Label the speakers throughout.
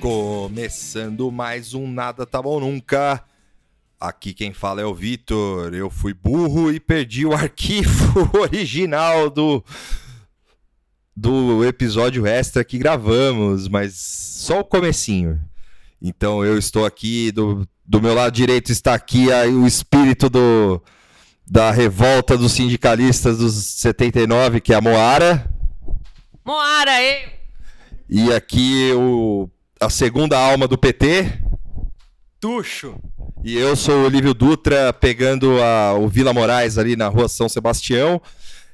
Speaker 1: Começando mais um Nada Tá Bom Nunca. Aqui quem fala é o Vitor. Eu fui burro e perdi o arquivo original do do episódio extra que gravamos, mas só o comecinho. Então eu estou aqui do, do meu lado direito está aqui aí o espírito do da revolta dos sindicalistas dos 79, que é a Moara.
Speaker 2: Moara, eu!
Speaker 1: E aqui o, a segunda alma do PT.
Speaker 3: Tuxo.
Speaker 1: E eu sou o Lívio Dutra, pegando a, o Vila Moraes ali na rua São Sebastião.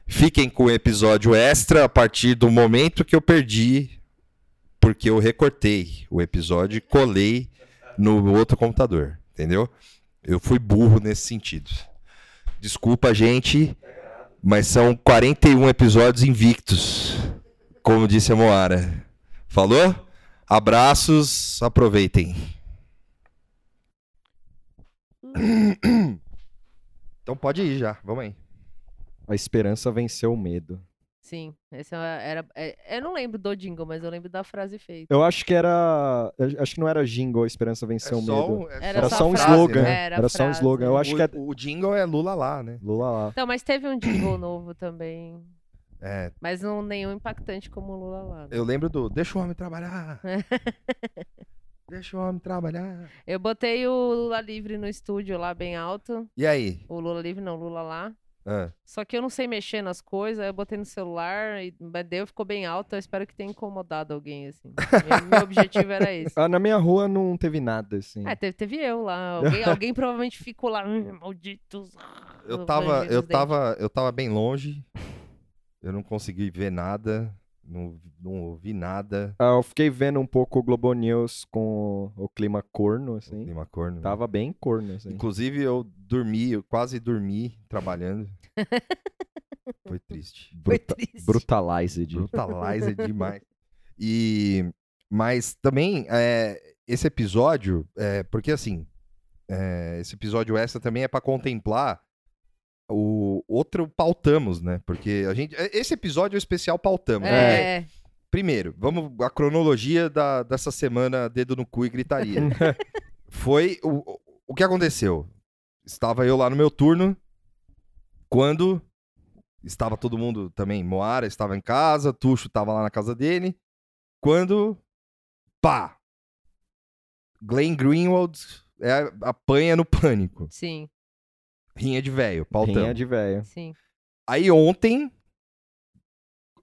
Speaker 1: Fiquem com o episódio extra a partir do momento que eu perdi, porque eu recortei o episódio e colei no outro computador, entendeu? Eu fui burro nesse sentido. Desculpa, gente, mas são 41 episódios invictos, como disse a Moara. Falou? Abraços, aproveitem. Então pode ir já, vamos aí.
Speaker 4: A esperança venceu o medo.
Speaker 2: Sim, esse era. é, Eu não lembro do jingle, mas eu lembro da frase feita.
Speaker 4: Eu acho que era. eu Acho que não era jingle a esperança venceu é o medo.
Speaker 1: um,
Speaker 2: Era
Speaker 4: Era
Speaker 2: É só
Speaker 4: só um
Speaker 2: a frase,
Speaker 4: slogan.
Speaker 2: né? Era
Speaker 4: Era,
Speaker 2: a
Speaker 4: só um
Speaker 2: frase.
Speaker 4: slogan. Eu acho
Speaker 1: o,
Speaker 4: que é.
Speaker 1: o jingle é Lula lá, né?
Speaker 4: Lula lá.
Speaker 2: Então, mas teve um jingle novo também.
Speaker 1: É,
Speaker 2: Mas não nenhum impactante como o Lula lá. né?
Speaker 1: eu lembro do Deixa o homem trabalhar. Deixa o homem trabalhar.
Speaker 2: Eu botei o Lula Livre no estúdio lá bem alto.
Speaker 1: E aí?
Speaker 2: O Lula Livre não, Lula lá.
Speaker 1: Ah,
Speaker 2: Só que eu não sei mexer nas coisas, aí eu botei no celular, e, mas deu, ficou bem alto. Eu espero que tenha incomodado alguém, assim. Meu- Meu objetivo era esse.
Speaker 4: Ah, na minha rua não teve nada, assim.
Speaker 2: Ah, teve, teve eu lá. Alguém, alguém provavelmente ficou lá, "Hum, malditos. ah,
Speaker 1: eu tava,
Speaker 2: bandidos
Speaker 1: eu
Speaker 2: dentes".
Speaker 1: tava, eu tava bem longe. Eu não consegui ver nada, não, não ouvi nada.
Speaker 4: Ah, eu fiquei vendo um pouco o Globo News com o, o clima corno, assim.
Speaker 1: Clima corno.
Speaker 4: Tava bem corno, assim.
Speaker 1: Inclusive eu dormi, eu quase dormi trabalhando. Foi triste.
Speaker 2: Foi
Speaker 4: Bruta-
Speaker 2: triste.
Speaker 4: Brutalized.
Speaker 1: Brutalizer demais. E, mas também, é, esse episódio, é, porque assim, é, esse episódio extra também é para contemplar o outro pautamos, né? Porque a gente. é, Esse episódio é o especial pautamos. né?
Speaker 2: É,
Speaker 1: Primeiro, vamos a cronologia da, dessa semana dedo no cu e gritaria. Foi o, o que aconteceu. Estava eu lá no meu turno quando estava todo mundo também, Moara estava em casa, Tuxo estava lá na casa dele, quando pá. Glenn Greenwald é, apanha no pânico.
Speaker 2: sim,
Speaker 1: Rinha de velho, pautão.
Speaker 4: Quem é de velho?
Speaker 2: sim.
Speaker 1: Aí ontem,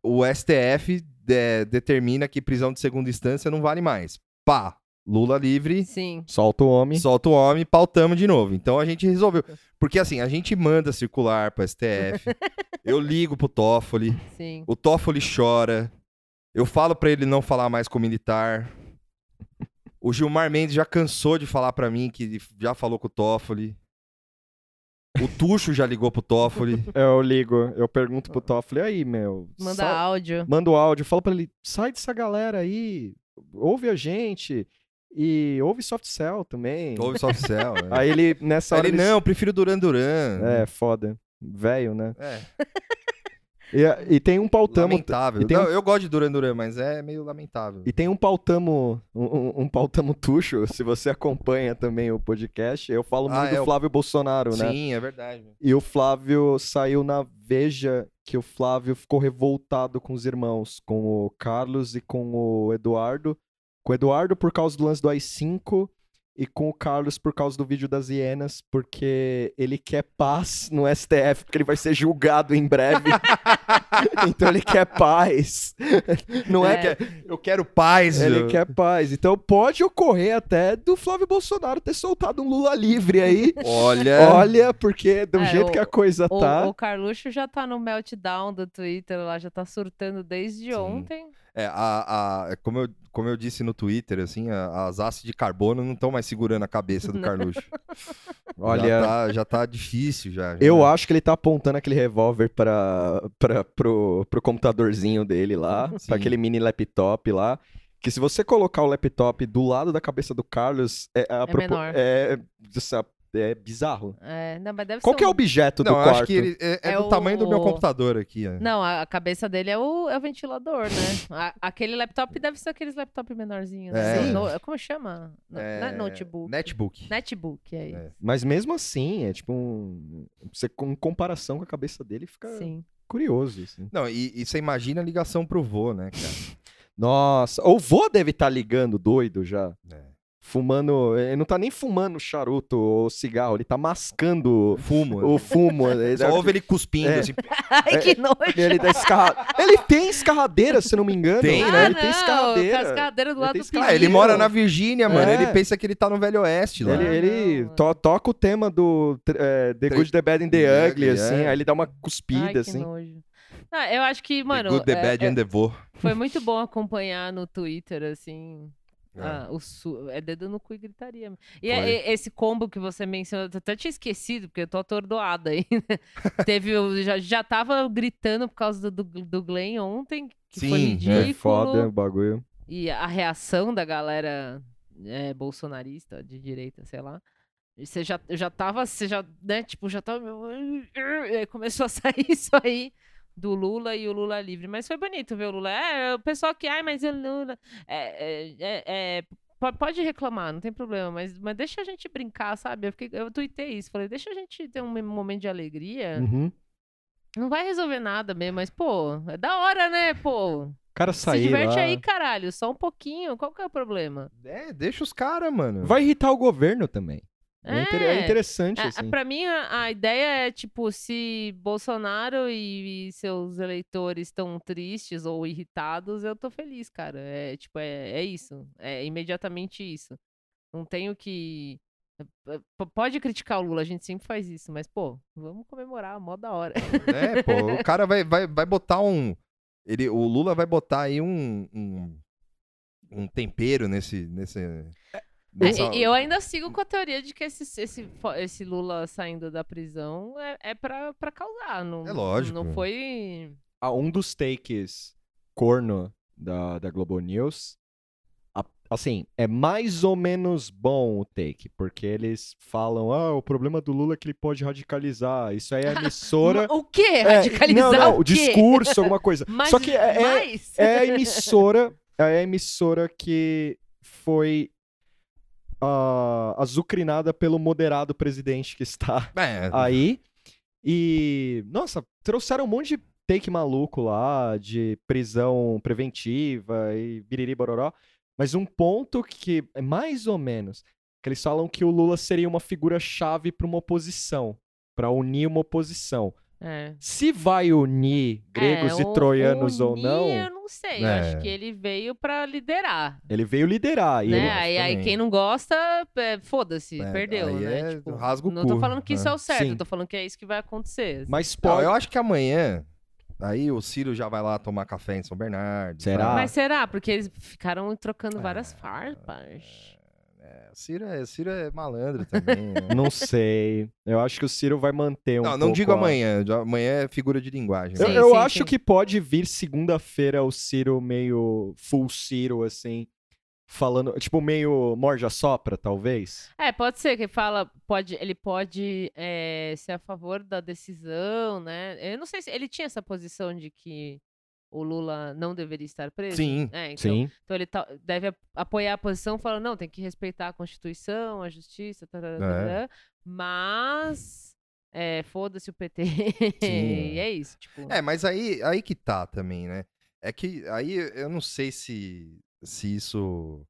Speaker 1: o STF de- é, determina que prisão de segunda instância não vale mais. Pá, Lula livre,
Speaker 2: Sim.
Speaker 4: Solta o homem.
Speaker 1: solta o homem, pautamos de novo. Então a gente resolveu. Porque assim, a gente manda circular pro STF, eu ligo pro Toffoli,
Speaker 2: Sim.
Speaker 1: o Toffoli chora, eu falo pra ele não falar mais com o militar. O Gilmar Mendes já cansou de falar pra mim que ele já falou com o Toffoli. O Tuxo já ligou pro Toffoli.
Speaker 4: Eu ligo. Eu pergunto pro Toffoli, aí, meu.
Speaker 2: Manda
Speaker 4: sal-
Speaker 2: áudio.
Speaker 4: manda o áudio, fala pra ele, sai dessa galera aí, ouve a gente e ouve Soft Cell também.
Speaker 1: Ouve só o céu. é.
Speaker 4: Aí ele, nessa hora,
Speaker 1: ele,
Speaker 4: ele-
Speaker 1: não, eu prefiro Duran Duran.
Speaker 4: É, foda. Velho, né?
Speaker 1: É,
Speaker 4: E, e tem um pautamo...
Speaker 1: lamentável.
Speaker 4: e tem
Speaker 1: Não,
Speaker 4: um-
Speaker 1: Eu gosto de Duran Duran, mas é meio lamentável.
Speaker 4: E tem um pautamo, um, um- um pautamo tuxo, se você acompanha também o podcast, eu falo muito
Speaker 1: Ah, é,
Speaker 4: do
Speaker 1: o-
Speaker 4: Flávio Bolsonaro, né?
Speaker 1: Sim, é verdade.
Speaker 4: E o Flávio saiu na Veja que o Flávio ficou revoltado com os irmãos, com o Carlos e com o Eduardo. Com o Eduardo por causa do lance do AI5 e com o Carlos por causa do vídeo das hienas, porque ele quer paz no STF, porque ele vai ser julgado em breve. então ele quer paz. Não é,
Speaker 2: É.
Speaker 4: que
Speaker 1: Eu quero paz.
Speaker 4: ele
Speaker 1: eu-
Speaker 4: quer paz. Então pode ocorrer até do Flávio Bolsonaro ter soltado um Lula livre aí.
Speaker 1: Olha,
Speaker 4: Olha, porque do
Speaker 2: É,
Speaker 4: jeito
Speaker 2: o-
Speaker 4: que a coisa
Speaker 2: O,
Speaker 4: tá.
Speaker 2: o Carluxo já tá no meltdown do Twitter lá, já tá surtando desde
Speaker 1: Sim.
Speaker 2: ontem.
Speaker 1: é, a, a- como, eu, como eu disse no Twitter, assim, a- as aças de carbono não estão mais segurando a cabeça do Carluxo.
Speaker 4: Olha,
Speaker 1: Já tá, já tá difícil já. né? já.
Speaker 4: eu acho que ele tá apontando aquele revólver pra, pra, pro, pro computadorzinho dele lá,
Speaker 1: Sim.
Speaker 4: pra aquele mini laptop lá. Que se você colocar o laptop do lado da cabeça do Carlos, é, a
Speaker 2: menor.
Speaker 4: é, essa é bizarro.
Speaker 2: É, não, mas deve
Speaker 4: Qual
Speaker 2: ser
Speaker 4: que é o
Speaker 2: um-
Speaker 4: objeto
Speaker 1: Não,
Speaker 4: do
Speaker 1: eu
Speaker 4: quarto?
Speaker 1: acho que ele é, é
Speaker 2: É
Speaker 1: do tamanho do meu
Speaker 2: o-
Speaker 1: computador aqui. ó.
Speaker 2: Não, a a cabeça dele é o, é o ventilador, né? A- aquele laptop deve ser aqueles laptop menorzinhos. né?
Speaker 1: É.
Speaker 2: Seu no- como chama? No,
Speaker 1: É,
Speaker 2: não é notebook.
Speaker 1: Netbook.
Speaker 2: Netbook, é
Speaker 1: É.
Speaker 2: isso.
Speaker 4: Mas mesmo assim, é tipo um... Você, em comparação com a cabeça dele, fica
Speaker 2: Sim.
Speaker 4: curioso. assim.
Speaker 1: Não, e, e você imagina a ligação pro vô, né, cara?
Speaker 4: Nossa, ou o vô deve estar ligando doido já.
Speaker 1: É.
Speaker 4: Fumando, ele não tá nem fumando charuto ou cigarro, ele tá mascando
Speaker 1: Fumo.
Speaker 4: o fumo. né?
Speaker 1: Você
Speaker 4: Ele
Speaker 1: Só
Speaker 4: deve-
Speaker 1: ouve ele cuspindo,
Speaker 4: É.
Speaker 1: assim.
Speaker 2: Ai, que nojo.
Speaker 4: ele, tá escarra- ele tem escarradeira, se não me engano.
Speaker 1: Tem,
Speaker 4: né?
Speaker 1: né?
Speaker 2: Ah,
Speaker 4: Ele tem
Speaker 2: não,
Speaker 4: escarradeira.
Speaker 2: com a escadeira do
Speaker 4: Ele
Speaker 2: lado
Speaker 4: tem
Speaker 2: do
Speaker 4: escadeira.
Speaker 1: Ah, ele
Speaker 4: Caralho.
Speaker 1: mora na Virgínia, mano.
Speaker 4: É.
Speaker 1: Ele pensa que ele tá no Velho Oeste lá.
Speaker 4: Ele,
Speaker 2: Ah,
Speaker 4: ele
Speaker 2: não,
Speaker 4: to- toca o tema do é, The
Speaker 1: Tre-
Speaker 4: Good, The Bad and The
Speaker 1: The
Speaker 4: Ugly,
Speaker 1: Ugly,
Speaker 4: assim,
Speaker 1: é.
Speaker 4: aí ele dá uma
Speaker 2: Ai, que
Speaker 4: cuspida, assim.
Speaker 2: nojo. Não, eu acho que, mano,
Speaker 1: the good, the
Speaker 2: é-
Speaker 1: bad
Speaker 2: é-
Speaker 1: and the vô.
Speaker 2: foi muito bom acompanhar no Twitter, assim,
Speaker 1: É.
Speaker 2: Ah, o su... É dedo no cu e gritaria. mesmo. E
Speaker 1: Foi.
Speaker 2: é- é- esse combo que você mencionou, eu até tinha esquecido, porque eu tô atordoada aí. né? Teve, o- já, já tava gritando por causa do, do, do Glenn ontem, que foi
Speaker 1: Sim, é
Speaker 2: ridículo.
Speaker 4: É foda o bagulho.
Speaker 2: E a reação da galera é, bolsonarista, de direita, sei lá. E Você já, eu já tava, você já, né, tipo, já tava. e aí Começou a sair isso aí do Lula e o Lula livre. Mas foi bonito ver o Lula. É, o pessoal que, ai, mas o Lula. é, é, é, é, po- pode reclamar, não tem problema, mas, mas deixa a gente brincar, sabe? Eu, fiquei, eu tuitei isso, falei, deixa a gente ter um momento de alegria.
Speaker 4: Uhum.
Speaker 2: Não vai resolver nada mesmo, mas, pô, é da hora, né, pô?
Speaker 4: O cara
Speaker 2: Se
Speaker 4: sair
Speaker 2: diverte
Speaker 4: lá.
Speaker 2: aí, caralho, só um pouquinho. Qual que é o problema?
Speaker 1: É, deixa os caras, mano.
Speaker 4: Vai irritar o governo também. É, inter- é
Speaker 2: É.
Speaker 4: interessante,
Speaker 2: É,
Speaker 4: assim.
Speaker 2: Pra mim, a, a ideia é, tipo, se Bolsonaro e, e seus eleitores estão tristes ou irritados, eu tô feliz, cara. É, tipo, é, é isso. É imediatamente isso. Não tenho que... eh, P- Pode criticar o Lula, a gente sempre faz isso, mas, pô, vamos comemorar, mó da hora.
Speaker 1: É, pô, o cara vai, vai, vai botar um. Ele, o Lula vai botar aí um. um, um tempero nesse. nesse nessa-
Speaker 2: É, e- e eu ainda sigo com a teoria de que esse, esse, fo- esse Lula saindo da prisão é, é pra, pra causar. Não,
Speaker 1: É lógico.
Speaker 2: Não foi...
Speaker 4: Ah, um dos takes corno da, da Globo News. a- Assim, é mais ou menos bom o take, porque eles falam: ah, o problema do Lula é que ele pode radicalizar. Isso aí é a emissora.
Speaker 2: O quê?
Speaker 4: É,
Speaker 2: Radicalizar
Speaker 4: não, não,
Speaker 2: o quê?
Speaker 4: discurso, alguma coisa.
Speaker 2: Mas,
Speaker 4: Só que é, é-
Speaker 2: mas...
Speaker 4: é a emissora, é a emissora que foi ah, azucrinada pelo moderado presidente que está
Speaker 1: É,
Speaker 4: aí. E, nossa, trouxeram um monte de take maluco lá, de prisão preventiva e biriri bororó. Mas um ponto que é mais ou menos, que eles falam que o Lula seria uma figura-chave para uma oposição, para unir uma oposição.
Speaker 2: É.
Speaker 4: Se vai unir gregos
Speaker 2: É,
Speaker 4: e
Speaker 2: o-
Speaker 4: troianos
Speaker 2: o
Speaker 4: ou não,
Speaker 2: Ni, Eu não sei, eu
Speaker 1: É.
Speaker 2: acho que ele veio pra liderar.
Speaker 4: ele veio liderar. E
Speaker 2: né?
Speaker 4: ele-
Speaker 2: aí, aí
Speaker 1: também.
Speaker 2: quem não gosta, é, foda-se,
Speaker 1: É,
Speaker 2: perdeu,
Speaker 1: aí
Speaker 2: né?
Speaker 1: é
Speaker 2: Tipo,
Speaker 1: rasga o
Speaker 2: não
Speaker 1: cu, né?
Speaker 2: tô falando que isso é o certo,
Speaker 4: Sim.
Speaker 2: eu tô falando que é isso que vai acontecer.
Speaker 4: Mas
Speaker 1: Não,
Speaker 4: pode.
Speaker 1: eu acho que amanhã. Aí o Ciro já vai lá tomar café em São Bernardo.
Speaker 4: Será?
Speaker 1: sabe?
Speaker 2: Mas será? Porque eles ficaram trocando várias
Speaker 1: É,
Speaker 2: farpas.
Speaker 1: É, o Ciro é, o Ciro é malandro também. né?
Speaker 4: Não sei. Eu acho que o Ciro vai manter um
Speaker 1: não, não digo
Speaker 4: pouco a-
Speaker 1: amanhã. já- Amanhã é figura de linguagem.
Speaker 4: Eu,
Speaker 2: Sim,
Speaker 4: eu
Speaker 2: sim,
Speaker 4: acho
Speaker 2: sim.
Speaker 4: que pode vir segunda-feira o Ciro meio full Ciro, assim, falando, tipo, meio morde a sopra, talvez.
Speaker 2: É, pode ser que ele fala, pode, ele pode é, ser a favor da decisão, né? Eu não sei se ele tinha essa posição de que o Lula não deveria estar preso.
Speaker 1: Sim.
Speaker 2: É, então,
Speaker 4: Sim.
Speaker 2: Então ele tá- deve ap- apoiar a posição falando, não, tem que respeitar a Constituição, a justiça, tá, tarará,
Speaker 1: É.
Speaker 2: tarará, mas é, foda-se o PT.
Speaker 1: Sim,
Speaker 2: e é isso, tipo.
Speaker 1: É, mas aí, aí que tá também, né? É que aí eu não sei se, se isso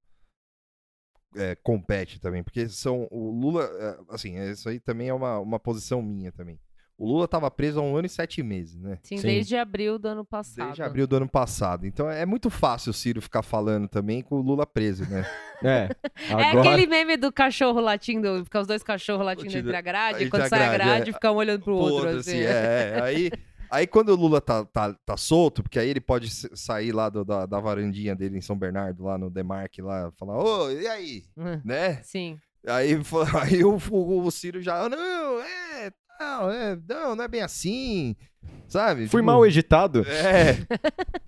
Speaker 1: é, compete também, porque são o Lula, é, assim, é, isso aí também é uma, uma posição minha também. O Lula tava preso há um ano e sete meses, né?
Speaker 2: Sim,
Speaker 4: sim.
Speaker 2: assim, desde abril do ano passado. né?
Speaker 1: Desde abril do ano passado. Então é muito fácil o Ciro ficar falando também com o Lula preso, né?
Speaker 4: É.
Speaker 2: É
Speaker 4: Agora,
Speaker 2: aquele meme do cachorro latindo, ficar os dois cachorros latindo
Speaker 1: Latindo
Speaker 2: entre a grade,
Speaker 1: entre
Speaker 2: e quando
Speaker 1: a
Speaker 2: sai a
Speaker 1: grade, é.
Speaker 2: grade, fica um olhando pro outro, assim.
Speaker 1: é, é. Aí, aí quando o Lula tá, tá, tá solto, porque aí ele pode s- sair lá do- da, da varandinha dele em São Bernardo, lá no Demarque, lá, falar, ô, e aí?
Speaker 2: Hum,
Speaker 1: Né?
Speaker 2: Sim.
Speaker 1: Aí, fa- aí o, o- o Ciro já, não, é, não, é, não, não é bem assim, sabe?
Speaker 4: fui
Speaker 1: Tipo,
Speaker 4: mal editado?
Speaker 1: É,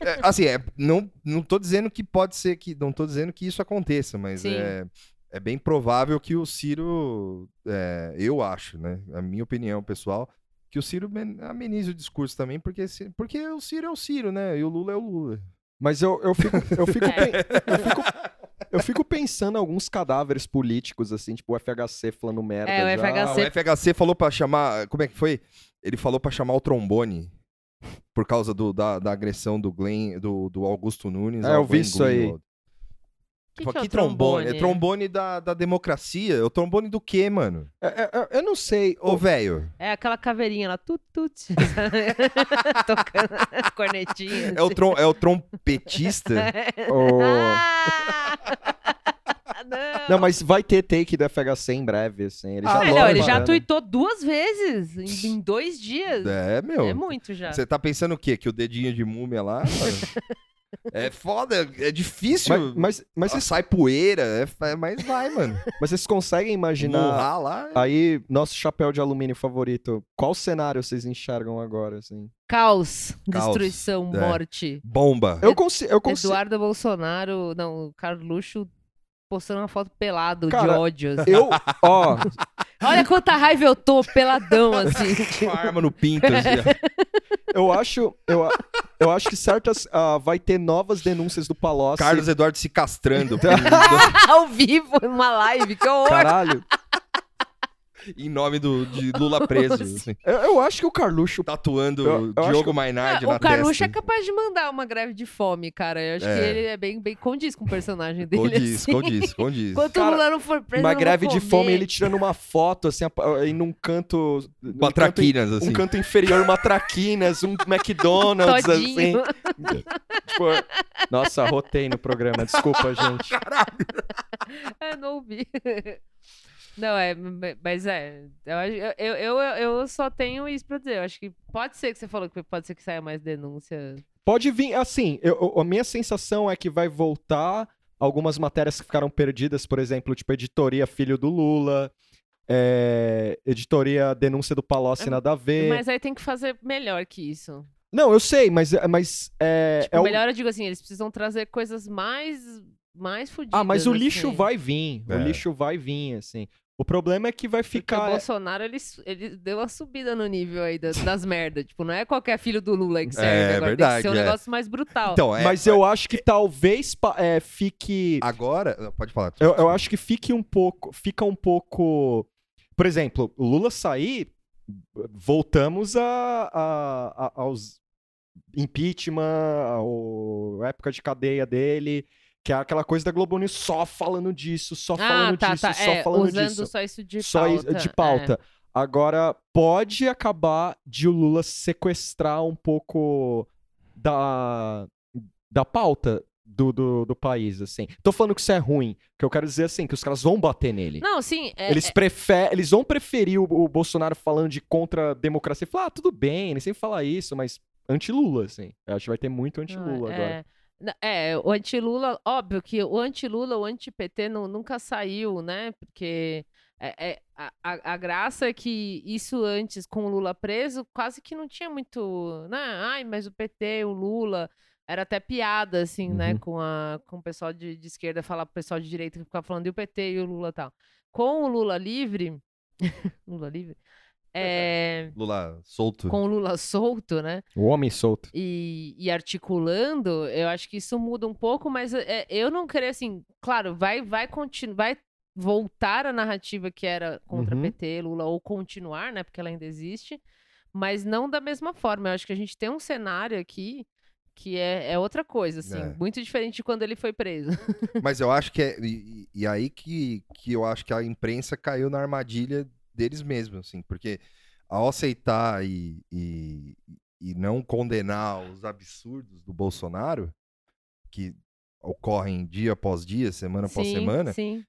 Speaker 1: É, assim, é, não, não tô dizendo que pode ser que, não tô dizendo que isso aconteça, mas
Speaker 2: Sim.
Speaker 1: é, é bem provável que o Ciro, é, eu acho, né? A minha opinião pessoal, que o Ciro men- amenize o discurso também, porque, se- porque o Ciro é o Ciro, né? E o Lula é o Lula.
Speaker 4: Mas eu, eu fico, eu fico,
Speaker 2: É.
Speaker 4: pen- eu fico- eu fico pensando em alguns cadáveres políticos, assim, tipo o FHC falando merda.
Speaker 2: É, o
Speaker 4: já.
Speaker 1: Ah,
Speaker 2: FHC.
Speaker 1: o FHC falou pra chamar. Como é que foi? Ele falou pra chamar o trombone. Por causa do- da, da agressão do Glenn, do, do Augusto Nunes.
Speaker 4: É,
Speaker 1: ao
Speaker 4: eu vi
Speaker 1: Glenn
Speaker 4: isso aí.
Speaker 1: Greenwald.
Speaker 2: Que,
Speaker 1: Fala,
Speaker 2: que é o
Speaker 1: trombone?
Speaker 2: trombone?
Speaker 1: É trombone da, da democracia. É o trombone do quê, mano?
Speaker 4: É, é, é, eu não sei.
Speaker 1: Ô, velho.
Speaker 2: É aquela caveirinha lá, tut, tut. Tocando a cornetinha.
Speaker 1: É o,
Speaker 2: assim.
Speaker 1: trom, é o trompetista?
Speaker 2: É,
Speaker 4: ô-
Speaker 2: Ah! Não.
Speaker 4: Não, mas vai ter take do FHC em breve, assim. Ele já
Speaker 2: Ah,
Speaker 4: tá
Speaker 2: não, ele já
Speaker 4: preparando.
Speaker 2: tweetou duas vezes em, em dois dias.
Speaker 1: é, meu.
Speaker 2: É muito já.
Speaker 1: Você tá pensando o quê? Que o dedinho de múmia lá? mano? é foda, é difícil.
Speaker 4: Mas, mas, mas,
Speaker 1: Ó,
Speaker 4: vocês,
Speaker 1: sai poeira, é, fa- mas vai, mano.
Speaker 4: mas vocês conseguem imaginar.
Speaker 1: Murrar lá.
Speaker 4: Aí, nosso chapéu de alumínio favorito. Qual cenário vocês enxergam agora, assim?
Speaker 2: Caos,
Speaker 1: Caos,
Speaker 2: destruição,
Speaker 1: é.
Speaker 2: morte.
Speaker 1: Bomba.
Speaker 4: Eu consigo. Eu consigo.
Speaker 2: Eduardo Bolsonaro, não, o Carluxo postando uma foto pelado
Speaker 4: Cara,
Speaker 2: de ódio. assim.
Speaker 4: Eu, ó,
Speaker 2: Olha quanta raiva eu tô, peladão, assim.
Speaker 1: Com a arma no pinto, assim, ó.
Speaker 4: eu acho, eu, a- eu acho que certas ah, vai ter novas denúncias do Palocci.
Speaker 1: Carlos Eduardo se castrando
Speaker 4: Então-
Speaker 2: Ao vivo, numa live, que horror.
Speaker 4: Caralho,
Speaker 1: em nome do, de Lula preso.
Speaker 2: Nossa.
Speaker 1: assim,
Speaker 4: eu, eu acho que o Carluxo
Speaker 1: tatuando
Speaker 4: Eu- eu acho
Speaker 1: Diogo
Speaker 4: que-
Speaker 1: Mainardi na
Speaker 2: o Carluxo
Speaker 1: testa.
Speaker 2: é capaz de mandar uma greve de fome, cara. Eu acho
Speaker 1: É.
Speaker 2: que ele é bem, bem condiz com o personagem dele.
Speaker 1: Condiz,
Speaker 2: assim.
Speaker 1: condiz, condiz.
Speaker 2: Enquanto
Speaker 4: Cara,
Speaker 2: o Lula não for preso, eu
Speaker 4: Uma
Speaker 2: não vou
Speaker 4: greve de
Speaker 2: comer.
Speaker 4: fome, ele tirando uma foto, assim, apa- em um canto. num
Speaker 1: Patraquinas,
Speaker 4: canto in-
Speaker 1: assim.
Speaker 4: Um canto inferior, uma traquinas, um McDonald's, assim.
Speaker 2: Todinho.
Speaker 4: Tipo, nossa, rotei no programa, desculpa, gente.
Speaker 2: Ah, não ouvi. Não, é, m- mas é. Eu, acho- eu, eu, eu, eu só tenho isso pra dizer. Eu acho que pode ser que você falou que pode ser que saia mais denúncia.
Speaker 4: Pode vir, assim, eu- eu- a minha sensação é que vai voltar algumas matérias que ficaram perdidas, por exemplo, tipo, editoria Filho do Lula, é, editoria Denúncia do Palocci
Speaker 2: É,
Speaker 4: nada a ver.
Speaker 2: Mas aí tem que fazer melhor que isso.
Speaker 4: Não, eu sei, mas, mas é,
Speaker 2: Tipo,
Speaker 4: é o-
Speaker 2: melhor eu digo assim, eles precisam trazer coisas mais, mais fodidas.
Speaker 4: Ah, mas o lixo
Speaker 2: assim.
Speaker 4: vai vir.
Speaker 1: É.
Speaker 4: O lixo vai vir, assim. O problema é que vai
Speaker 2: Porque o
Speaker 4: ficar.
Speaker 2: Bolsonaro, ele, su- ele deu uma subida no nível aí das, das merdas. Tipo, não é qualquer filho do Lula aí que serve.
Speaker 1: É,
Speaker 2: agora
Speaker 1: verdade,
Speaker 2: tem que ser um
Speaker 1: é.
Speaker 2: negócio mais brutal.
Speaker 1: Então, é,
Speaker 4: Mas eu acho que talvez pa- é, fique.
Speaker 1: Agora, pode falar.
Speaker 4: Eu, eu acho que fique um pouco. Fica um pouco. Por exemplo, o Lula sair, voltamos a, a- a- aos impeachment, ao época de cadeia dele, que é aquela coisa da Globo News só falando disso, só
Speaker 2: ah,
Speaker 4: falando
Speaker 2: tá,
Speaker 4: disso,
Speaker 2: tá.
Speaker 4: só
Speaker 2: é,
Speaker 4: falando
Speaker 2: usando
Speaker 4: disso.
Speaker 2: só isso de
Speaker 4: só
Speaker 2: pauta.
Speaker 4: isso- de
Speaker 2: é.
Speaker 4: pauta. Agora, pode acabar de o Lula sequestrar um pouco da, da pauta do, do, do país, assim. Tô falando que isso é ruim, que eu quero dizer, assim, que os caras vão bater nele.
Speaker 2: Não, sim. é-
Speaker 4: Eles, prefe- eles vão preferir o, o Bolsonaro falando de contra a democracia. Falar, ah, tudo bem, ele sempre fala isso, mas anti-Lula, assim. Eu acho que vai ter muito anti-Lula
Speaker 2: Ah,
Speaker 4: agora.
Speaker 2: é. Na- É, o anti-Lula, óbvio que o anti-Lula, o anti-PT nu- nunca saiu, né? Porque é- é- a, a- a graça é que isso antes, com o Lula preso, quase que não tinha muito, né? Ai, mas o PT, o Lula, era até piada, assim, né?
Speaker 4: Uhum.
Speaker 2: Com, a, com o pessoal de, de esquerda falar pro pessoal de direita que ficava falando e o PT e o Lula e tal. Com o Lula livre, Lula livre, é,
Speaker 1: Lula, solto.
Speaker 2: com o Lula solto, né?
Speaker 4: O homem solto.
Speaker 2: e, e articulando, eu acho que isso muda um pouco, mas é, eu não queria assim, claro, vai vai continuar, vai voltar a narrativa que era contra
Speaker 4: Uhum.
Speaker 2: PT, Lula ou continuar, né, porque ela ainda existe, mas não da mesma forma. Eu acho que a gente tem um cenário aqui que é, é outra coisa, assim,
Speaker 1: É.
Speaker 2: muito diferente de quando ele foi preso.
Speaker 1: Mas eu acho que é. E, e- e aí que, que eu acho que a imprensa caiu na armadilha deles mesmos, assim, porque ao aceitar e, e, e não condenar os absurdos do Bolsonaro, que ocorrem dia após dia, semana após
Speaker 2: sim,
Speaker 1: semana,
Speaker 2: sim.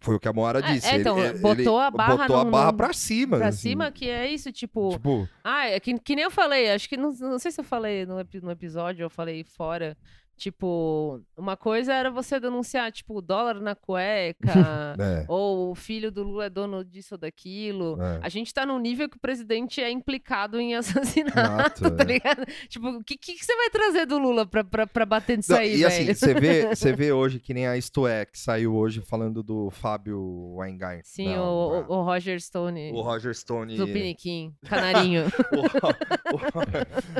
Speaker 1: foi o que a Moara
Speaker 2: Ah,
Speaker 1: disse.
Speaker 2: é,
Speaker 1: ele-
Speaker 2: então,
Speaker 1: ele-
Speaker 2: botou a barra
Speaker 1: botou a
Speaker 2: no-
Speaker 1: barra
Speaker 2: no-
Speaker 1: pra cima.
Speaker 2: Pra
Speaker 1: assim,
Speaker 2: cima que é isso, tipo,
Speaker 1: Tipo,
Speaker 2: Ah, é que, que nem eu falei, acho que não, não sei se eu falei no, epi- no episódio, eu falei fora, Tipo, uma coisa era você denunciar, tipo, o dólar na cueca,
Speaker 1: É,
Speaker 2: ou o filho do Lula é dono disso ou daquilo.
Speaker 1: é.
Speaker 2: A gente tá num nível que o presidente é implicado em assassinato,
Speaker 1: Exato,
Speaker 2: tá
Speaker 1: é.
Speaker 2: ligado? Tipo, o que, que que você vai trazer do Lula pra, pra, pra bater nisso
Speaker 1: Não,
Speaker 2: aí,
Speaker 1: e assim,
Speaker 2: velho?
Speaker 1: você vê, você vê hoje que nem a Isto É, que saiu hoje falando do Fábio Weingarten.
Speaker 2: Sim,
Speaker 1: Não,
Speaker 2: o,
Speaker 1: não.
Speaker 2: o- o Roger Stone,
Speaker 1: O Roger Stone.
Speaker 2: do Piniquim, canarinho.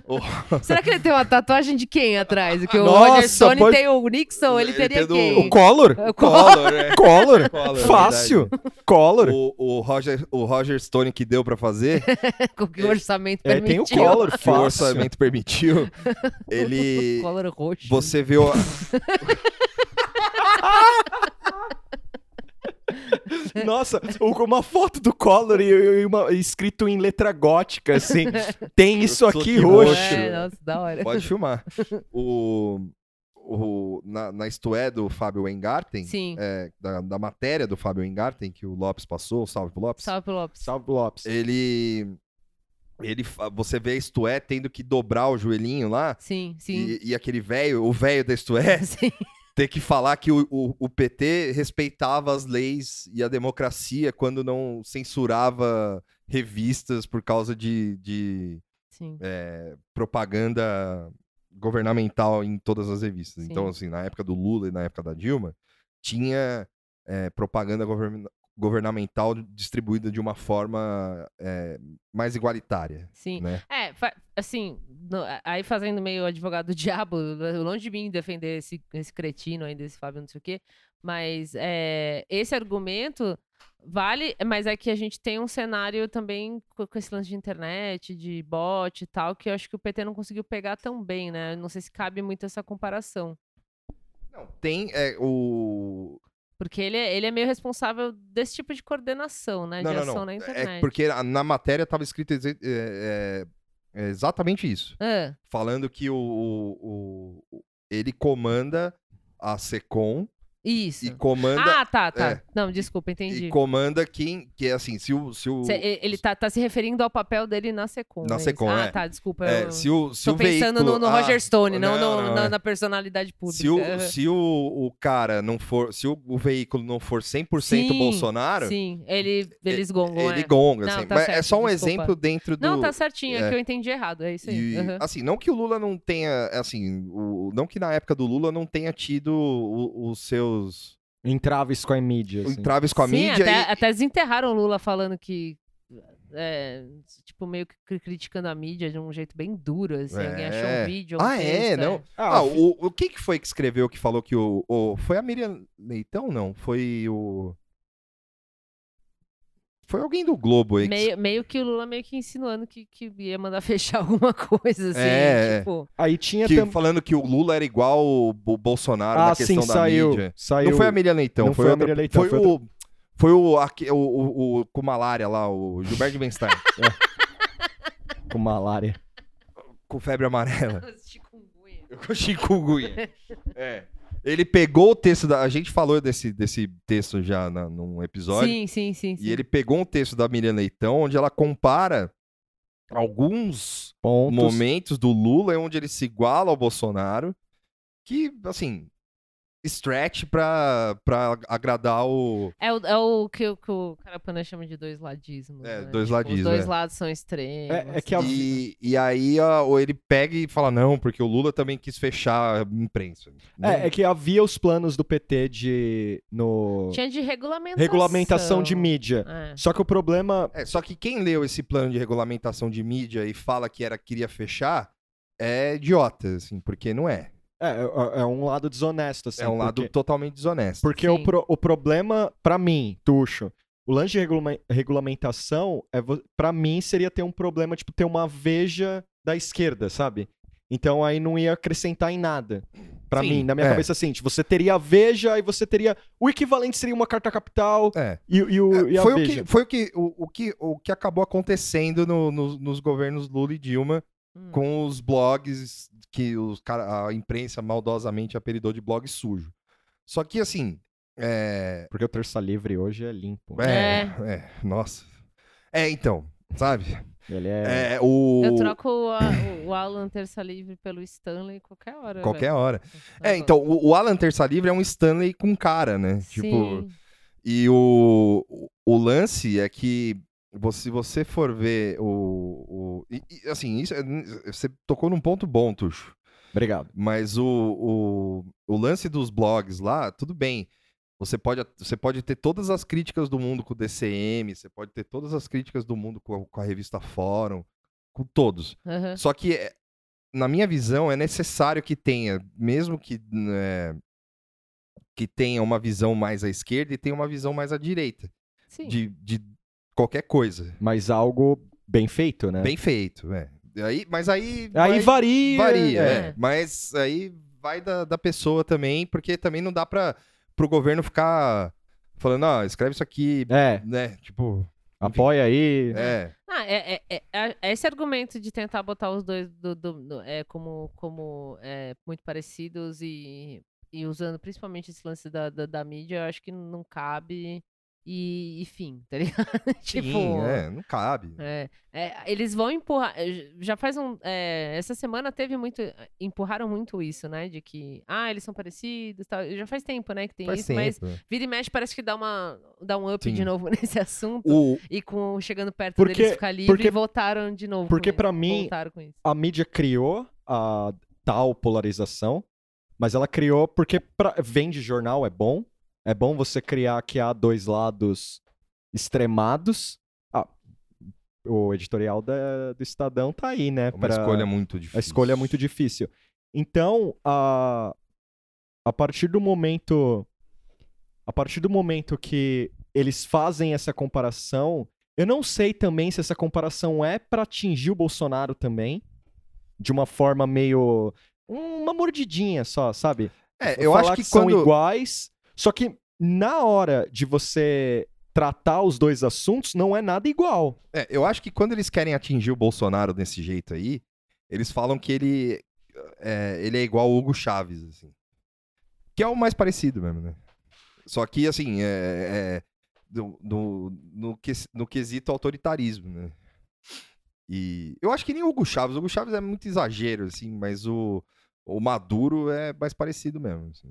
Speaker 1: o- o- o-
Speaker 2: Será que ele tem uma tatuagem de quem atrás? Porque o
Speaker 4: Nossa,
Speaker 2: Roger Stone
Speaker 4: pode-
Speaker 2: tem o Nixon, ele,
Speaker 1: Ele
Speaker 2: teria
Speaker 1: tem do-
Speaker 2: quem?
Speaker 4: O Collor?
Speaker 2: O Collor.
Speaker 1: Collor, é.
Speaker 4: Collor?
Speaker 1: Collor, é
Speaker 4: Fácil. Collor.
Speaker 1: O, o, Roger, o Roger Stone que deu pra fazer,
Speaker 2: Com que o orçamento
Speaker 4: É, tem o
Speaker 2: permitiu.
Speaker 4: Collor,
Speaker 1: que o
Speaker 4: fácil.
Speaker 1: orçamento permitiu, ele.
Speaker 2: Collor roxo.
Speaker 1: Você viu. a-
Speaker 4: Nossa, o- uma foto do Collor e, e uma- escrito em letra gótica, assim. Tem isso
Speaker 1: sou
Speaker 4: aqui
Speaker 1: que
Speaker 4: roxo.
Speaker 2: É, nossa, da hora.
Speaker 1: Pode filmar. O. o na, na Isto É do Fábio Weingarten,
Speaker 2: Sim,
Speaker 1: é, da, da matéria do Fábio Weingarten, que o Lopes passou, salve pro Lopes.
Speaker 2: salve pro Lopes.
Speaker 4: Salve, Lopes.
Speaker 1: É. ele ele fa- você vê a Isto É tendo que dobrar o joelhinho lá
Speaker 2: Sim, sim.
Speaker 1: e, e aquele velho, o velho da Isto É,
Speaker 2: Sim.
Speaker 1: ter que falar que o, o, o PT respeitava as leis e a democracia quando não censurava revistas por causa de, de
Speaker 2: sim.
Speaker 4: É.
Speaker 1: propaganda governamental em todas as revistas.
Speaker 2: Sim.
Speaker 1: Então, assim, na época do Lula e na época da Dilma, tinha é, propaganda governa- governamental distribuída de uma forma é, mais igualitária.
Speaker 2: Sim.
Speaker 1: né?
Speaker 2: É, fa- assim, no- a- aí fazendo meio advogado do diabo, longe de mim defender esse, esse cretino aí, desse Fábio, não sei o quê, mas é, esse argumento vale, mas é que a gente tem um cenário também co- com, esse lance de internet, de bot e tal, que eu acho que o PT não conseguiu pegar tão bem, né? Não sei se cabe muito essa comparação.
Speaker 1: Não, tem é, o.
Speaker 2: Porque ele, é- ele é meio responsável desse tipo de coordenação, né?
Speaker 1: Não,
Speaker 2: de
Speaker 1: não,
Speaker 2: ação
Speaker 1: não.
Speaker 2: na internet.
Speaker 1: É porque a- na matéria estava escrito exe- é, é, é exatamente isso.
Speaker 2: Ah,
Speaker 1: Falando que o, o- o- ele comanda a SECOM
Speaker 2: isso.
Speaker 1: e comanda.
Speaker 2: Ah, tá, tá.
Speaker 1: é.
Speaker 2: Não, desculpa, entendi.
Speaker 1: e comanda quem. Que é assim, se o. Se o
Speaker 2: Cê- e- ele tá, tá se referindo ao papel dele na Secom.
Speaker 1: Na
Speaker 2: é isso?
Speaker 1: Secom,
Speaker 2: Ah,
Speaker 1: é.
Speaker 2: tá, desculpa.
Speaker 1: É,
Speaker 2: eu
Speaker 1: se o, se
Speaker 2: tô
Speaker 1: o
Speaker 2: pensando
Speaker 1: veículo,
Speaker 2: no, no
Speaker 1: ah,
Speaker 2: Roger Stone, não,
Speaker 1: não,
Speaker 2: no-
Speaker 1: não,
Speaker 2: na,
Speaker 1: é.
Speaker 2: na personalidade pública.
Speaker 1: se o,
Speaker 2: Aham.
Speaker 1: se o, o cara não for, se o, o veículo não for 100%
Speaker 2: Sim,
Speaker 1: Bolsonaro,
Speaker 2: Sim, ele, eles gongam,
Speaker 1: ele
Speaker 2: é.
Speaker 1: gonga,
Speaker 2: Não,
Speaker 1: assim.
Speaker 2: tá
Speaker 1: Mas é
Speaker 2: certo,
Speaker 1: só um
Speaker 2: desculpa.
Speaker 1: exemplo dentro do
Speaker 2: Não, tá certinho, é.
Speaker 1: é.
Speaker 2: que eu entendi errado, é isso aí.
Speaker 1: e,
Speaker 2: aham.
Speaker 1: assim, não que o Lula não tenha, assim, o, não que na época do Lula não tenha tido o- os seus
Speaker 4: Entraves com a mídia. assim.
Speaker 1: entraves com a
Speaker 2: Sim,
Speaker 1: mídia
Speaker 2: até,
Speaker 1: e-
Speaker 2: até desenterraram o Lula falando que... é, tipo, meio que cri- criticando a mídia de um jeito bem duro, assim. Alguém achou
Speaker 1: É.
Speaker 2: um vídeo. um
Speaker 1: Ah, é,
Speaker 2: texto,
Speaker 1: não. Ah, o, o que que foi que escreveu que falou que o, o- foi a Miriam Leitão não, foi o foi alguém do Globo aí que
Speaker 2: Meio, meio que o Lula meio que insinuando que, que ia mandar fechar alguma coisa, assim.
Speaker 1: É, é.
Speaker 2: Tipo,
Speaker 4: Aí tinha
Speaker 1: Que-
Speaker 4: também.
Speaker 1: falando que o Lula era igual o Bo- Bolsonaro na
Speaker 4: Ah,
Speaker 1: questão
Speaker 4: sim,
Speaker 1: da
Speaker 4: saiu.
Speaker 1: mídia.
Speaker 4: Saiu.
Speaker 1: Não foi a Miriam Leitão,
Speaker 4: Não
Speaker 1: foi,
Speaker 4: foi a
Speaker 1: outra-
Speaker 4: Miriam Leitão,
Speaker 1: foi,
Speaker 4: foi
Speaker 1: o, foi o, aque- o, o, o com malária lá, o Gilberto de Benstein,
Speaker 4: É. com malária.
Speaker 1: com febre amarela,
Speaker 2: tipo chikungunya.
Speaker 1: com chikungunya. É. Ele pegou o texto da. A gente falou desse, desse texto já na- num episódio.
Speaker 2: Sim, sim, sim. sim.
Speaker 1: E ele pegou um texto da Miriam Leitão, onde ela compara alguns
Speaker 4: Pontos.
Speaker 1: momentos do Lula é onde ele se iguala ao Bolsonaro, que, assim, stretch pra, pra agradar o...
Speaker 2: É o, é o que, o que o Carapana chama de dois ladismos.
Speaker 1: É,
Speaker 2: né?
Speaker 1: dois
Speaker 2: Os
Speaker 1: ladismos,
Speaker 2: dois
Speaker 1: é.
Speaker 2: lados são extremos. assim.
Speaker 4: É- é que a-
Speaker 1: E, e aí ó, ou ele pega e fala, não, porque o Lula também quis fechar a imprensa.
Speaker 4: É, é que havia os planos do PT de. no.
Speaker 2: Tinha de regulamentação.
Speaker 4: Regulamentação de mídia.
Speaker 2: É.
Speaker 4: Só que o problema.
Speaker 1: É, só que quem leu esse plano de regulamentação de mídia e fala que era queria fechar, é idiota, assim, porque não é.
Speaker 4: É, é, é um lado desonesto, assim.
Speaker 1: É um lado
Speaker 4: porque-
Speaker 1: totalmente desonesto.
Speaker 4: Porque o,
Speaker 2: Sim.
Speaker 4: pro- o problema, pra mim, Tuxo, o lance de regula- regulamentação, é vo- pra mim, seria ter um problema, tipo, ter uma veja da esquerda, sabe? Então aí não ia acrescentar em nada. Pra
Speaker 1: Sim,
Speaker 4: mim, na minha
Speaker 1: é.
Speaker 4: cabeça, assim, tipo, você teria a veja e você teria. O equivalente seria uma carta capital
Speaker 1: É.
Speaker 4: e, e o, e a
Speaker 1: foi o
Speaker 4: veja.
Speaker 1: que foi o que o, o que o que acabou acontecendo no- no- nos governos Lula e Dilma
Speaker 2: Hum.
Speaker 1: com os blogs que os cara- a imprensa maldosamente apelidou de blog sujo. Só que assim, é,
Speaker 4: Porque o terça livre hoje é limpo.
Speaker 1: é, é, nossa, é então, sabe?
Speaker 4: Ele é.
Speaker 1: É, o...
Speaker 2: Eu troco o, A- o Alan Terça Livre pelo Stanley qualquer hora.
Speaker 1: Qualquer
Speaker 2: velho.
Speaker 1: hora. É,
Speaker 2: Adoro.
Speaker 1: então, o, o Alan Terça Livre é um Stanley com cara, né? Tipo,
Speaker 2: Sim.
Speaker 1: e o, o- o lance é que vo- se você for ver o. o- e- e, assim, isso, é- você tocou num ponto bom, Tuxo.
Speaker 4: Obrigado.
Speaker 1: Mas o, o, o lance dos blogs lá, tudo bem. Você pode, at- você pode ter todas as críticas do mundo com o DCM, você pode ter todas as críticas do mundo com a, com a revista Fórum, com todos.
Speaker 2: Aham.
Speaker 1: Só que, é, na minha visão, é necessário que tenha, mesmo que, né, que tenha uma visão mais à esquerda e tenha uma visão mais à direita
Speaker 2: Sim.
Speaker 1: de, de qualquer coisa.
Speaker 4: Mas algo bem feito, né?
Speaker 1: Bem feito, é. Aí, mas aí. vai-
Speaker 4: Aí varia.
Speaker 1: Varia,
Speaker 4: é.
Speaker 1: é. Mas aí vai da, da pessoa também, porque também não dá para pro governo ficar falando, ó, escreve isso aqui,
Speaker 4: É,
Speaker 1: né? Tipo,
Speaker 4: apoia aí.
Speaker 1: é.
Speaker 2: Ah, é, é- é- é- é esse argumento de tentar botar os dois do- do- do- é, como, como é, muito parecidos e, e usando principalmente esse lance da, da, da mídia, eu acho que não cabe. E, e fim, tá ligado?
Speaker 1: Sim, é, não cabe.
Speaker 2: É, é, eles vão empurrar. é, j- Já faz um. é, essa semana teve muito. eh, Empurraram muito isso, né? De que. Ah, eles são parecidos tal. Já faz tempo, né? Que tem
Speaker 1: Faz
Speaker 2: isso,
Speaker 1: tempo.
Speaker 2: mas vira e mexe parece que dá, uma, dá um up
Speaker 1: Sim.
Speaker 2: de novo nesse assunto.
Speaker 1: O,
Speaker 2: E com chegando perto
Speaker 4: Porque-
Speaker 2: deles ficar livre,
Speaker 4: porque-
Speaker 2: voltaram de novo.
Speaker 4: porque
Speaker 2: com,
Speaker 4: pra mim-
Speaker 2: Voltaram com isso.
Speaker 4: A mídia criou a tal polarização, mas ela criou porque pra... vende jornal é bom. É bom você criar que há dois lados extremados. Ah, o editorial da- do Estadão tá aí, né?
Speaker 1: É uma
Speaker 4: pra-
Speaker 1: escolha muito difícil.
Speaker 4: A escolha é muito difícil. Então, a, a partir do momento. A partir do momento que eles fazem essa comparação, eu não sei também se essa comparação é pra atingir o Bolsonaro também. De uma forma meio. Uma mordidinha só, sabe?
Speaker 1: É, eu
Speaker 4: Falar
Speaker 1: acho que,
Speaker 4: são
Speaker 1: quando
Speaker 4: iguais. Só que na hora de você tratar os dois assuntos, não é nada igual.
Speaker 1: É, eu acho que quando eles querem atingir o Bolsonaro desse jeito aí, eles falam que ele é, ele é igual o Hugo Chaves, assim. Que é o mais parecido mesmo, né? Só que, assim, é, é, do- do- no, ques- no quesito autoritarismo, né? E eu acho que nem o Hugo Chaves. O Hugo Chaves é muito exagero, assim, mas o, o Maduro é mais parecido mesmo. assim.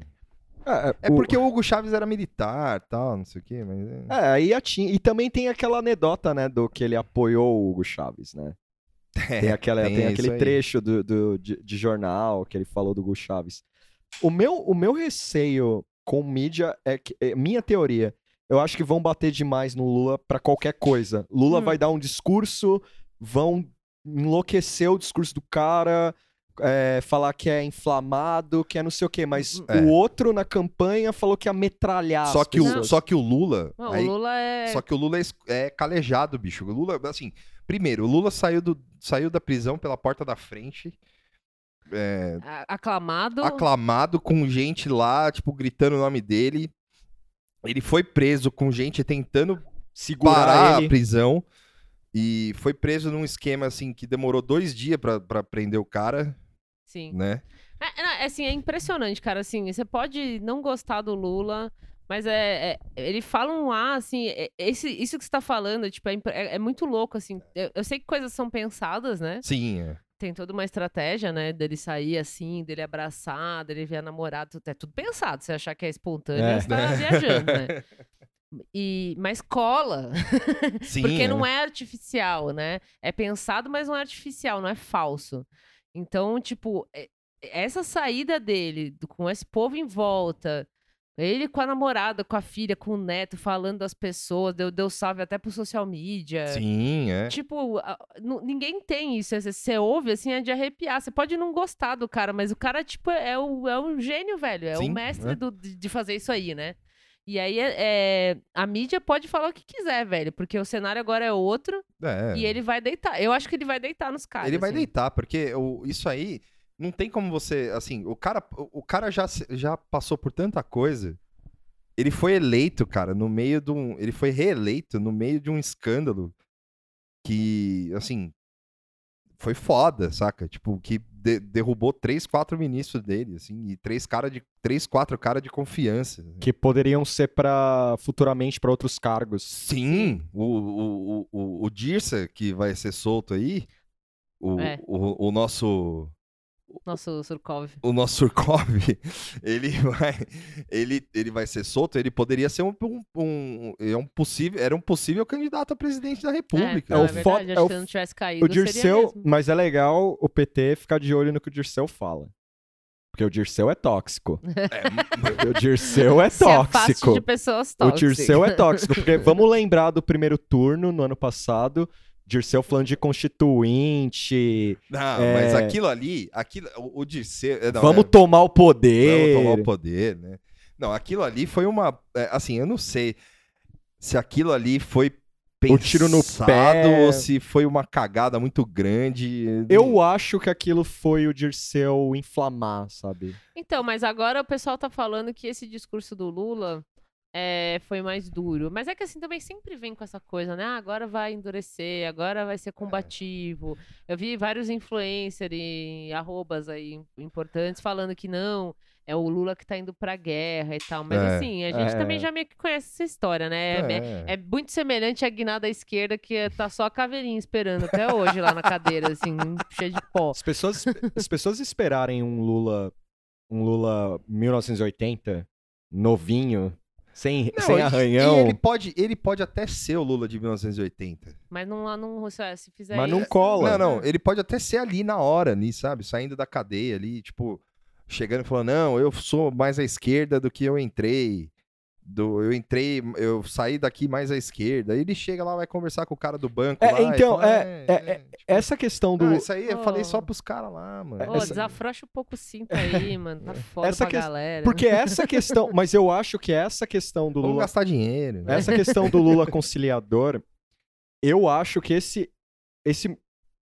Speaker 1: É
Speaker 4: o-
Speaker 1: porque o Hugo Chaves era militar tal, não sei o quê, mas... é-
Speaker 4: É, aí a Tim- E também tem aquela anedota, né, do que ele apoiou o Hugo Chaves, né? Tem, aquela,
Speaker 1: É, tem
Speaker 4: tem,
Speaker 1: isso
Speaker 4: aquele
Speaker 1: aí.
Speaker 4: trecho do, do- de, de jornal que ele falou do Hugo Chaves. O meu, o meu receio com mídia é que. é minha teoria. Eu acho que vão bater demais no Lula pra qualquer coisa. Lula
Speaker 2: Hum.
Speaker 4: vai dar um discurso, vão enlouquecer o discurso do cara, é, falar que é inflamado, que é não sei o quê, mas
Speaker 1: É.
Speaker 4: o outro na campanha falou que ia metralhar.
Speaker 1: Só
Speaker 4: as
Speaker 1: que, o,
Speaker 4: pessoas.
Speaker 1: só que o Lula...
Speaker 2: Não,
Speaker 1: aí-
Speaker 2: o Lula é.
Speaker 1: Só que o Lula é, es- é calejado, bicho. O Lula, assim, primeiro, o Lula saiu, do, saiu da prisão pela porta da frente, é,
Speaker 2: a- aclamado.
Speaker 1: aclamado com gente lá, tipo, gritando o nome dele. Ele foi preso com gente tentando
Speaker 4: segurar
Speaker 1: parar
Speaker 4: ele.
Speaker 1: a prisão. E foi preso num esquema, assim, que demorou dois dias pra, pra prender o cara,
Speaker 2: Sim.
Speaker 1: né?
Speaker 2: É, é, não, é, assim, é impressionante, cara. Assim, você pode não gostar do Lula, mas é, é- ele fala um ar, assim, é- esse, isso que você tá falando, tipo, é, impre- é- é muito louco, assim. Eu, eu sei que coisas são pensadas, né?
Speaker 1: Sim, é.
Speaker 2: Tem toda uma estratégia, né? Dele sair assim, dele abraçar, dele ver a namorada, tudo- é tudo pensado. Você achar que é espontâneo,
Speaker 4: É.
Speaker 2: você tá viajando, né? E, mas cola,
Speaker 1: Sim, né?
Speaker 2: porque não é artificial, né? É pensado, mas não é artificial, não é falso. Então, tipo, é- essa saída dele, do- com esse povo em volta, ele com a namorada, com a filha, com o neto, falando das pessoas, deu, deu salve até pro social media.
Speaker 1: Sim, é.
Speaker 2: Tipo, a- nu- ninguém tem isso. Você- Você ouve, assim, é de arrepiar. Você pode não gostar do cara, mas o cara, tipo, é, o, é um gênio, velho. É
Speaker 1: Sim,
Speaker 2: o mestre
Speaker 1: é.
Speaker 2: do- de de fazer isso aí, né? E aí, é- é, a mídia pode falar o que quiser, velho, porque o cenário agora é outro
Speaker 1: é.
Speaker 2: e ele vai deitar. Eu acho que ele vai deitar nos caras.
Speaker 1: Ele vai
Speaker 2: assim.
Speaker 1: deitar, porque o- isso aí não tem como você. Assim, o cara, o, o cara já, se- já passou por tanta coisa. Ele foi eleito, cara, no meio de um. Ele foi reeleito no meio de um escândalo que, assim. foi foda, saca? Tipo, que de- derrubou três, quatro ministros dele, assim, e três, cara de, três quatro cara de confiança.
Speaker 4: Que poderiam ser para futuramente para outros cargos.
Speaker 1: Sim, o, o, o- o, o Dirsa, que vai ser solto aí, o,
Speaker 2: É.
Speaker 1: o, o nosso
Speaker 2: Nosso Surkov.
Speaker 1: o nosso Surkov, ele vai, ele, ele vai ser solto, ele poderia ser um, um, um- é um possível, era um possível candidato a presidente da república.
Speaker 4: É
Speaker 2: não,
Speaker 4: o
Speaker 2: é
Speaker 4: fo-
Speaker 2: verdade,
Speaker 4: é
Speaker 2: acho
Speaker 4: o
Speaker 2: que se não tivesse caído,
Speaker 4: O
Speaker 2: seria
Speaker 4: Dirceu,
Speaker 2: mesmo.
Speaker 4: mas é legal o PT ficar de olho no que o Dirceu fala. Porque o Dirceu é tóxico.
Speaker 1: É, mas-
Speaker 4: O Dirceu é
Speaker 2: Se afaste
Speaker 4: tóxico.
Speaker 2: de pessoas
Speaker 4: O
Speaker 2: tóxicas.
Speaker 4: Dirceu é tóxico, porque vamos lembrar do primeiro turno no ano passado. Dirceu falando de constituinte,
Speaker 1: não,
Speaker 4: É.
Speaker 1: mas aquilo ali, aquilo, o, o Dirceu, é, não,
Speaker 4: vamos
Speaker 1: é,
Speaker 4: tomar o poder.
Speaker 1: vamos tomar o poder, né? Não, aquilo ali foi uma, é, assim, eu não sei se aquilo ali foi
Speaker 4: O
Speaker 1: pensado
Speaker 4: tiro no pé.
Speaker 1: ou se foi uma cagada muito grande.
Speaker 4: Eu acho que aquilo foi o Dirceu inflamar, sabe?
Speaker 2: Então, mas agora o pessoal tá falando que esse discurso do Lula é, foi mais duro. Mas é que assim também sempre vem com essa coisa, né? Ah, agora vai endurecer, agora vai ser
Speaker 4: É.
Speaker 2: combativo. Eu vi vários influencers e arrobas aí importantes falando que não, é o Lula que tá indo pra guerra e tal. Mas
Speaker 1: É,
Speaker 2: assim, a gente
Speaker 4: é.
Speaker 2: também já meio que conhece essa história, né? É- é muito semelhante à guinada esquerda que tá só a caveirinha esperando até hoje lá na cadeira, assim, cheia de pó.
Speaker 4: As pessoas, as pessoas esperarem um Lula, um Lula 1980, novinho, sem,
Speaker 1: Não,
Speaker 4: sem
Speaker 1: e-
Speaker 4: arranhão,
Speaker 1: E ele pode, ele pode até ser o Lula de 1980.
Speaker 2: Mas não, não se fizer
Speaker 4: mas não
Speaker 2: isso,
Speaker 4: cola.
Speaker 1: Não, não, ele pode até ser ali na hora, ali, sabe? Saindo da cadeia ali, tipo, chegando e falando: "Não, eu sou mais à esquerda do que eu entrei". Do, eu entrei, eu saí daqui mais à esquerda. Aí ele chega lá, vai conversar com o cara do banco.
Speaker 4: É,
Speaker 1: lá, e
Speaker 4: então,
Speaker 1: fala,
Speaker 4: é, é,
Speaker 1: tipo,
Speaker 4: Essa questão do.
Speaker 1: "Ah, isso aí eu falei
Speaker 2: Oh.
Speaker 1: só pros caras lá, mano.
Speaker 2: Ô, desafrocha um pouco o cinto aí, mano. Tá foda
Speaker 4: É, Essa
Speaker 2: pra
Speaker 4: ques-
Speaker 2: galera.
Speaker 4: Porque essa questão. Mas eu acho que essa questão do
Speaker 1: Vamos
Speaker 4: Lula.
Speaker 1: gastar dinheiro. né?
Speaker 4: Essa questão do Lula conciliador, eu acho que esse, esse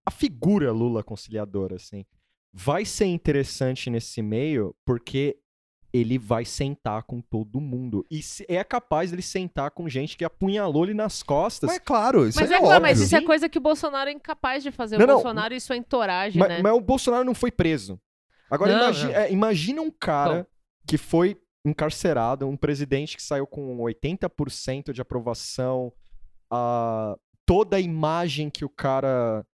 Speaker 4: a figura Lula conciliador assim vai ser interessante nesse meio porque ele vai sentar com todo mundo e se- é capaz dele sentar com gente que apunhalou ele nas costas.
Speaker 1: Mas é claro, isso
Speaker 2: Mas
Speaker 1: aí
Speaker 2: é
Speaker 1: é,
Speaker 2: claro,
Speaker 1: óbvio.
Speaker 2: mas isso é
Speaker 4: Sim.
Speaker 2: coisa que o Bolsonaro é incapaz de fazer.
Speaker 4: Não,
Speaker 2: o
Speaker 4: não.
Speaker 2: Bolsonaro e sua entouragem,
Speaker 4: Ma-
Speaker 2: né?
Speaker 4: Mas o Bolsonaro não foi preso. Agora,
Speaker 2: Não,
Speaker 4: imagi-
Speaker 2: não.
Speaker 4: é, imagina um cara que foi encarcerado, um presidente que saiu com 80% de aprovação, a toda a imagem que o cara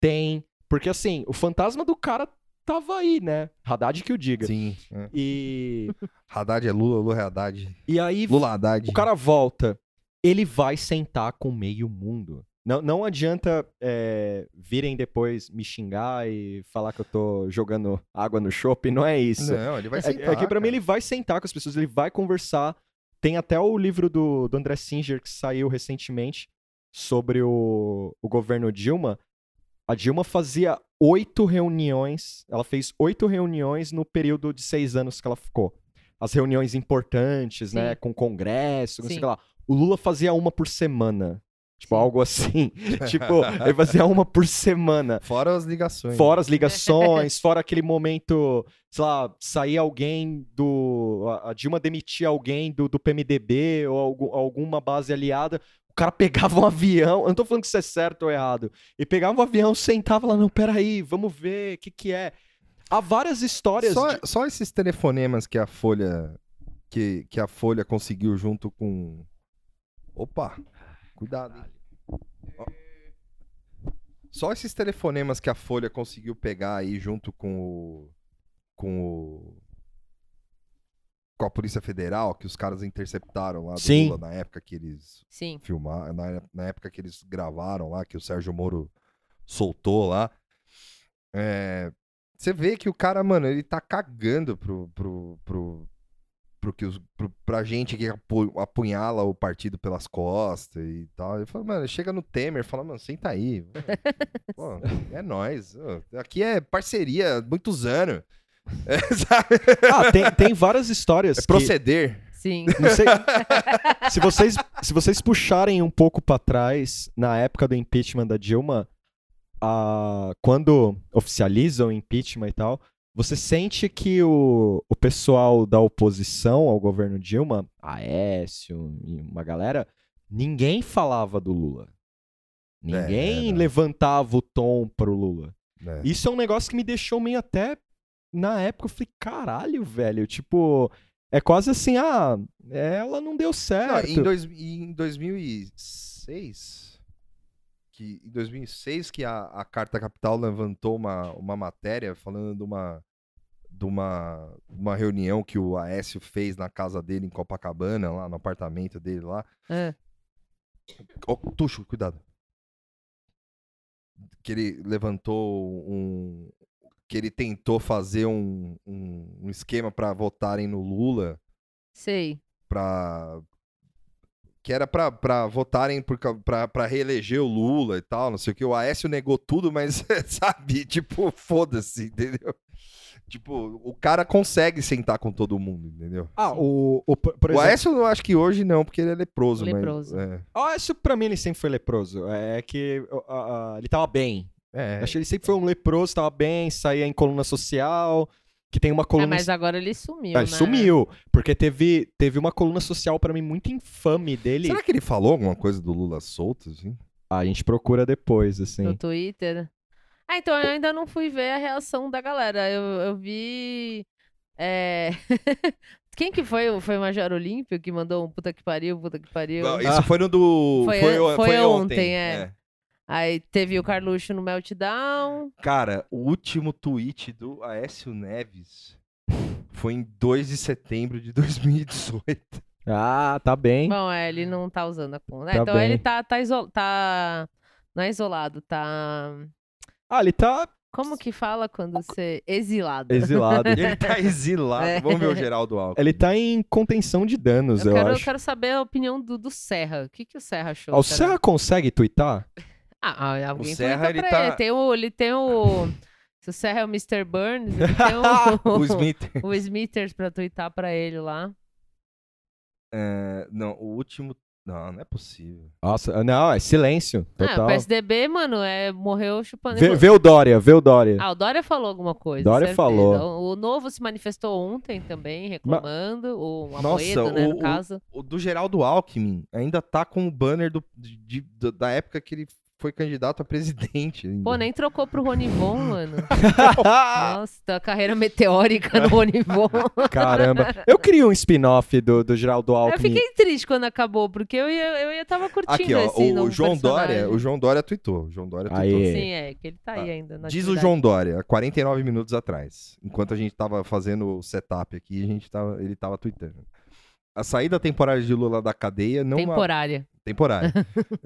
Speaker 4: tem. Porque, assim, o fantasma do cara tava aí, né? Haddad que o diga.
Speaker 1: Sim. é.
Speaker 4: E,
Speaker 1: Haddad é Lula, Lula é Haddad.
Speaker 4: e aí
Speaker 1: Lula Haddad.
Speaker 4: o cara volta, ele vai sentar com meio mundo. Não, não adianta é, virem depois me xingar e falar que eu tô jogando água no chopp, não é isso.
Speaker 1: Não, ele vai
Speaker 4: É-
Speaker 1: sentar.
Speaker 4: é que pra mim
Speaker 1: cara.
Speaker 4: ele vai sentar com as pessoas, ele vai conversar. Tem até o livro do, do André Singer que saiu recentemente sobre o, o governo Dilma. A Dilma fazia oito reuniões, ela fez oito reuniões no período de seis anos que ela ficou. As reuniões importantes, né,
Speaker 2: Sim.
Speaker 4: com o Congresso, não sei o que
Speaker 2: Sim.
Speaker 4: lá. O Lula fazia uma por semana. Tipo,
Speaker 2: Sim.
Speaker 4: algo assim. tipo, ele fazia uma por semana.
Speaker 1: Fora as ligações.
Speaker 4: Fora as ligações, fora aquele momento, sei lá, sair alguém do. A a Dilma demitir alguém do, do PMDB ou algu- alguma base aliada. O cara pegava um avião, eu não tô falando que isso é certo ou errado. E pegava um avião, sentava lá, não, peraí, vamos ver o que, que é. Há várias histórias.
Speaker 1: Só,
Speaker 4: de-
Speaker 1: só esses telefonemas que a Folha que, que a Folha conseguiu junto com Opa. Cuidado. hein? Ó. Só esses telefonemas que a Folha conseguiu pegar aí junto com o com o com a Polícia Federal que os caras interceptaram lá do
Speaker 4: Sim.
Speaker 1: Lula na época que eles
Speaker 2: Sim.
Speaker 1: filmar, na, é, na época que eles gravaram lá, que o Sérgio Moro soltou lá. É, você vê que o cara, mano, ele tá cagando pro, pro, pro, pro que os, pro, pra gente que apu- apunhala o partido pelas costas e tal. Ele fala, mano, chega no Temer, fala, mano, senta aí. Pô, é nóis. Ô, Aqui é parceria, há muitos anos. É, sabe?
Speaker 4: Ah, tem, tem várias histórias.
Speaker 1: É
Speaker 4: que-
Speaker 1: proceder.
Speaker 2: Sim.
Speaker 4: Não sei. se, vocês, se vocês puxarem um pouco pra trás, na época do impeachment da Dilma, a, quando oficializam o impeachment e tal, você sente que o, o pessoal da oposição ao governo Dilma, Aécio e uma galera, ninguém falava do Lula. Ninguém
Speaker 1: É, não.
Speaker 4: levantava o tom pro Lula.
Speaker 1: né?
Speaker 4: Isso é um negócio que me deixou meio até. Na época eu falei, caralho, velho. Tipo, é quase assim, ah, ela não deu
Speaker 1: Não,
Speaker 4: certo.
Speaker 1: em, dois, em 2006, que, em 2006 que a, a Carta Capital levantou uma, uma matéria falando de uma, de, uma, uma reunião que o Aécio fez na casa dele em Copacabana, lá no apartamento dele lá.
Speaker 2: É.
Speaker 1: Ó, Tuxo, cuidado. Que ele levantou um... Que ele tentou fazer um, um, um esquema para votarem no Lula
Speaker 2: Sei.
Speaker 1: pra. Que era pra, pra votarem por ca- pra, pra reeleger o Lula e tal, não sei o que. O Aécio negou tudo, mas, sabe, tipo, foda-se, entendeu? Tipo, o cara consegue sentar com todo mundo, entendeu?
Speaker 4: Ah, o, o, por por
Speaker 1: o
Speaker 4: exemplo,
Speaker 1: Aécio eu acho que hoje não, porque ele é leproso, mas-
Speaker 2: Leproso.
Speaker 1: é.
Speaker 4: o Aécio, pra mim, ele sempre foi leproso. É que ó, ó, ó, ele tava bem.
Speaker 1: É,
Speaker 4: Acho que ele sempre foi um leproso, tava bem, saía em coluna social, que tem uma
Speaker 2: É,
Speaker 4: coluna
Speaker 2: mas agora ele sumiu, né?
Speaker 4: Ah, ele sumiu. Porque teve, teve uma coluna social pra mim muito infame dele.
Speaker 1: Será que ele falou alguma coisa do Lula solto, assim?
Speaker 4: A gente procura depois, assim.
Speaker 2: No Twitter. Ah, então eu ainda não fui ver a reação da galera. Eu, eu vi. É... Quem que foi? o- Foi o Major Olímpio que mandou um puta que pariu, puta que pariu.
Speaker 1: Não, isso foi no do.
Speaker 2: Foi
Speaker 1: foi, foi
Speaker 2: an- foi
Speaker 1: ontem.
Speaker 2: ontem, é. Aí teve o Carluxo no Meltdown.
Speaker 1: Cara, o último tweet do Aécio Neves foi em 2 de setembro de 2018.
Speaker 4: Ah, tá bem.
Speaker 2: Bom, é, ele não tá usando a conta.
Speaker 4: Tá
Speaker 2: então
Speaker 4: bem.
Speaker 2: ele tá, tá isolado. Tá... Não é isolado, tá.
Speaker 4: Ah, ele tá
Speaker 2: Como que fala quando você. é Exilado.
Speaker 4: exilado.
Speaker 1: Ele tá exilado.
Speaker 2: É.
Speaker 1: Vamos ver o Geraldo Alckmin.
Speaker 4: ele tá em contenção de danos,
Speaker 2: Eu
Speaker 4: eu,
Speaker 2: quero, eu
Speaker 4: acho.
Speaker 2: quero saber a opinião do, do Serra. O que, que o Serra achou?
Speaker 4: Ah, O
Speaker 2: cara?
Speaker 4: Serra consegue twittar?
Speaker 2: Ah, ah, alguém o
Speaker 1: Serra, ele
Speaker 2: ele,
Speaker 1: tá-
Speaker 2: ele. Tem o, ele tem o. Se o Serra é o Mr. Burns, ele tem o.
Speaker 1: O Smith.
Speaker 2: o Smithers pra tuitar pra ele lá.
Speaker 1: É, não, o último. Não, não é possível.
Speaker 4: Nossa, não, é silêncio.
Speaker 2: Ah, o
Speaker 4: Total.
Speaker 2: PSDB, mano, é, morreu chupando.
Speaker 4: vê, vê o Dória, vê o Dória.
Speaker 2: Ah, o Dória falou alguma coisa.
Speaker 4: Dória
Speaker 2: certeza.
Speaker 4: falou.
Speaker 2: O, o Novo se manifestou ontem também, reclamando. O
Speaker 1: Nossa,
Speaker 2: Amoedo, né,
Speaker 1: o-
Speaker 2: no
Speaker 1: o-
Speaker 2: caso.
Speaker 1: O do Geraldo Alckmin ainda tá com o banner do, de- de- da época que ele foi candidato a presidente. ainda.
Speaker 2: Pô, nem trocou pro Ronivon, mano. Nossa, tá carreira meteórica no Ronivon.
Speaker 4: Caramba. Eu queria um spin-off do, do Geraldo
Speaker 2: Ah. Eu
Speaker 4: Alckmin.
Speaker 2: fiquei triste quando acabou, porque eu ia, eu ia tava curtindo
Speaker 1: Aqui, ó.
Speaker 2: esse
Speaker 1: o
Speaker 2: novo
Speaker 1: João
Speaker 2: personagem.
Speaker 1: Dória. O João Dória tweetou. O João Dória
Speaker 4: Aê.
Speaker 1: tweetou.
Speaker 2: Sim, é, que ele tá aí ainda. na
Speaker 1: Diz o
Speaker 2: atividade.
Speaker 1: João Dória, 49 minutos atrás, enquanto a gente estava fazendo o setup aqui, a gente tava, ele estava tweetando. A saída temporária de Lula da cadeia não a-
Speaker 2: Temporária.
Speaker 1: temporária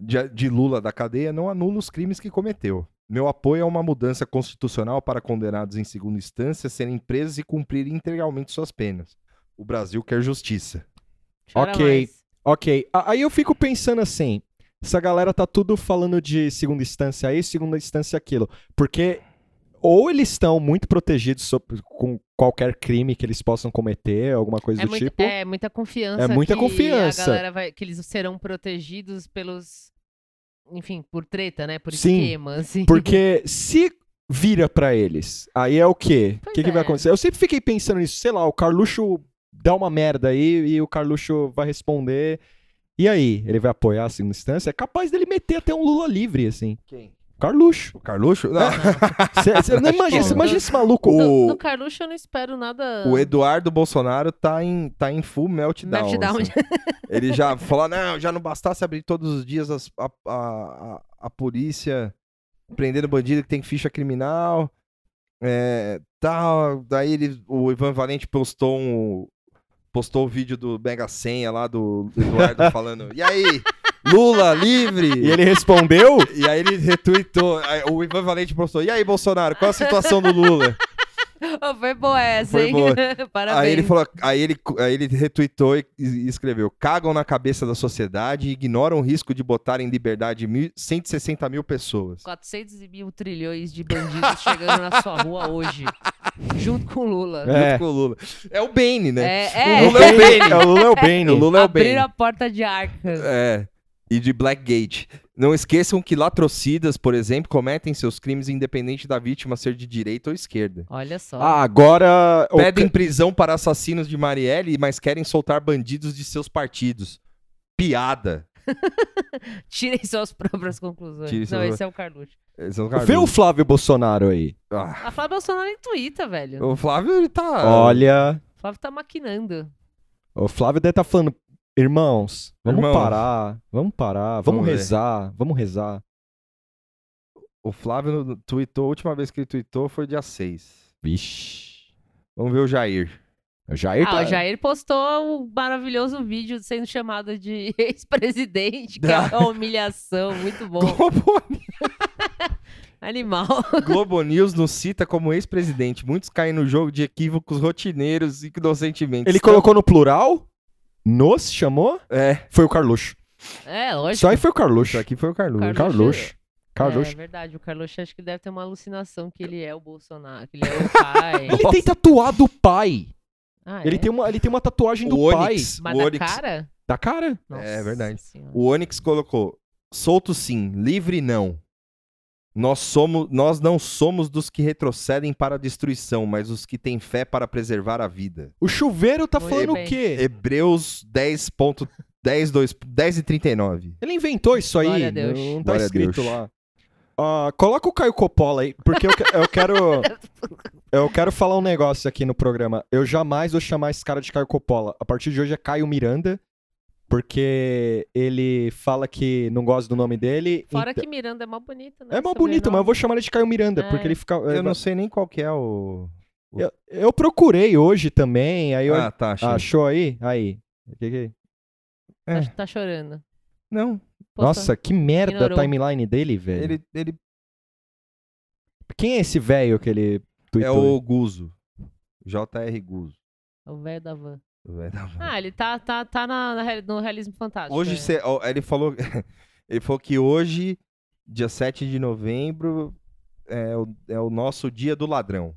Speaker 1: de, de Lula da cadeia não anula os crimes que cometeu. Meu apoio a uma mudança constitucional para condenados em segunda instância serem presos e cumprirem integralmente suas penas. O Brasil quer justiça.
Speaker 2: Chora
Speaker 4: Ok.
Speaker 2: mais.
Speaker 4: Ok, a- aí eu fico pensando assim, essa galera tá tudo falando de segunda instância aí, segunda instância aquilo, porque ou eles estão muito protegidos sob- com qualquer crime que eles possam cometer, alguma coisa
Speaker 2: É,
Speaker 4: do
Speaker 2: muito-
Speaker 4: tipo.
Speaker 2: é muita confiança.
Speaker 4: É muita
Speaker 2: que
Speaker 4: confiança.
Speaker 2: A galera vai, que eles serão protegidos pelos. Enfim, por treta, né? Por
Speaker 4: Sim,
Speaker 2: esquema, assim.
Speaker 4: Porque se vira pra eles, aí é o quê? O
Speaker 2: Pois
Speaker 4: que, que vai
Speaker 2: é.
Speaker 4: acontecer? Eu sempre fiquei pensando nisso, sei lá, o Carluxo dá uma merda aí e o Carluxo vai responder. E aí, ele vai apoiar a segunda instância? É capaz dele meter até um Lula livre, assim.
Speaker 1: Quem?
Speaker 4: Carluxo.
Speaker 1: O Carluxo? Não.
Speaker 4: Cê, cê, não imagina,
Speaker 2: Bom,
Speaker 4: cê imagina esse maluco.
Speaker 2: Do,
Speaker 1: O,
Speaker 2: do Carluxo eu não espero nada.
Speaker 4: Ah.
Speaker 1: o Eduardo Bolsonaro tá em, tá em full meltdown.
Speaker 2: Meltdown.
Speaker 1: assim. Ele já falou, não, já não bastasse abrir todos os dias as- a, a, a, a polícia prendendo bandido que tem ficha criminal. É, tal. Daí ele, o Ivan Valente postou um. Postou o vídeo do Mega Senha lá do Eduardo falando. E aí, Lula livre?
Speaker 4: E ele respondeu?
Speaker 1: E aí ele retweetou. aí o Ivan Valente postou. E aí, Bolsonaro, qual a situação do Lula?
Speaker 2: Oh, foi boa essa,
Speaker 1: Foi
Speaker 2: hein?
Speaker 1: boa.
Speaker 2: Parabéns.
Speaker 1: Aí ele falou, aí ele, aí ele retweetou e, e escreveu: cagam na cabeça da sociedade e ignoram o risco de botar em liberdade mil- 160 mil pessoas.
Speaker 2: 400 e mil trilhões de bandidos chegando na sua rua hoje. Junto com o Lula.
Speaker 4: É.
Speaker 1: Junto com o Lula. É o Bane, né?
Speaker 2: É,
Speaker 4: O
Speaker 2: é.
Speaker 4: Lula é o Bane. O Lula é o
Speaker 1: O
Speaker 4: Bane.
Speaker 1: Lula é o Bane.
Speaker 2: Abriram a porta de arca.
Speaker 1: É. E de Blackgate. Não esqueçam que latrocidas, por exemplo, cometem seus crimes independente da vítima ser de direita ou esquerda.
Speaker 2: Olha só.
Speaker 4: Ah, agora. o
Speaker 1: Pedem
Speaker 4: ca-
Speaker 1: prisão para assassinos de Marielle, mas querem soltar bandidos de seus partidos. Piada.
Speaker 2: Tirem suas próprias conclusões.
Speaker 1: Tirem
Speaker 2: Não,
Speaker 1: suas-
Speaker 2: esse é o Carlucci.
Speaker 1: Eles não
Speaker 4: Vê
Speaker 1: carregam.
Speaker 4: o Flávio Bolsonaro aí.
Speaker 1: Ah,
Speaker 2: A Flávio Bolsonaro intuita, velho.
Speaker 1: o Flávio, ele tá.
Speaker 4: Olha,
Speaker 2: O Flávio tá maquinando.
Speaker 4: o Flávio deve estar falando, irmãos, vamos
Speaker 1: Irmãos.
Speaker 4: parar, vamos parar, vamos,
Speaker 1: Vamos ver.
Speaker 4: rezar, vamos rezar.
Speaker 1: O Flávio no- tweetou, a última vez que ele tweetou foi dia 6.
Speaker 4: Vixe.
Speaker 1: Vamos ver o Jair.
Speaker 4: O Jair
Speaker 2: ah,
Speaker 4: tá...
Speaker 2: o Jair postou um maravilhoso vídeo sendo chamado de ex-presidente, que é
Speaker 1: Ah.
Speaker 2: uma humilhação, muito bom.
Speaker 1: Globo,
Speaker 2: Animal.
Speaker 1: Globo News nos cita como ex-presidente. Muitos caem no jogo de equívocos rotineiros e inocentemente.
Speaker 4: Ele colocou no plural? Nos chamou?
Speaker 1: É,
Speaker 4: Foi o Carluxo.
Speaker 2: É, lógico.
Speaker 4: Só aí foi o Carluxo.
Speaker 1: isso aqui foi o Carlos.
Speaker 2: Carluxo.
Speaker 4: Carluxo. Carluxo.
Speaker 2: É verdade, o Carluxo acho que deve ter uma alucinação que ele é o Bolsonaro, que ele é o pai.
Speaker 4: Ele tem tatuado o pai.
Speaker 2: Ah,
Speaker 4: Ele,
Speaker 2: é?
Speaker 4: tem um uma, ele tem uma tatuagem do
Speaker 1: O
Speaker 4: pai.
Speaker 1: Onyx,
Speaker 2: Mas
Speaker 1: o
Speaker 2: na
Speaker 1: Onyx,
Speaker 2: cara?
Speaker 4: Da cara?
Speaker 1: É verdade.
Speaker 2: Senhora.
Speaker 1: o Onyx colocou: solto sim, livre não. Nós, somos, nós não somos dos que retrocedem para a destruição, mas os que têm fé para preservar a vida.
Speaker 4: O chuveiro tá
Speaker 2: Muito
Speaker 4: falando
Speaker 2: bem.
Speaker 4: o quê?
Speaker 1: Hebreus 10. 10, 2, 10 e 39.
Speaker 4: Ele inventou isso aí.
Speaker 2: Glória a Deus.
Speaker 4: Não tá
Speaker 1: Glória a
Speaker 4: escrito
Speaker 1: Deus.
Speaker 4: lá. Ah, coloca o Caio Coppola aí, porque eu, que- eu quero. Eu quero falar um negócio aqui no programa. Eu jamais vou chamar esse cara de Caio Coppola. A partir de hoje é Caio Miranda, porque ele fala que não gosta do nome dele.
Speaker 2: Fora
Speaker 4: então-
Speaker 2: que Miranda é mó bonita, né?
Speaker 4: É mal bonito, mas eu vou chamar ele de Caio Miranda,
Speaker 2: É.
Speaker 4: porque ele fica.
Speaker 1: Eu não sei nem qual que é o.
Speaker 4: Eu, eu procurei hoje também, aí eu.
Speaker 1: ah, tá, achei.
Speaker 4: Achou aí? Aí. Que que-
Speaker 2: Tá,
Speaker 1: É.
Speaker 2: tá chorando.
Speaker 1: Não,
Speaker 2: Postou.
Speaker 4: Nossa, que merda
Speaker 2: Ignorou.
Speaker 4: a timeline dele, velho.
Speaker 1: ele, ele
Speaker 4: Quem é esse velho que ele
Speaker 1: é
Speaker 4: tweetou?
Speaker 1: o Guzo. J.R. Guzo.
Speaker 2: É o velho da van.
Speaker 1: Vai dar bom.
Speaker 2: Ah, ele tá, tá, tá na, na real- no realismo fantástico.
Speaker 1: Hoje
Speaker 2: é.
Speaker 1: cê- ó, ele falou ele falou que hoje, dia 7 de novembro, é o, é o nosso dia do ladrão.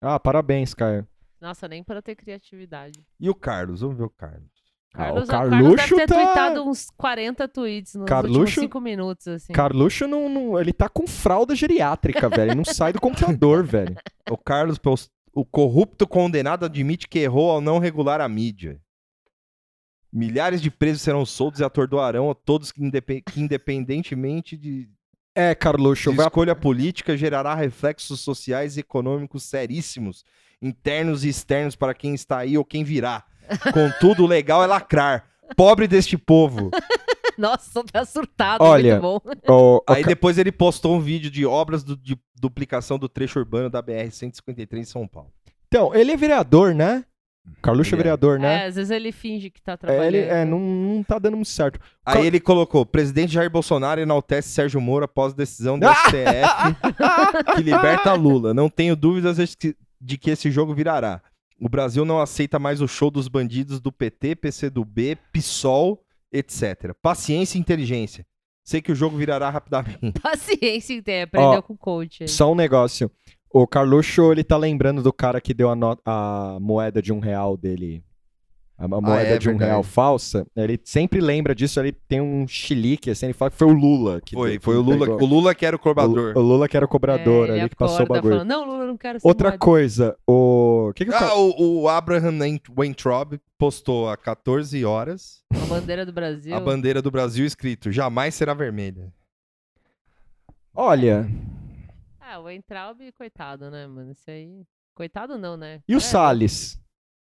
Speaker 4: Ah, parabéns, Caio.
Speaker 2: Nossa, nem pra ter criatividade.
Speaker 1: E o Carlos, vamos ver o Carlos.
Speaker 2: Carlos,
Speaker 4: ah, o
Speaker 2: Carlos deve
Speaker 4: Carluxo
Speaker 2: ter tweetado
Speaker 4: tá.
Speaker 2: uns 40 tweets nos últimos
Speaker 4: Carluxo?
Speaker 2: 5 minutos, assim.
Speaker 4: Carluxo não, não- Ele tá com fralda geriátrica, velho. Ele não sai do computador, velho.
Speaker 1: O Carlos, post- o corrupto condenado admite que errou ao não regular a mídia. Milhares de presos serão soltos e atordoarão a todos que, indepe- que independentemente de,
Speaker 4: É, Carluxo,
Speaker 1: De
Speaker 4: vai.
Speaker 1: escolha política gerará reflexos sociais e econômicos seríssimos, internos e externos para quem está aí ou quem virá. Contudo, o legal é lacrar. Pobre deste povo.
Speaker 2: Nossa, tá surtado,
Speaker 4: Olha,
Speaker 2: muito bom.
Speaker 4: Ó, ó,
Speaker 1: Aí
Speaker 4: Ca-
Speaker 1: depois ele postou um vídeo de obras do- de duplicação do trecho urbano da BR-153 em São Paulo.
Speaker 4: Então, ele é vereador, né? Carluxo é
Speaker 1: Ele é.
Speaker 4: vereador, né?
Speaker 2: É, às vezes ele finge que tá
Speaker 4: É,
Speaker 2: trabalhando.
Speaker 4: ele, é não, não tá dando muito certo. Qual-
Speaker 1: Aí ele colocou: presidente Jair Bolsonaro enaltece Sérgio Moro após decisão do STF que liberta Lula. Não tenho dúvidas de que- de que esse jogo virará. O Brasil não aceita mais o show dos bandidos do PT, PCdoB, PSOL, etc. Paciência e inteligência. Sei que o jogo virará rapidamente.
Speaker 2: Paciência, tem, aprendeu
Speaker 4: Ó,
Speaker 2: com o coach. aí.
Speaker 4: Só um negócio. O Carluxo, ele tá lembrando do cara que deu a, no- a moeda de um real dele. A, a moeda
Speaker 1: é
Speaker 4: de um
Speaker 1: verdade.
Speaker 4: real falsa. Ele sempre lembra disso. Ele tem um chilique, assim. Ele fala que foi o Lula. Que
Speaker 1: Foi,
Speaker 4: deu-
Speaker 1: foi o Lula.
Speaker 4: entregou.
Speaker 1: O Lula que era o cobrador.
Speaker 4: O, o Lula que era o cobrador
Speaker 2: É, ele
Speaker 4: ali, que passou o
Speaker 2: acorda
Speaker 4: bagulho.
Speaker 2: falando, não, Lula, não quero ser
Speaker 4: Outra
Speaker 2: moeda."
Speaker 4: coisa, o. que que o
Speaker 1: Ah,
Speaker 4: Car-
Speaker 1: o, o Abraham Weintraub postou a 14 horas
Speaker 2: A bandeira do Brasil.
Speaker 1: a bandeira do Brasil escrito: jamais será vermelha.
Speaker 4: Olha,
Speaker 2: Ah, o Entraub, coitado, né, mano? Isso aí. Coitado não, né?
Speaker 4: e o
Speaker 2: É,
Speaker 4: Salles?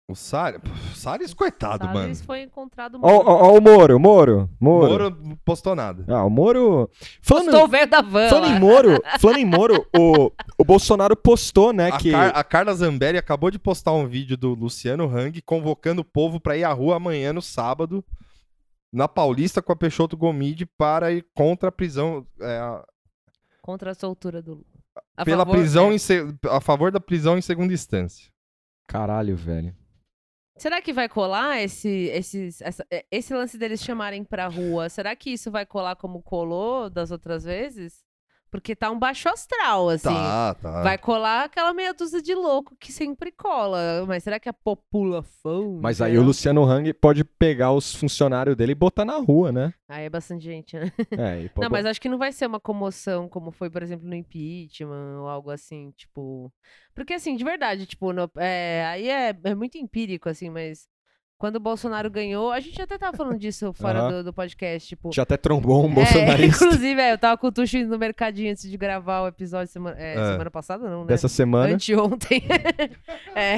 Speaker 1: O Salles, pô, o Salles coitado,
Speaker 2: Salles
Speaker 1: mano.
Speaker 2: foi encontrado
Speaker 4: Ó,
Speaker 2: morto.
Speaker 4: ó, ó o Moro, Moro, Moro.
Speaker 1: Moro não postou nada.
Speaker 4: Ah, o Moro. Falando,
Speaker 2: Estou velho da van.
Speaker 4: falando
Speaker 2: lá.
Speaker 4: em Moro, falando em Moro, o, o Bolsonaro postou, né,
Speaker 1: a,
Speaker 4: que.
Speaker 1: Car- a Carla Zambelli acabou de postar um vídeo do Luciano Hang convocando o povo pra ir à rua amanhã no sábado na Paulista com a Peixoto Gomide para ir contra a prisão é, a-
Speaker 2: Contra a soltura do Lula. A
Speaker 1: pela
Speaker 2: favor-
Speaker 1: prisão
Speaker 2: é.
Speaker 1: em se- a favor da prisão em segunda instância.
Speaker 4: Caralho, velho.
Speaker 2: Será que vai colar esse, esses, essa- é, esse lance deles chamarem pra rua? Será que isso vai colar como colou das outras vezes? Porque tá um baixo astral, assim.
Speaker 1: Tá,
Speaker 4: Ah.
Speaker 1: tá.
Speaker 2: Vai colar aquela meia dúzia de louco que sempre cola. Mas será que a população.
Speaker 4: Mas
Speaker 2: em
Speaker 4: aí o
Speaker 2: geral-
Speaker 4: Luciano Hang pode pegar os funcionários dele e botar na rua, né?
Speaker 2: Aí é bastante gente, né?
Speaker 4: É, e pode...
Speaker 2: Não, mas acho que não vai ser uma comoção como foi, por exemplo, no impeachment ou algo assim, tipo. Porque, assim, de verdade, tipo, no- é, aí é, é muito empírico, assim, mas. qua- Quando o Bolsonaro ganhou, a gente até tava falando disso fora
Speaker 4: Aham.
Speaker 2: do, do podcast, tipo.
Speaker 4: Já até trombou um
Speaker 2: É,
Speaker 4: bolsonarista
Speaker 2: inclusive, é, eu tava com o Tuxo indo no mercadinho antes de gravar o episódio semana, é,
Speaker 1: É.
Speaker 2: semana passada, não, né?
Speaker 4: dessa semana.
Speaker 2: Anteontem. É.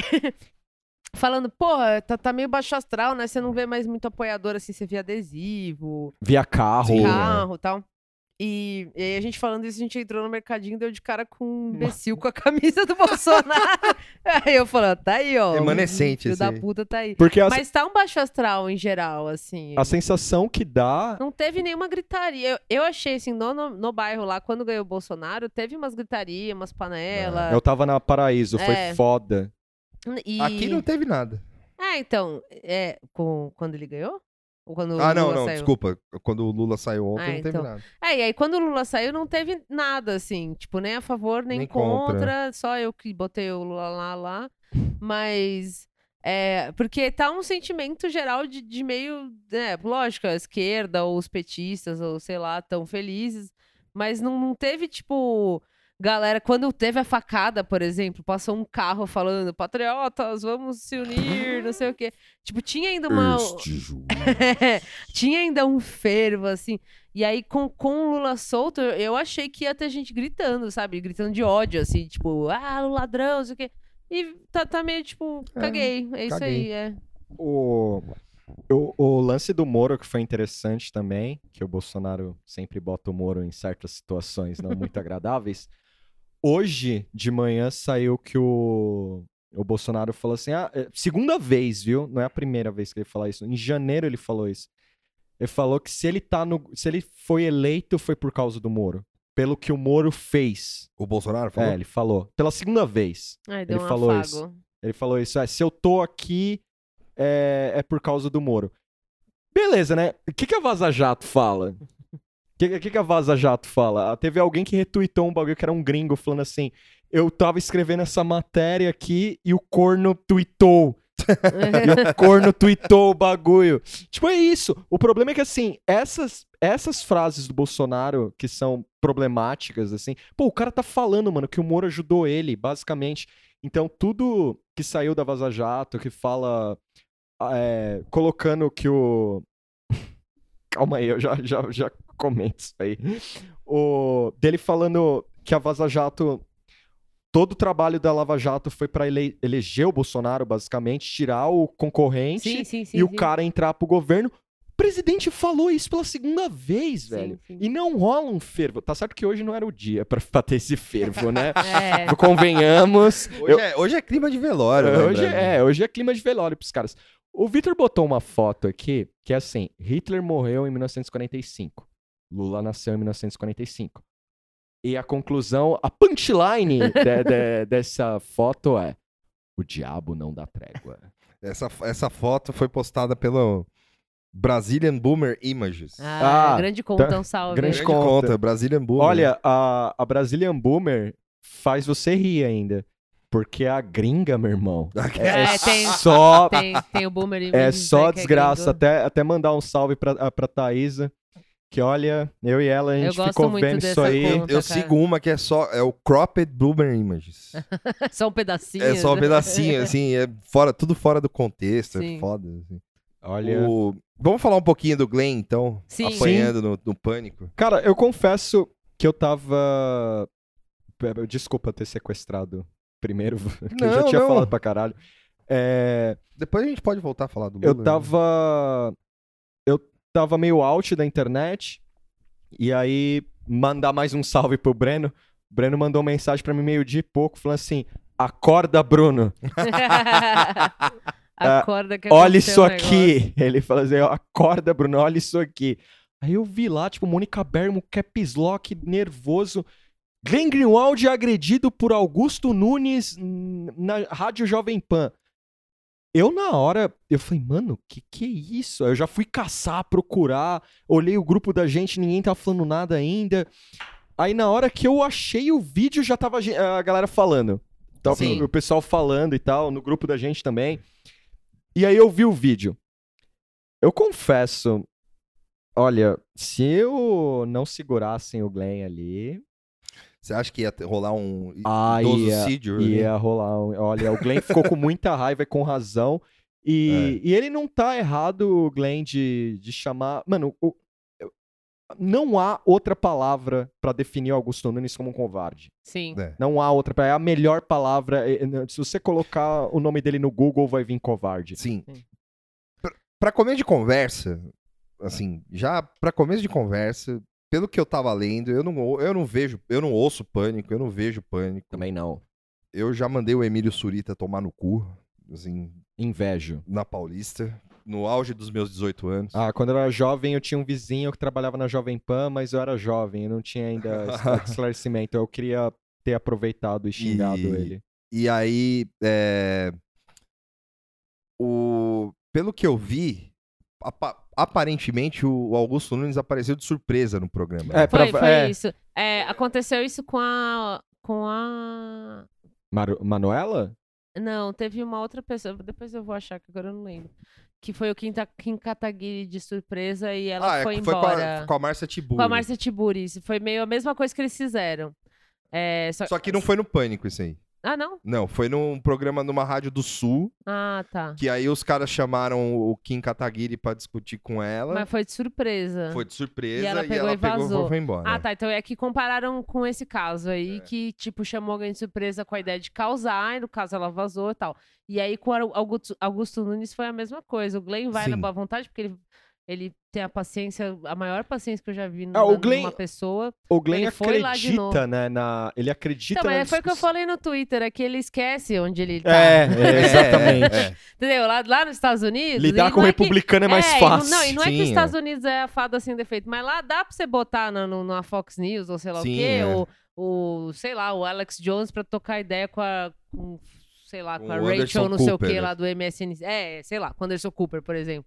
Speaker 2: Falando, porra, tá, tá meio baixo astral, né? Você não vê mais muito apoiador assim, você vê adesivo,
Speaker 4: Via carro.
Speaker 1: Sim.
Speaker 2: carro e tal. E, e aí a gente falando isso, a gente entrou no mercadinho, deu de cara com um imbecil com a camisa do Bolsonaro. aí eu falando, tá aí, ó.
Speaker 1: Remanescente
Speaker 2: O filho
Speaker 1: esse
Speaker 2: da
Speaker 1: aí.
Speaker 2: puta tá aí.
Speaker 4: Porque a,
Speaker 2: Mas tá um baixo astral em geral, assim.
Speaker 4: a sensação que dá.
Speaker 2: Não teve nenhuma gritaria. Eu, eu achei, assim, no, no, no bairro lá, quando ganhou o Bolsonaro, teve umas gritarias, umas
Speaker 1: É.
Speaker 2: panelas.
Speaker 4: Eu tava na Paraíso, foi
Speaker 2: É.
Speaker 4: foda.
Speaker 2: E...
Speaker 1: Aqui não teve nada.
Speaker 2: Ah, então, é, com, quando ele ganhou? Ou quando
Speaker 1: ah,
Speaker 2: o
Speaker 1: não,
Speaker 2: Lula
Speaker 1: não,
Speaker 2: saiu?
Speaker 1: desculpa. Quando o Lula saiu ontem,
Speaker 2: Ah,
Speaker 1: não teve
Speaker 2: então.
Speaker 1: nada.
Speaker 2: É, e aí quando o Lula saiu não teve nada, assim, tipo, nem a favor, nem,
Speaker 1: Nem
Speaker 2: contra.
Speaker 1: contra.
Speaker 2: só eu que botei o Lula lá, lá, mas... É, porque tá um sentimento geral de, de meio, né, lógico, a esquerda ou os petistas ou sei lá, tão felizes, mas não, não teve, tipo, galera, quando teve a facada, por exemplo, passou um carro falando, patriotas, vamos se unir, não sei o quê. Tipo, tinha ainda uma... tinha ainda um fervo, assim. E aí, com, com o Lula solto, eu- eu achei que ia ter gente gritando, sabe? Gritando de ódio, assim, tipo, ah, o ladrão, não sei o quê. E tá, tá meio tipo,
Speaker 1: É,
Speaker 2: caguei. É, isso aí, é.
Speaker 4: O, o, o lance do Moro, que foi interessante também, que o Bolsonaro sempre bota o Moro em certas situações não muito agradáveis. Hoje, de manhã, saiu que o, o Bolsonaro falou assim: ah, é, segunda vez, viu? Não é a primeira vez que ele fala isso. Em janeiro ele falou isso. Ele falou que se ele tá no. Se ele foi eleito, foi por causa do Moro. Pelo que o Moro fez.
Speaker 1: O Bolsonaro falou?
Speaker 4: É, ele falou. Pela segunda vez.
Speaker 2: Ai, deu
Speaker 4: Ele
Speaker 2: um
Speaker 4: falou
Speaker 2: afago.
Speaker 4: isso. Ele falou isso, é, se eu tô aqui, é, é por causa do Moro. Beleza, né? O que, que a Vaza Jato fala? O que, que, que a Vaza Jato fala? Ah, Teve alguém que retweetou um bagulho que era um gringo falando assim: eu tava escrevendo essa matéria aqui e o corno tweetou. E o corno tweetou o bagulho. Tipo, é isso. O problema é que, assim, essas, essas frases do Bolsonaro que são problemáticas, assim, pô, o cara tá falando, mano, que o Moro ajudou ele, basicamente. Então, tudo que saiu da Vaza Jato, que fala. é, colocando que o. Calma aí, eu já, já, já comento isso aí. O, dele falando que a Vaza Jato. Todo o trabalho da Lava Jato foi pra ele- eleger o Bolsonaro, basicamente, tirar o concorrente
Speaker 2: Sim, sim, sim.
Speaker 4: e o
Speaker 2: sim.
Speaker 4: cara entrar pro governo. O presidente falou isso pela segunda vez,
Speaker 2: Sim,
Speaker 4: velho.
Speaker 2: sim.
Speaker 4: E não rola um fervo. Tá certo que hoje não era o dia pra, pra ter esse fervo, né?
Speaker 2: É.
Speaker 4: Convenhamos.
Speaker 1: Hoje, é, hoje é clima de velório,
Speaker 4: É,
Speaker 1: né,
Speaker 4: hoje,
Speaker 1: Brandon?
Speaker 4: é, hoje é clima de velório pros caras. O Vitor botou uma foto aqui que é assim: Hitler morreu em 1945. Lula nasceu em 1945. E a conclusão, a punchline de- de- dessa foto é: O diabo não dá trégua.
Speaker 1: Essa, essa foto foi postada pelo Brazilian Boomer Images.
Speaker 2: Ah,
Speaker 4: Ah,
Speaker 2: grande conta, um salve.
Speaker 4: grande
Speaker 1: Grande
Speaker 4: conta.
Speaker 1: conta. Brazilian Boomer.
Speaker 4: Olha, a, a Brazilian Boomer faz você rir ainda. Porque a gringa, meu irmão, é,
Speaker 2: É, tem-
Speaker 4: só
Speaker 2: Tem, tem o Boomer e
Speaker 4: É
Speaker 2: Virgem, né,
Speaker 4: só
Speaker 2: que é
Speaker 4: desgraça.
Speaker 2: gringo.
Speaker 4: até, até mandar um salve pra, a- pra Thaísa. Que olha, eu e ela, a
Speaker 2: Eu
Speaker 4: gente
Speaker 2: gosto
Speaker 4: ficou
Speaker 2: muito
Speaker 4: vendo isso
Speaker 2: dessa
Speaker 4: aí.
Speaker 2: conta.
Speaker 1: Eu
Speaker 2: cara.
Speaker 1: sigo uma que é só. É o Cropped Boomer Images.
Speaker 2: Só um pedacinho.
Speaker 1: é só um
Speaker 2: né?
Speaker 1: pedacinho, assim. É fora, tudo fora do contexto.
Speaker 2: Sim.
Speaker 1: É foda. assim.
Speaker 4: Olha.
Speaker 1: O- Vamos falar um pouquinho do Glenn, então?
Speaker 2: Sim.
Speaker 1: Apanhando no, no pânico.
Speaker 4: Cara, eu confesso que eu tava. Pe- pe- Desculpa ter sequestrado primeiro, que eu já
Speaker 1: Não,
Speaker 4: tinha
Speaker 1: não.
Speaker 4: falado pra caralho. É,
Speaker 1: Depois a gente pode voltar a falar do Lula.
Speaker 4: eu
Speaker 1: né?
Speaker 4: tava. Eu tava meio out da internet. E aí, mandar mais um salve pro Breno. O Breno mandou uma mensagem pra mim meio-dia e pouco, falando assim: Acorda, Bruno.
Speaker 2: Acorda que aconteceu
Speaker 4: olha isso
Speaker 2: um negócio.
Speaker 4: aqui. Ele fala assim, ó, acorda, Bruno, olha isso aqui. Aí eu vi lá, tipo, Mônica Bermo, caps lock, nervoso. Glenn Greenwald é agredido por Augusto Nunes hum, na Rádio Jovem Pan. Eu, na hora, eu falei, mano, que que é isso? Aí Eu já fui caçar, procurar, olhei o grupo da gente, ninguém tá falando nada ainda. Aí, na hora que eu achei o vídeo, já tava a gen- a galera falando. Tava
Speaker 1: Sim.
Speaker 4: o pessoal falando e tal, no grupo da gente também. E aí eu vi o vídeo. Eu confesso, olha, se eu não segurassem o Glenn ali,
Speaker 1: Você acha que ia ter- rolar um
Speaker 4: Ah, ia-
Speaker 1: idosocídio? né?
Speaker 4: ia rolar. um- Olha, o Glenn ficou com muita raiva e com razão. E, e ele não tá errado, Glenn, de, de chamar. Mano, o- eu- não há outra palavra pra definir o Augusto Nunes como um covarde.
Speaker 2: Sim.
Speaker 1: É.
Speaker 4: Não há outra. pra- É a melhor palavra. é- é- Se você colocar o nome dele no Google, vai vir covarde.
Speaker 1: Sim.
Speaker 2: Sim.
Speaker 1: Pra- Pra começo de conversa, assim, já pra começo de conversa, pelo que eu tava lendo, eu não, ou- eu não vejo, eu não ouço pânico, eu não vejo pânico.
Speaker 4: Também não.
Speaker 1: Eu já mandei o Emílio Surita tomar no cu, assim,
Speaker 4: Invejo.
Speaker 1: na Paulista, no auge dos meus 18 anos.
Speaker 4: Ah, quando eu era jovem, eu tinha um vizinho que trabalhava na Jovem Pan, mas eu era jovem, eu não tinha ainda escla- esclarecimento. Eu queria ter aproveitado e xingado
Speaker 1: E-
Speaker 4: ele.
Speaker 1: E aí, é, o... pelo que eu vi, apa- aparentemente o Augusto Nunes apareceu de surpresa no programa. né?
Speaker 4: É,
Speaker 2: Foi,
Speaker 4: pra-
Speaker 2: foi
Speaker 4: é.
Speaker 2: isso. É, aconteceu isso com a. Com a.
Speaker 4: Maru- Manuela?
Speaker 2: Não, teve uma outra pessoa. Depois eu vou achar, que agora eu não lembro. Que foi o Kim, Ta- Kim Kataguiri de surpresa e ela
Speaker 1: é,
Speaker 2: foi
Speaker 1: foi com
Speaker 2: embora.
Speaker 1: a, com a Márcia Tiburi.
Speaker 2: Com a Márcia Tiburi. Isso foi meio a mesma coisa que eles fizeram. É, só...
Speaker 1: Só que não foi no Pânico isso aí.
Speaker 2: Ah, não?
Speaker 1: Não, foi num programa numa rádio do Sul,
Speaker 2: Ah, tá.
Speaker 1: que aí os caras chamaram o Kim Kataguiri pra discutir com ela.
Speaker 2: Mas foi de surpresa.
Speaker 1: Foi de surpresa
Speaker 2: E ela pegou e vazou.
Speaker 1: foi embora.
Speaker 4: né?
Speaker 2: Ah, tá. Então é que compararam com esse caso
Speaker 4: É.
Speaker 2: aí, que, tipo, chamou alguém de surpresa com a ideia de causar, e no caso ela vazou e tal. E aí com o Au- Augusto, Augusto Nunes foi a mesma coisa. O Glenn vai na
Speaker 1: Sim.
Speaker 2: boa vontade, porque ele, ele tem a paciência, a maior paciência que eu já vi
Speaker 4: Ah, o
Speaker 2: numa,
Speaker 4: Glenn-
Speaker 2: numa pessoa.
Speaker 4: O Glenn
Speaker 2: Ele foi lá de
Speaker 4: acredita, né? Na... Ele acredita
Speaker 2: Então,
Speaker 4: na
Speaker 2: mas foi o que eu
Speaker 4: discussão.
Speaker 2: falei no Twitter, é que ele esquece onde ele tá.
Speaker 4: É,
Speaker 1: É,
Speaker 4: é, exatamente.
Speaker 1: é, é.
Speaker 2: Entendeu? Lá, lá nos Estados Unidos.
Speaker 4: Lidar
Speaker 2: e
Speaker 4: com o
Speaker 2: não é que-
Speaker 4: republicano é mais
Speaker 2: e não-
Speaker 4: fácil.
Speaker 2: Não, e não é que
Speaker 1: Sim,
Speaker 2: os
Speaker 1: é.
Speaker 2: Estados Unidos é a fada sem defeito, mas lá dá pra você botar na, no- na Fox News, ou sei lá o
Speaker 1: Sim,
Speaker 2: quê,
Speaker 1: é.
Speaker 2: ou, o, sei lá, o Alex Jones pra tocar ideia com a. com, sei lá, com
Speaker 1: Com
Speaker 2: a
Speaker 1: o
Speaker 2: Rachel,
Speaker 1: Anderson
Speaker 2: não sei o
Speaker 1: Cooper,
Speaker 2: quê,
Speaker 1: né?
Speaker 2: lá do MSN. É, sei lá, com o Anderson Cooper, por exemplo.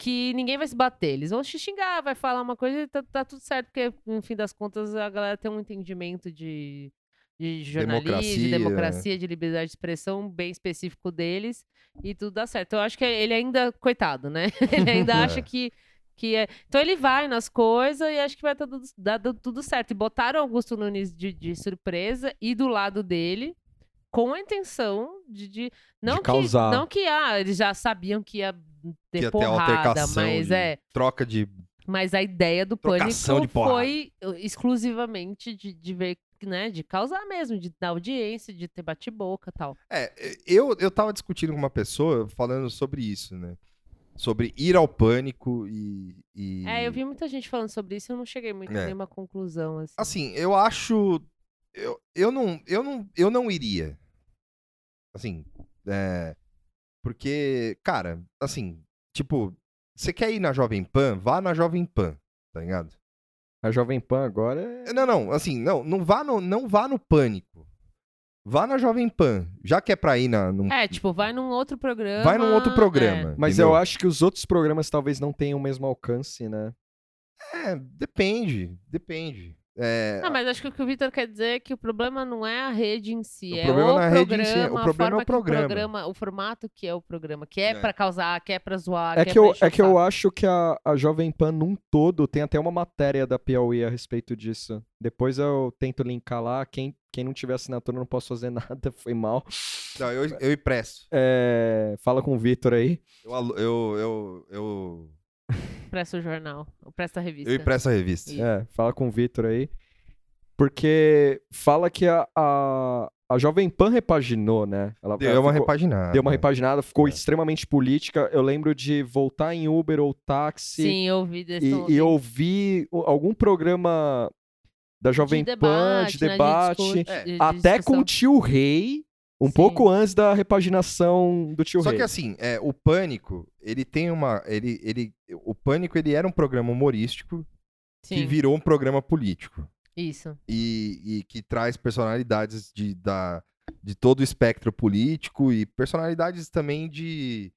Speaker 2: Que ninguém vai se bater. Eles vão se xingar, vai falar uma coisa e tá, tá tudo certo, porque, no fim das contas, a galera tem um entendimento de. De jornalismo, de
Speaker 1: Democracia. é.
Speaker 2: democracia, de liberdade de expressão bem específico deles e tudo dá certo. Eu acho que ele ainda, coitado, né? Ele ainda
Speaker 1: É.
Speaker 2: acha que, que é. Então ele vai nas coisas e acho que vai tá tudo, dar tu- tudo certo. E botaram o Augusto Nunes de, de surpresa e do lado dele, com a intenção de. de- não que,
Speaker 4: causar.
Speaker 2: Não que ah, eles já sabiam que ia ter
Speaker 1: Que até
Speaker 2: porrada,
Speaker 1: altercação.
Speaker 2: mas
Speaker 1: de-
Speaker 2: é.
Speaker 1: Troca de.
Speaker 2: Mas a ideia do
Speaker 1: Trocação
Speaker 2: pânico
Speaker 1: de porrada.
Speaker 2: foi uh, exclusivamente de, de ver, né? De causar mesmo, de dar audiência, de ter bate-boca e tal.
Speaker 1: É, eu, eu tava discutindo com uma pessoa falando sobre isso, né? Sobre ir ao pânico e. e-
Speaker 2: É, eu vi muita gente falando sobre isso, eu não cheguei muito
Speaker 1: É.
Speaker 2: a nenhuma conclusão, assim.
Speaker 1: Assim, eu acho. Eu, eu, não, eu, não, eu não iria. Assim. É, porque, cara, assim, tipo, você quer ir na Jovem Pan? Vá na Jovem Pan, tá ligado?
Speaker 4: A Jovem Pan agora é.
Speaker 1: Não, não, assim, não, não vá no, não vá no pânico. Vá na Jovem Pan. Já que é pra ir na. num-
Speaker 2: É, tipo, vai num outro programa.
Speaker 1: vai num outro
Speaker 2: é.
Speaker 1: programa.
Speaker 4: Mas
Speaker 1: entendeu?
Speaker 4: eu acho que os outros programas talvez não tenham o mesmo alcance, né?
Speaker 1: É, depende, depende. É,
Speaker 2: Não, mas acho que o que o Vitor quer dizer é que o problema não é a rede em si.
Speaker 1: O
Speaker 2: é
Speaker 1: problema
Speaker 2: o
Speaker 1: não é a rede
Speaker 2: programa,
Speaker 1: em si, o
Speaker 2: a
Speaker 1: problema é o
Speaker 2: forma que
Speaker 1: programa.
Speaker 2: O formato que é o programa, que é,
Speaker 1: É.
Speaker 2: pra causar, que é pra zoar,
Speaker 4: É
Speaker 2: que,
Speaker 4: que, eu,
Speaker 2: pra
Speaker 4: é que
Speaker 2: encher o
Speaker 4: eu
Speaker 2: saco.
Speaker 4: acho que a, a Jovem Pan num todo tem até uma matéria da Piauí a respeito disso. Depois eu tento linkar lá. Quem, quem não tiver assinatura, eu não posso fazer nada, foi mal.
Speaker 1: não, eu, eu impresso.
Speaker 4: É, fala com o Vitor aí.
Speaker 1: Eu, alu- eu, eu, eu,
Speaker 2: Presta o jornal, presta a revista.
Speaker 1: eu impresso a revista.
Speaker 2: Isso.
Speaker 4: É, fala com o Vitor aí. Porque fala que a, a, a Jovem Pan repaginou, né? Ela,
Speaker 1: Deu
Speaker 4: ela
Speaker 1: uma
Speaker 4: ficou-
Speaker 1: repaginada.
Speaker 4: Deu uma repaginada, ficou
Speaker 1: É.
Speaker 4: extremamente política. Eu lembro de voltar em Uber ou táxi
Speaker 2: Sim, eu ouvi desse
Speaker 4: e, e ouvir o- algum programa da Jovem Pan,
Speaker 2: né,
Speaker 4: de debate,
Speaker 1: É,
Speaker 4: até com o tio Rei, um
Speaker 2: Sim.
Speaker 4: pouco antes da repaginação do tio
Speaker 1: Só
Speaker 4: Rei.
Speaker 1: que assim, é, o Pânico, ele tem uma. Ele, ele, o Pânico ele era um programa humorístico que
Speaker 2: Sim,
Speaker 1: virou um programa político.
Speaker 2: isso.
Speaker 1: e, e que traz personalidades de, da, de todo o espectro político e personalidades também de,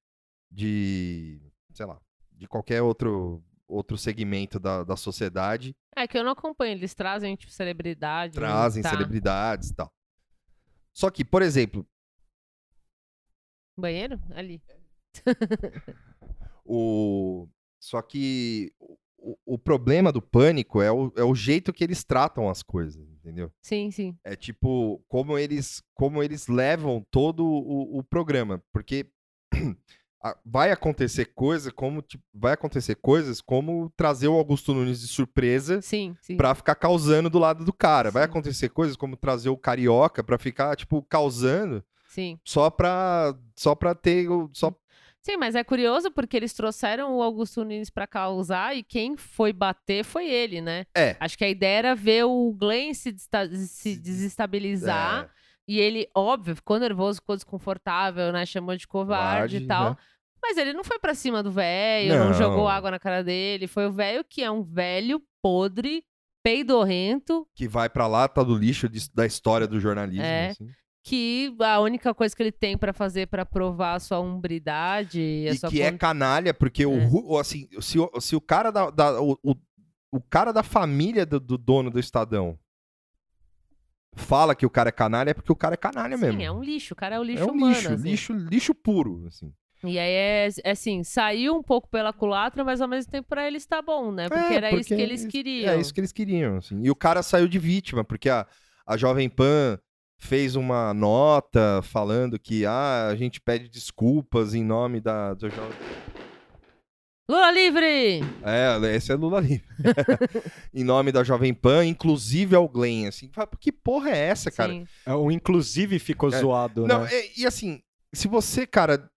Speaker 1: de sei lá, de qualquer outro, outro segmento da, da sociedade,
Speaker 2: É que eu não acompanho, eles trazem, tipo, celebridade. né,
Speaker 1: trazem
Speaker 2: tá.
Speaker 1: celebridades e tal. Só que, por exemplo,
Speaker 2: Banheiro? Ali.
Speaker 1: o só que o, o problema do pânico é o, é o jeito que eles tratam as coisas, entendeu?
Speaker 2: Sim, sim.
Speaker 1: É tipo, como eles, como eles levam todo o, o programa. Porque a- vai acontecer coisa como tipo, vai acontecer coisas como trazer o Augusto Nunes de surpresa
Speaker 2: Sim, sim.
Speaker 1: pra ficar causando do lado do cara. Vai
Speaker 2: Sim.
Speaker 1: acontecer coisas como trazer o carioca pra ficar tipo causando
Speaker 2: Sim.
Speaker 1: só pra só para ter o- só
Speaker 2: Sim, mas é curioso porque eles trouxeram o Augusto Nunes pra causar e quem foi bater foi ele, né?
Speaker 1: É.
Speaker 2: Acho que a ideia era ver o Glenn se, desta- se
Speaker 1: é,
Speaker 2: desestabilizar. E ele, óbvio, ficou nervoso, ficou desconfortável, né? Chamou de
Speaker 1: Covarde,
Speaker 2: covarde e tal.
Speaker 1: né?
Speaker 2: Mas ele não foi pra cima do velho, não.
Speaker 1: Não.
Speaker 2: jogou água na cara dele. Foi o velho que é um velho podre, peidorrento,
Speaker 1: que vai pra lá tá do lixo de- da história do jornalismo.
Speaker 2: É.
Speaker 1: assim.
Speaker 2: que a única coisa que ele tem pra fazer pra provar a sua umbridade e a
Speaker 1: e
Speaker 2: sua
Speaker 1: que é
Speaker 2: con-
Speaker 1: canalha, porque o
Speaker 2: É.
Speaker 1: Ru- o assim, se, o- se o cara da, da- o, o- o cara da família do, do dono do Estadão fala que o cara é canalha, é porque o cara é canalha
Speaker 2: Sim,
Speaker 1: mesmo.
Speaker 2: é um lixo, o cara é o lixo
Speaker 1: É um
Speaker 2: humano.
Speaker 1: lixo,
Speaker 2: assim.
Speaker 1: lixo, lixo puro, assim.
Speaker 2: E aí é, é assim, saiu um pouco pela culatra, mas ao mesmo tempo pra eles tá bom, né? Porque
Speaker 1: É,
Speaker 2: era isso
Speaker 1: porque
Speaker 2: que eles
Speaker 1: isso-
Speaker 2: queriam.
Speaker 1: É isso que eles queriam, assim. E o cara saiu de vítima, porque a, a Jovem Pan fez uma nota falando que ah, a gente pede desculpas em nome da, da Jovem
Speaker 2: Lula livre!
Speaker 1: É, esse é Lula livre. em nome da Jovem Pan, inclusive ao Glenn, assim. Fala, Que porra é essa, cara?
Speaker 2: Sim.
Speaker 4: É, O inclusive ficou
Speaker 1: É.
Speaker 4: zoado,
Speaker 1: Não,
Speaker 4: né?
Speaker 1: é- e, assim, se você, cara.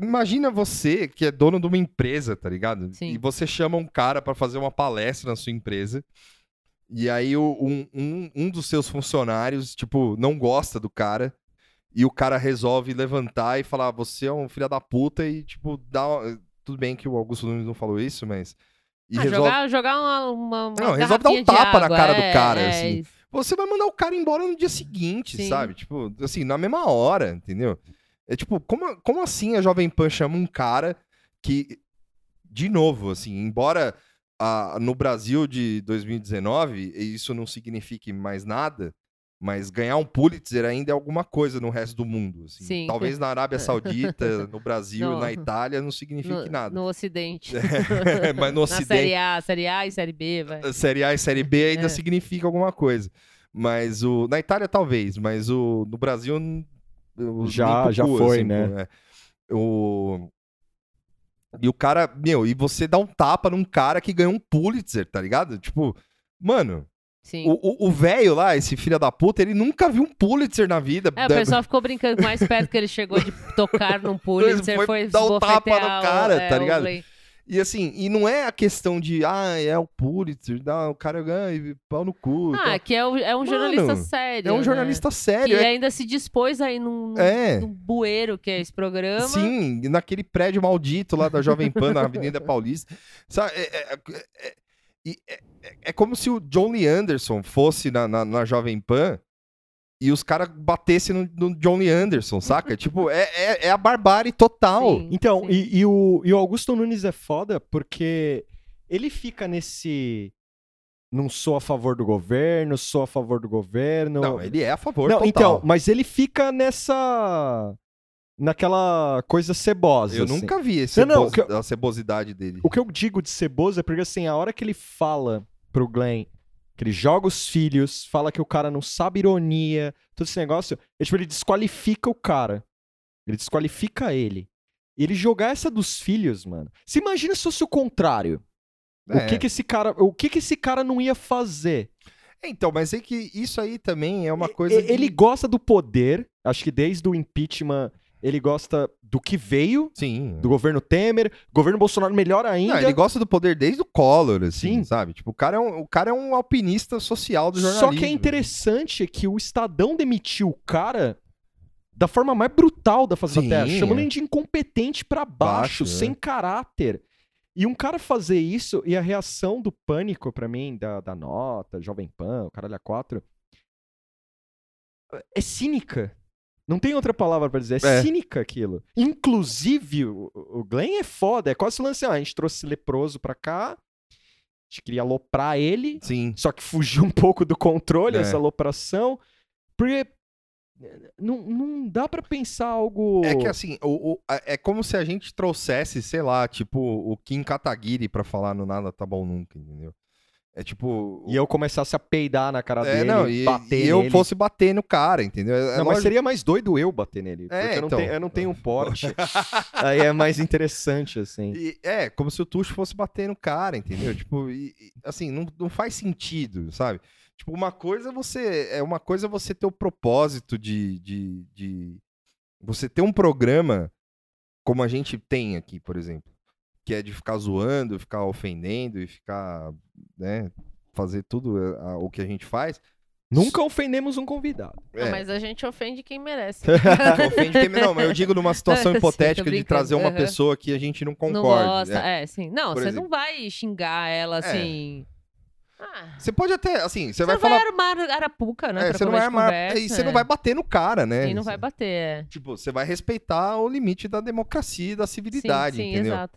Speaker 1: Imagina você que é dono de uma empresa, tá ligado?
Speaker 2: Sim.
Speaker 1: E você chama um cara pra fazer uma palestra na sua empresa. E aí o- um, um, um dos seus funcionários, tipo, não gosta do cara. E o cara resolve levantar e falar: você é um filho da puta. E, tipo, dá. Tudo bem que o Augusto Nunes não falou isso, mas. E
Speaker 2: Ah,
Speaker 1: resolve
Speaker 2: jogar, jogar uma, uma, uma
Speaker 1: Não, resolve dar um
Speaker 2: garrafinha de
Speaker 1: tapa na
Speaker 2: água,
Speaker 1: cara do
Speaker 2: é,
Speaker 1: cara,
Speaker 2: é
Speaker 1: assim.
Speaker 2: isso.
Speaker 1: você vai mandar o cara embora no dia seguinte,
Speaker 2: Sim.
Speaker 1: sabe? Tipo, assim, na mesma hora, entendeu? É tipo, como, como assim a Jovem Pan chama um cara que, de novo, assim, embora ah, no Brasil de 2019 e isso não signifique mais nada, mas ganhar um Pulitzer ainda é alguma coisa no resto do mundo. assim.
Speaker 2: Sim.
Speaker 1: Talvez na Arábia Saudita, no Brasil,
Speaker 2: Não.
Speaker 1: na Itália, não signifique
Speaker 2: No,
Speaker 1: nada.
Speaker 2: no Ocidente.
Speaker 1: mas no
Speaker 2: Na
Speaker 1: Ocidente.
Speaker 2: Série A, Série A e Série B, vai.
Speaker 1: Série A e Série B ainda
Speaker 2: É.
Speaker 1: significa alguma coisa. Mas o. Na Itália, talvez, mas o, no Brasil. n- eu-
Speaker 4: Já-
Speaker 1: nem
Speaker 4: já
Speaker 1: cucu,
Speaker 4: foi,
Speaker 1: assim,
Speaker 4: né?
Speaker 1: pô, é. O. E o cara, meu, e você dá um tapa num cara que ganhou um Pulitzer, tá ligado? Tipo, mano,
Speaker 2: Sim.
Speaker 1: o- o o velho lá, esse filho da puta, ele nunca viu um Pulitzer na vida.
Speaker 2: É, o
Speaker 1: Da-
Speaker 2: pessoal ficou brincando mais perto que ele chegou de tocar num Pulitzer,
Speaker 1: Foi
Speaker 2: foi,
Speaker 1: dar um tapa
Speaker 2: esbofetear
Speaker 1: no
Speaker 2: o-
Speaker 1: cara,
Speaker 2: é,
Speaker 1: tá
Speaker 2: o
Speaker 1: ligado?
Speaker 2: Glenn.
Speaker 1: E assim, e não é a questão de, ah, é o Pulitzer, dá, o cara ganha, e pau no cu.
Speaker 2: Ah,
Speaker 1: tal.
Speaker 2: que é, o- é um
Speaker 1: Mano,
Speaker 2: jornalista sério.
Speaker 1: é um
Speaker 2: né?
Speaker 1: jornalista sério.
Speaker 2: Que
Speaker 1: é
Speaker 2: ainda se dispôs aí num, num,
Speaker 1: É.
Speaker 2: num bueiro que é esse programa.
Speaker 1: Sim, e naquele prédio maldito lá da Jovem Pan, na Avenida Paulista. Sabe, é, é- é- é- e é- é- é como se o John Lee Anderson fosse na, na, na Jovem Pan e os caras batessem no, no John Lee Anderson, saca? tipo, é, é, é a barbárie total.
Speaker 2: Sim,
Speaker 4: Então,
Speaker 2: sim.
Speaker 4: e, e o, e o Augusto Nunes é foda porque ele fica nesse. Não sou a favor do governo, sou a favor do governo.
Speaker 1: Não, ele é a favor
Speaker 4: Não,
Speaker 1: total.
Speaker 4: então, mas ele fica nessa. naquela coisa cebosa.
Speaker 1: Eu
Speaker 4: assim.
Speaker 1: nunca vi esse
Speaker 4: Não, não,
Speaker 1: cebos-
Speaker 4: o que eu-
Speaker 1: a cebosidade dele.
Speaker 4: O que eu digo de ceboso é porque, assim, a hora que ele fala pro Glenn que ele joga os filhos, fala que o cara não sabe ironia, todo esse negócio, é, tipo, ele desqualifica o cara. Ele desqualifica ele. E ele jogar essa dos filhos, mano. Se imagina se fosse o contrário.
Speaker 1: É.
Speaker 4: O que que esse cara, o que que esse cara não ia fazer?
Speaker 1: Então, mas é que isso aí também é uma coisa.
Speaker 4: E-
Speaker 1: de-
Speaker 4: Ele gosta do poder, acho que desde o impeachment ele gosta do que veio,
Speaker 1: Sim.
Speaker 4: do governo Temer, governo Bolsonaro melhor ainda.
Speaker 1: Não, ele gosta do poder desde o Collor, assim,
Speaker 4: Sim.
Speaker 1: sabe? Tipo, o cara, é um, o cara é um alpinista social do jornalismo.
Speaker 4: Só que é interessante que o Estadão demitiu o cara da forma mais brutal da face
Speaker 1: Sim,
Speaker 4: da Terra, chamando
Speaker 1: é.
Speaker 4: ele de incompetente pra
Speaker 1: Baixo,
Speaker 4: baixo,
Speaker 1: é.
Speaker 4: sem caráter. E um cara fazer isso, e a reação do pânico pra mim, da, da nota, Jovem Pan, o caralho a quatro, é cínica. Não tem outra palavra pra dizer, é,
Speaker 1: É.
Speaker 4: cínica aquilo. Inclusive, o, o Glenn é foda, é quase o lance, ah, a gente trouxe leproso pra cá, a gente queria aloprar ele,
Speaker 1: Sim.
Speaker 4: só que fugiu um pouco do controle
Speaker 1: É.
Speaker 4: essa alopração. Porque eh, não, não dá pra pensar algo.
Speaker 1: É que assim, o- o- a- é como se a gente trouxesse, sei lá, tipo, o Kim Kataguiri pra falar no Nada Tá Bom Nunca, entendeu? É tipo.
Speaker 4: E eu começasse a peidar na cara
Speaker 1: é,
Speaker 4: dele,
Speaker 1: não, e,
Speaker 4: bater
Speaker 1: e eu
Speaker 4: nele.
Speaker 1: fosse bater no cara, entendeu? É- é
Speaker 4: Não, mas
Speaker 1: lógico-
Speaker 4: seria mais doido eu bater nele. porque eu, não
Speaker 1: então.
Speaker 4: tenho, eu não tenho um porte. Aí é mais interessante, assim.
Speaker 1: E- é, como se o Tuxo fosse bater no cara, entendeu? tipo, e- e, assim, não, não faz sentido, sabe? Tipo, uma coisa é você. É uma coisa é você ter o propósito de, de, de- Você ter um programa como a gente tem aqui, por exemplo. Que é de ficar zoando, ficar ofendendo e ficar, né? Fazer tudo eh, a- o que a gente faz.
Speaker 4: Nunca ofendemos um convidado.
Speaker 2: Não,
Speaker 1: É.
Speaker 2: mas a gente ofende quem merece.
Speaker 1: Não, é ofende quem- não, mas eu digo numa situação
Speaker 2: Sim, tô
Speaker 1: hipotética de
Speaker 2: brincando,
Speaker 1: trazer uma
Speaker 2: aham.
Speaker 1: pessoa que a gente não
Speaker 2: não
Speaker 1: concorda. né?
Speaker 2: gosta. É, sim. Não,
Speaker 1: Por
Speaker 2: você
Speaker 1: exemplo. É.
Speaker 2: não vai xingar ela assim. Ah,
Speaker 1: Você pode até, assim, você
Speaker 2: você
Speaker 1: vai
Speaker 2: não
Speaker 1: falar.
Speaker 2: vai armar arapuca, né?
Speaker 1: É,
Speaker 2: pra
Speaker 1: você não vai
Speaker 2: começo de
Speaker 1: armar.
Speaker 2: conversa,
Speaker 1: e você não
Speaker 2: é.
Speaker 1: vai bater no cara, né?
Speaker 2: E não vai bater, é.
Speaker 1: Tipo, você vai respeitar o limite da democracia e da
Speaker 2: Sim,
Speaker 1: civilidade,
Speaker 2: sim,
Speaker 1: entendeu?
Speaker 2: exato.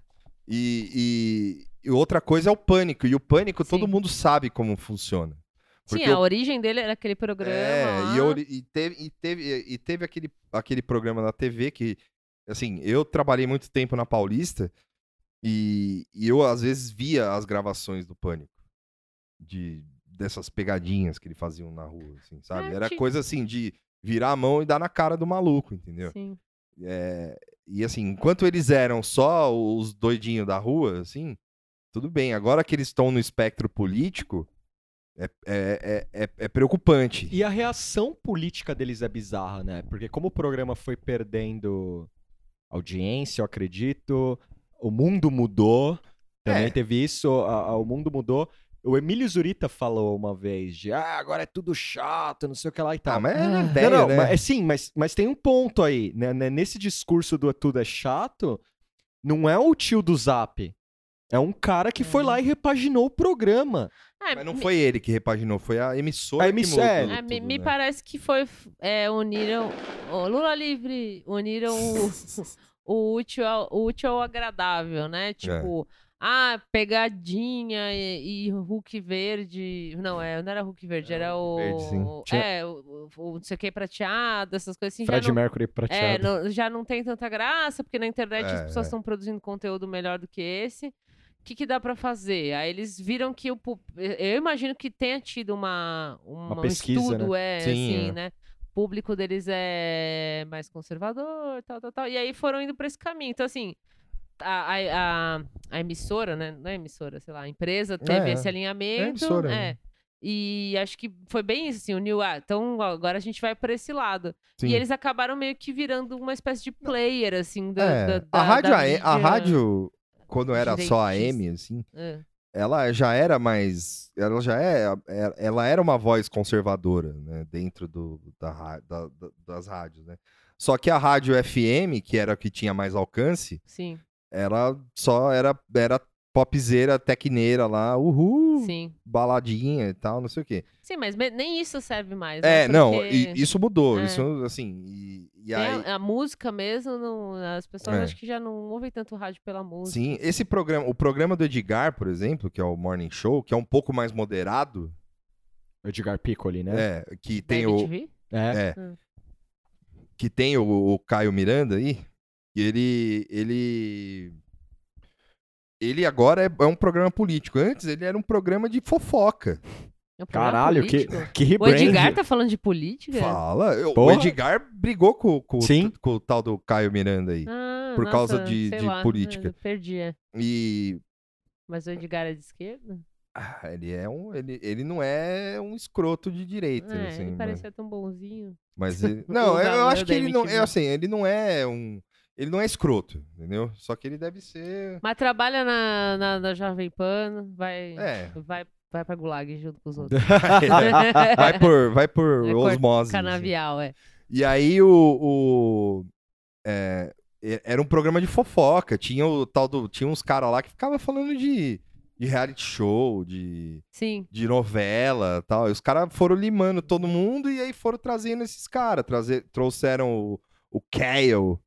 Speaker 1: E, e- e outra coisa é o pânico. E o pânico, todo
Speaker 2: Sim.
Speaker 1: mundo sabe como funciona. Porque
Speaker 2: sim, a
Speaker 1: o-
Speaker 2: origem dele era aquele programa.
Speaker 1: é, e,
Speaker 2: lá.
Speaker 1: eu- e teve, e teve, e teve aquele, aquele programa na TV que, assim, eu trabalhei muito tempo na Paulista e, e eu, às vezes, via as gravações do Pânico, de, dessas pegadinhas que eles faziam na rua, assim, sabe?
Speaker 2: Ah,
Speaker 1: Era
Speaker 2: ti-
Speaker 1: coisa, assim, de virar a mão e dar na cara do maluco, entendeu?
Speaker 2: Sim.
Speaker 1: É, e, assim, enquanto eles eram só os doidinhos da rua, assim, tudo bem. Agora que eles estão no espectro político, é- é- é- é, é preocupante.
Speaker 4: E a reação política deles é bizarra, né? Porque como o programa foi perdendo audiência, eu acredito, o mundo mudou. Também
Speaker 1: É.
Speaker 4: teve isso, a- a- o mundo mudou. O Emílio Zurita falou uma vez de ah, agora é tudo chato, não sei o que lá e tal.
Speaker 1: Tá, mas
Speaker 2: Ah.
Speaker 1: é
Speaker 4: Não,
Speaker 1: velho,
Speaker 4: não,
Speaker 1: né?
Speaker 4: mas- é, sim, mas, mas tem um ponto aí. Né, né, nesse discurso do tudo é chato, não é o tio do Zap. É um cara que foi
Speaker 2: É.
Speaker 4: lá e repaginou o programa.
Speaker 2: Ah,
Speaker 1: Mas não
Speaker 2: me-
Speaker 1: foi ele que repaginou, foi a emissora
Speaker 4: A
Speaker 1: que
Speaker 4: emissora,
Speaker 1: mudou
Speaker 4: é.
Speaker 1: tudo,
Speaker 2: ah, me, me
Speaker 1: né?
Speaker 2: parece que foi. é, uniram. Ô, Lula livre! Uniram o, o útil, ao, o útil ao agradável,
Speaker 1: É.
Speaker 2: né? Tipo, ah, pegadinha e, e Hulk verde. Não, é, não era Hulk verde,
Speaker 1: Era
Speaker 2: era o.
Speaker 1: Hulk verde, sim.
Speaker 2: o-
Speaker 4: Tinha-
Speaker 2: É, o, o- o não sei o que prateado, essas coisas assim. já
Speaker 4: Fred
Speaker 2: não-
Speaker 4: Mercury
Speaker 2: É,
Speaker 4: prateado.
Speaker 2: não- já não tem tanta graça, porque na internet as
Speaker 1: É,
Speaker 2: pessoas
Speaker 1: é.
Speaker 2: estão produzindo conteúdo melhor do que esse. O que, que dá pra fazer? Aí eles viram que o. pu- Eu imagino que tenha tido uma, uma- um
Speaker 4: pesquisa,
Speaker 2: estudo, é,
Speaker 1: Sim,
Speaker 2: assim,
Speaker 1: é.
Speaker 2: né? O público deles é mais conservador, tal, tal, tal. E aí foram indo pra esse caminho. Então, assim, a, a- a- a emissora, né? Não é emissora, sei lá, a empresa teve
Speaker 1: É,
Speaker 2: esse alinhamento.
Speaker 1: emissora,
Speaker 2: é.
Speaker 1: né?
Speaker 2: E acho que foi bem isso, assim, uniu. Ah, então agora a gente vai pra esse lado.
Speaker 1: Sim.
Speaker 2: E eles acabaram meio que virando uma espécie de player, assim, da,
Speaker 1: É,
Speaker 2: da-
Speaker 1: a
Speaker 2: da-
Speaker 1: rádio,
Speaker 2: da
Speaker 1: a,
Speaker 2: mídia.
Speaker 1: a rádio quando era só a M, assim,
Speaker 2: É.
Speaker 1: ela já era mais, ela já é, é- ela era uma voz conservadora, né, dentro do, da, ra- da- da- das rádios, né? Só que a rádio FM, que era a que tinha mais alcance,
Speaker 2: Sim,
Speaker 1: ela só era era popzeira, tecneira lá, uhul,
Speaker 2: sim.
Speaker 1: baladinha e tal, não sei o quê.
Speaker 2: Sim, mas me- nem isso serve mais. né?
Speaker 1: É, não,
Speaker 2: Porque
Speaker 1: e- isso mudou,
Speaker 2: É. Né,
Speaker 1: isso assim, e, e
Speaker 2: tem
Speaker 1: aí
Speaker 2: a, a música mesmo, não- as pessoas
Speaker 1: É.
Speaker 2: acho que já não ouvem tanto rádio pela música.
Speaker 1: Sim, esse programa, o programa do Edgar, por exemplo, que é o Morning Show, que é um pouco mais moderado,
Speaker 4: Edgar Piccoli, né?
Speaker 1: é, que tem
Speaker 2: da
Speaker 1: o
Speaker 2: MTV?
Speaker 4: É.
Speaker 1: é,
Speaker 2: Hum.
Speaker 1: que tem o, o Caio Miranda aí, e ele ele ele agora é, é um programa político. Antes ele era um programa de fofoca.
Speaker 2: É um programa
Speaker 4: Caralho, que,
Speaker 2: político?
Speaker 4: que
Speaker 2: O
Speaker 4: rebrand.
Speaker 2: Edgar tá falando de política?
Speaker 1: Fala, eu- o
Speaker 4: Porra.
Speaker 1: Edgar brigou com, com, o
Speaker 4: Sim.
Speaker 1: t- com o tal do Caio Miranda aí.
Speaker 2: Ah,
Speaker 1: Por causa
Speaker 2: nossa,
Speaker 1: de-
Speaker 2: sei
Speaker 1: de
Speaker 2: lá,
Speaker 1: política.
Speaker 2: eu Perdi, é.
Speaker 1: E
Speaker 2: Mas o Edgar é de esquerda?
Speaker 1: ah, ele é um ele, ele não é um escroto de direita,
Speaker 2: Ah,
Speaker 1: assim,
Speaker 2: ele
Speaker 1: mas-
Speaker 2: parecia tão bonzinho.
Speaker 1: Mas ele... Não, eu,
Speaker 2: galã
Speaker 1: eu acho que
Speaker 2: da
Speaker 1: ele não.
Speaker 2: MTV.
Speaker 1: Eu, assim, ele não é um. Ele não é escroto, entendeu? Só que ele deve ser.
Speaker 2: Mas trabalha na, na, na Jovem Pan, vai,
Speaker 1: É.
Speaker 2: vai, vai pra Gulag junto com os outros.
Speaker 1: vai por, vai por
Speaker 2: É, cor-
Speaker 1: osmose. assim.
Speaker 2: Canavial, é.
Speaker 1: E aí o. o- é, e- era um programa de fofoca. Tinha o tal do. Tinha uns caras lá que ficava falando de, de reality show, de,
Speaker 2: Sim.
Speaker 1: de novela tal. E os caras foram limando todo mundo e aí foram trazendo esses caras. Trazer, trouxeram o, o Kale,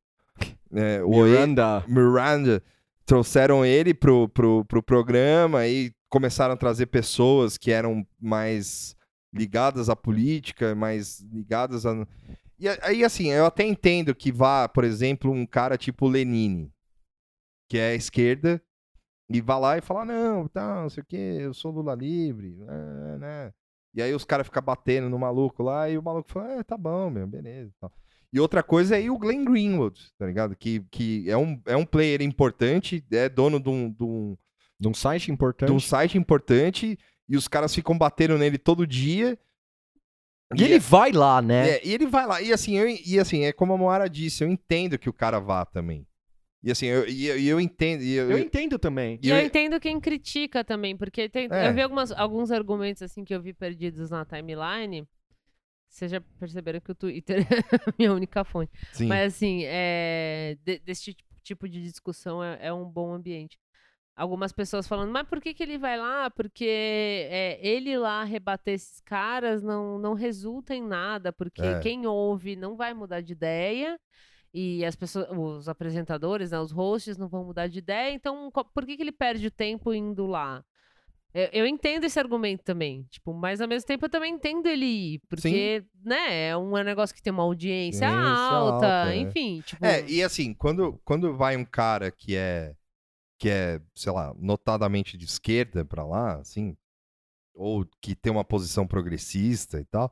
Speaker 1: né, o Oe-
Speaker 4: Miranda.
Speaker 1: Miranda trouxeram ele pro, pro, pro programa e começaram a trazer pessoas que eram mais ligadas à política, mais ligadas a. E a- aí, assim, eu até entendo que vá, por exemplo, um cara tipo Lenine, que é à esquerda, E vai lá e fala, não, tá, não sei o quê, eu sou Lula livre, né, né. E aí os caras ficam batendo no maluco lá e o maluco fala, é, tá bom, meu, beleza. e tal. E outra coisa é aí o Glenn Greenwald, tá ligado? Que, que é, um, é um player importante, é dono de um- de um
Speaker 4: Num site
Speaker 1: de
Speaker 4: importante.
Speaker 1: um site importante e os caras ficam batendo nele todo dia.
Speaker 4: E ele vai lá, né?
Speaker 1: é, e ele vai lá. E assim, eu, e assim, é como a Moara disse, eu entendo que o cara vá também. E assim, eu, e eu, e eu entendo. E eu,
Speaker 4: Eu entendo né? também.
Speaker 1: e
Speaker 2: E eu
Speaker 1: eu-
Speaker 2: entendo quem critica também, porque tem-
Speaker 1: É.
Speaker 2: eu vi algumas- alguns argumentos assim que eu vi perdidos na timeline. Vocês já perceberam que o Twitter é a minha única fonte.
Speaker 1: sim.
Speaker 2: Mas assim, é, de- desse ti- tipo de discussão é, é um bom ambiente. Algumas pessoas falando, mas por que, que ele vai lá? Porque é, ele lá rebater esses caras não, não resulta em nada, porque
Speaker 1: É.
Speaker 2: quem ouve não vai mudar de ideia. E as pessoas, os apresentadores, né, os hosts não vão mudar de ideia, então co- por que, que ele perde o tempo indo lá? Eu, eu entendo esse argumento também, tipo, mas ao mesmo tempo eu também entendo ele ir, porque, né, é um é um negócio que tem uma audiência,
Speaker 1: Audiência
Speaker 2: alta,
Speaker 1: é alta, é.
Speaker 2: enfim, tipo,
Speaker 1: É, e assim, quando, quando vai um cara que é, que é, sei lá, notadamente de esquerda pra lá, assim, ou que tem uma posição progressista e tal,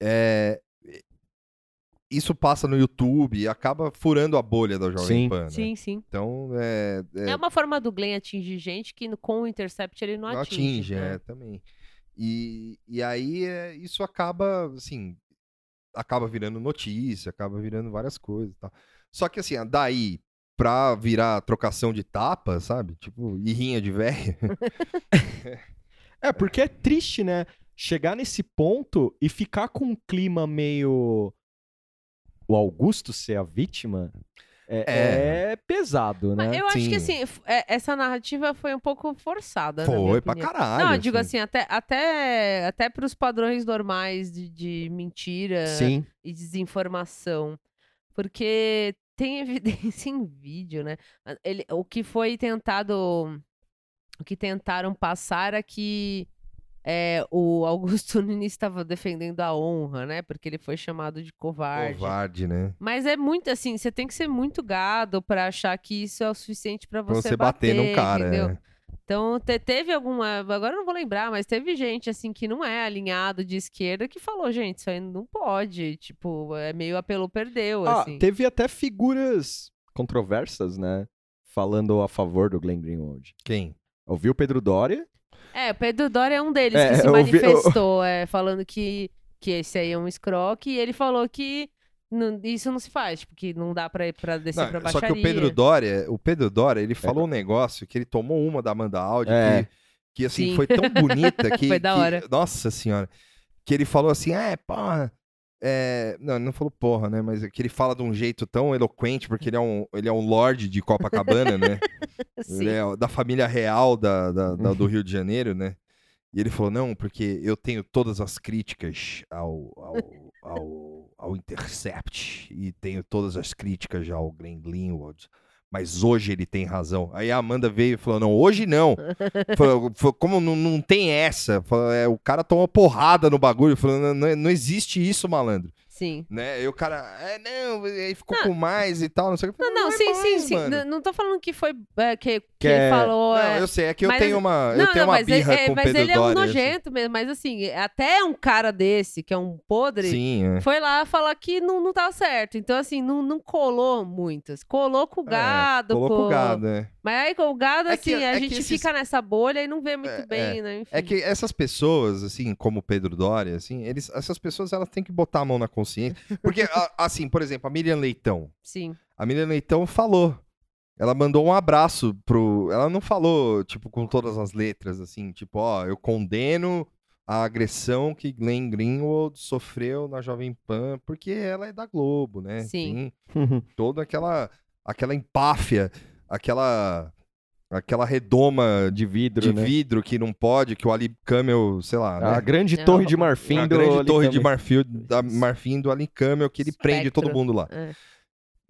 Speaker 1: é, isso passa no YouTube e acaba furando a bolha da Jovem
Speaker 4: Sim.
Speaker 1: Pan, né?
Speaker 2: sim, sim.
Speaker 1: Então, é,
Speaker 2: É. uma forma do Glenn atingir gente que no- com o Intercept ele não,
Speaker 1: não atinge,
Speaker 2: né?
Speaker 1: é, também. E, e aí é, isso acaba, assim, acaba virando notícia, acaba virando várias coisas e tal. Só que assim, daí pra virar trocação de tapa, sabe? Tipo, e rinha de velho.
Speaker 4: É, porque é triste, né? Chegar nesse ponto e ficar com um clima meio. O Augusto ser a vítima é, é pesado,
Speaker 2: Mas
Speaker 4: né?
Speaker 2: eu acho que
Speaker 1: Sim.
Speaker 2: assim, f- é- essa narrativa foi um pouco forçada, na minha
Speaker 1: Foi pra
Speaker 2: opinião.
Speaker 1: caralho.
Speaker 2: Não, eu digo assim, até, até, até para os padrões normais de, de mentira
Speaker 4: Sim.
Speaker 2: e desinformação. Porque tem evidência em vídeo, né? A- Ele, o que foi tentado. O que tentaram passar é que é, o Augusto Nunes estava defendendo a honra, né? Porque ele foi chamado de assim, covarde.
Speaker 1: Covarde, né?
Speaker 2: Mas é muito assim, você tem que ser muito gado pra achar que isso é o suficiente pra
Speaker 1: Pra
Speaker 2: você,
Speaker 1: você, bater, num cara.
Speaker 2: entendeu?
Speaker 1: né?
Speaker 2: Então, te- teve alguma. Agora eu não vou lembrar, mas teve gente, assim, que não é alinhado de esquerda que falou, gente, isso aí não pode. Tipo, é meio apelou, perdeu,
Speaker 4: Ah,
Speaker 2: assim.
Speaker 4: teve até figuras controversas, né? Falando a favor do Glenn Greenwald.
Speaker 1: Quem?
Speaker 4: Ouviu o Pedro Doria?
Speaker 2: É, o Pedro Doria é um deles
Speaker 4: É,
Speaker 2: que se
Speaker 4: eu ouvi- eu-
Speaker 2: manifestou, é, falando que, que esse aí é um escroque, e ele falou que não- isso não se faz, tipo, que não dá pra, pra descer
Speaker 1: Não,
Speaker 2: pra
Speaker 1: só
Speaker 2: baixaria.
Speaker 1: que o Pedro Dória, o Pedro Dória, ele falou um negócio que ele tomou uma da Amanda Audi
Speaker 4: É.
Speaker 1: que, que assim
Speaker 2: Sim.
Speaker 1: foi tão bonita que,
Speaker 2: Foi da
Speaker 1: que-
Speaker 2: hora.
Speaker 1: nossa senhora, que ele falou assim, é porra, é, não, ele não falou porra, né? Mas é que ele fala de um jeito tão eloquente porque ele é um ele é um lord de Copacabana, né?
Speaker 2: Sim.
Speaker 1: Ele é da família real da, da- da- do Rio de Janeiro, né? E ele falou, não, porque eu tenho todas as críticas ao, ao, ao, ao Intercept e tenho todas as críticas ao Glenn Greenwald. Mas hoje ele tem razão. Aí a Amanda veio e falou, não, hoje não. Falou, falou, como não, não tem essa? Falou, "É, o cara toma porrada no bagulho. Falou, não, não- não existe isso, malandro.
Speaker 2: Sim.
Speaker 1: Né? E o cara, é, não, e aí ficou com mais e tal, não sei o que. Eu falei,
Speaker 2: Não, não,
Speaker 1: é
Speaker 2: sim, sim,
Speaker 1: mais,
Speaker 2: sim.
Speaker 1: mano."
Speaker 2: N- Não tô falando que foi. é, que, que,
Speaker 4: Que
Speaker 2: ele
Speaker 4: é-
Speaker 2: falou.
Speaker 1: Não,
Speaker 2: é-
Speaker 1: eu sei, é que eu
Speaker 2: mas-
Speaker 1: tenho uma, eu
Speaker 2: Não,
Speaker 1: tenho
Speaker 2: não,
Speaker 1: uma
Speaker 2: mas ele-
Speaker 1: birra
Speaker 2: é,
Speaker 1: com o
Speaker 2: mas
Speaker 1: Pedro assim.
Speaker 2: ele é um
Speaker 1: Doria,
Speaker 2: nojento mesmo. Mas assim, até um cara desse, que é um podre,
Speaker 1: assim. Sim, é.
Speaker 2: foi lá falar que não, não tava certo. Então, assim, não, não colou muito. Colou com o gado.
Speaker 1: Colocou
Speaker 2: com-
Speaker 1: É, o gado, é.
Speaker 2: Mas aí com o gado,
Speaker 1: É que-
Speaker 2: assim, a
Speaker 1: é que
Speaker 2: gente
Speaker 1: esses-
Speaker 2: fica nessa bolha e não vê muito
Speaker 1: É,
Speaker 2: bem, né? Enfim.
Speaker 1: É que essas pessoas, assim, como o Pedro Doria, assim, eles, essas pessoas, elas têm que botar a mão na consciência. Porque, a- assim, por exemplo, a Miriam Leitão.
Speaker 2: Sim.
Speaker 1: A Miriam Leitão falou. Ela mandou um abraço pro... Ela não falou, tipo, com todas as letras, assim, tipo, ó, eu condeno a agressão que Glenn Greenwald sofreu na Jovem Pan, porque ela é da Globo, né?
Speaker 2: Sim.
Speaker 1: Tem- toda aquela aquela empáfia, aquela aquela redoma
Speaker 4: De vidro,
Speaker 1: de
Speaker 4: né?
Speaker 1: vidro que não pode, que o Ali Camel, sei lá,
Speaker 4: A
Speaker 1: né?
Speaker 4: grande
Speaker 2: É,
Speaker 4: torre de
Speaker 2: a
Speaker 4: marfim
Speaker 1: a
Speaker 4: do
Speaker 1: grande
Speaker 4: Ali
Speaker 1: torre de
Speaker 4: Campbell.
Speaker 1: marfim, da marfim do Ali Camel, que ele prende todo
Speaker 2: Espectro.
Speaker 1: mundo lá.
Speaker 2: É.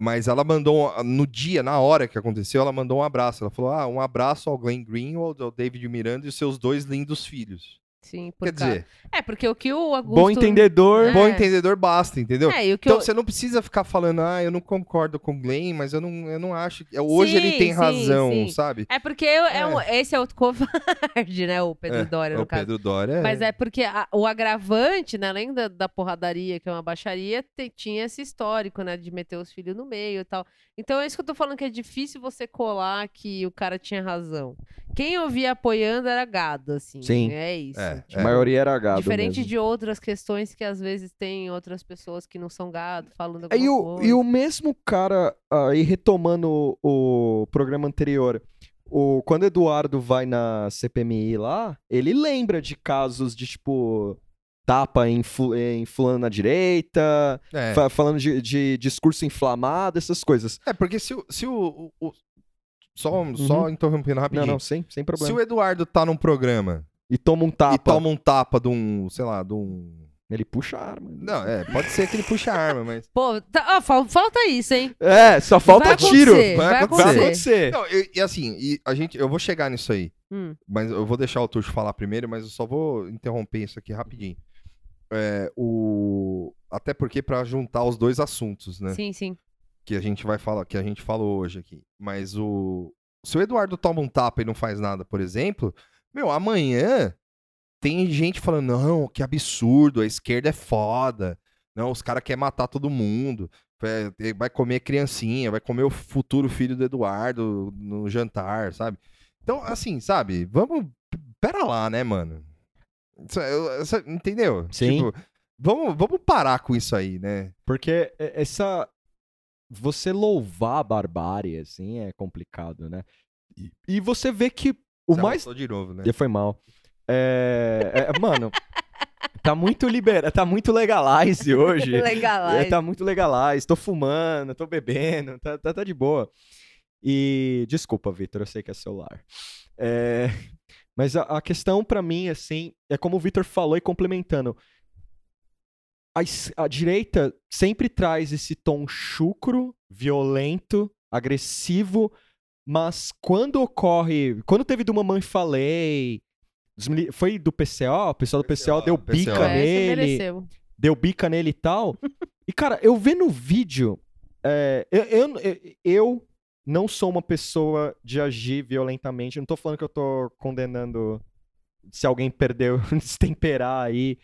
Speaker 1: Mas ela mandou, um- no dia, na hora que aconteceu, ela mandou um abraço. Ela falou, ah, um abraço ao Glenn Greenwald, ao David Miranda e os seus dois lindos filhos.
Speaker 2: Sim, por
Speaker 1: Quer
Speaker 2: causa-
Speaker 1: dizer,
Speaker 2: É, porque o que o Augusto...
Speaker 4: Bom entendedor.
Speaker 2: É.
Speaker 1: bom entendedor basta, entendeu?
Speaker 2: É, e o que
Speaker 1: Então
Speaker 2: eu...
Speaker 1: você não precisa ficar falando, ah, eu não concordo com o Glenn, mas eu não, eu não acho. que- Hoje
Speaker 2: Sim,
Speaker 1: ele tem
Speaker 2: sim,
Speaker 1: razão,
Speaker 2: sim.
Speaker 1: sabe?
Speaker 2: É porque eu- é
Speaker 1: É.
Speaker 2: um- esse é outro covarde, né? O Pedro
Speaker 1: É,
Speaker 2: Doria, no
Speaker 1: o
Speaker 2: caso.
Speaker 1: Pedro Dória.
Speaker 2: Mas é porque a- o agravante, né, além da, da porradaria, que é uma baixaria, te- tinha esse histórico, né, de meter os filhos no meio e tal. Então é isso que eu tô falando, que é difícil você colar que o cara tinha razão. Quem eu via apoiando era gado, assim.
Speaker 4: Sim.
Speaker 2: É isso.
Speaker 1: É,
Speaker 2: tipo,
Speaker 4: A maioria era gado.
Speaker 2: Diferente
Speaker 4: mesmo.
Speaker 2: de outras questões que às vezes tem outras pessoas que não são gado falando alguma
Speaker 4: É E o,
Speaker 2: coisa.
Speaker 4: e o mesmo cara, aí retomando o, o programa anterior, o, quando o Eduardo vai na CPMI lá, ele lembra de casos de tipo. Tapa em, fu- em fulano na direita,
Speaker 1: É.
Speaker 4: fa- falando de, de discurso inflamado, essas coisas.
Speaker 1: É, porque se, o- se o, o- o- Só, só interrompendo
Speaker 4: Uhum. Não,
Speaker 1: rapidinho.
Speaker 4: não, sem, sem
Speaker 1: se
Speaker 4: problema.
Speaker 1: o Eduardo tá num programa
Speaker 4: E toma um tapa.
Speaker 1: e toma um tapa de um, sei lá, de um.
Speaker 4: Ele puxa a arma.
Speaker 1: Não, é, pode ser que ele puxe a arma, mas.
Speaker 2: Pô, tá- ó, fal- falta isso, hein?
Speaker 4: É, só falta
Speaker 2: Vai
Speaker 4: tiro.
Speaker 2: acontecer,
Speaker 1: vai
Speaker 2: Vai
Speaker 1: acontecer.
Speaker 4: Vai
Speaker 2: acontecer.
Speaker 4: acontecer.
Speaker 1: Não, eu- e assim, e a gente, eu vou chegar nisso aí.
Speaker 2: Hum,
Speaker 1: Mas eu vou deixar o Tuxo falar primeiro, mas eu só vou interromper isso aqui rapidinho. É, o... Até porque pra juntar os dois assuntos, né?
Speaker 2: Sim, sim.
Speaker 1: Que a gente vai falar, que a gente falou hoje aqui. Mas o. Se o Eduardo toma um tapa e não faz nada, por exemplo, meu, amanhã tem gente falando, não, que absurdo, a esquerda é foda. Não, os caras querem matar todo mundo. é, Vai comer criancinha, vai comer o futuro filho do Eduardo no jantar, sabe? Então, assim, sabe, vamos. Pera lá, né, mano? Isso é- eu- isso é- entendeu? Tipo,
Speaker 4: Sim.
Speaker 1: vamos, vamos parar com isso aí, né?
Speaker 4: Porque é- essa. Você louvar a barbárie, assim, é complicado, né? E, e você vê que o
Speaker 1: Você
Speaker 4: mais.
Speaker 1: arrastou de novo, né?
Speaker 4: Já foi mal. É. é, mano, tá muito libera, tá muito legalize hoje.
Speaker 2: Legal.
Speaker 4: É, tá muito legalize. Tô fumando, tô bebendo, tá, tá, tá de boa. E desculpa, Vitor, eu sei que é celular. É, mas a, a questão pra mim, assim, é como o Vitor falou e complementando. A, es- a direita sempre traz esse tom chucro, violento, agressivo, mas quando ocorre. Quando teve do Mamãe Falei. dos mili- Foi do PCO? O pessoal do PCO, deu
Speaker 1: PCO.
Speaker 4: bica
Speaker 1: É,
Speaker 2: Essa
Speaker 4: nele
Speaker 2: mereceu.
Speaker 4: deu bica nele e tal. E, cara, eu vendo o vídeo, é, eu, eu, eu não sou uma pessoa de agir violentamente. Não tô falando que eu tô condenando se alguém perdeu, destemperar aí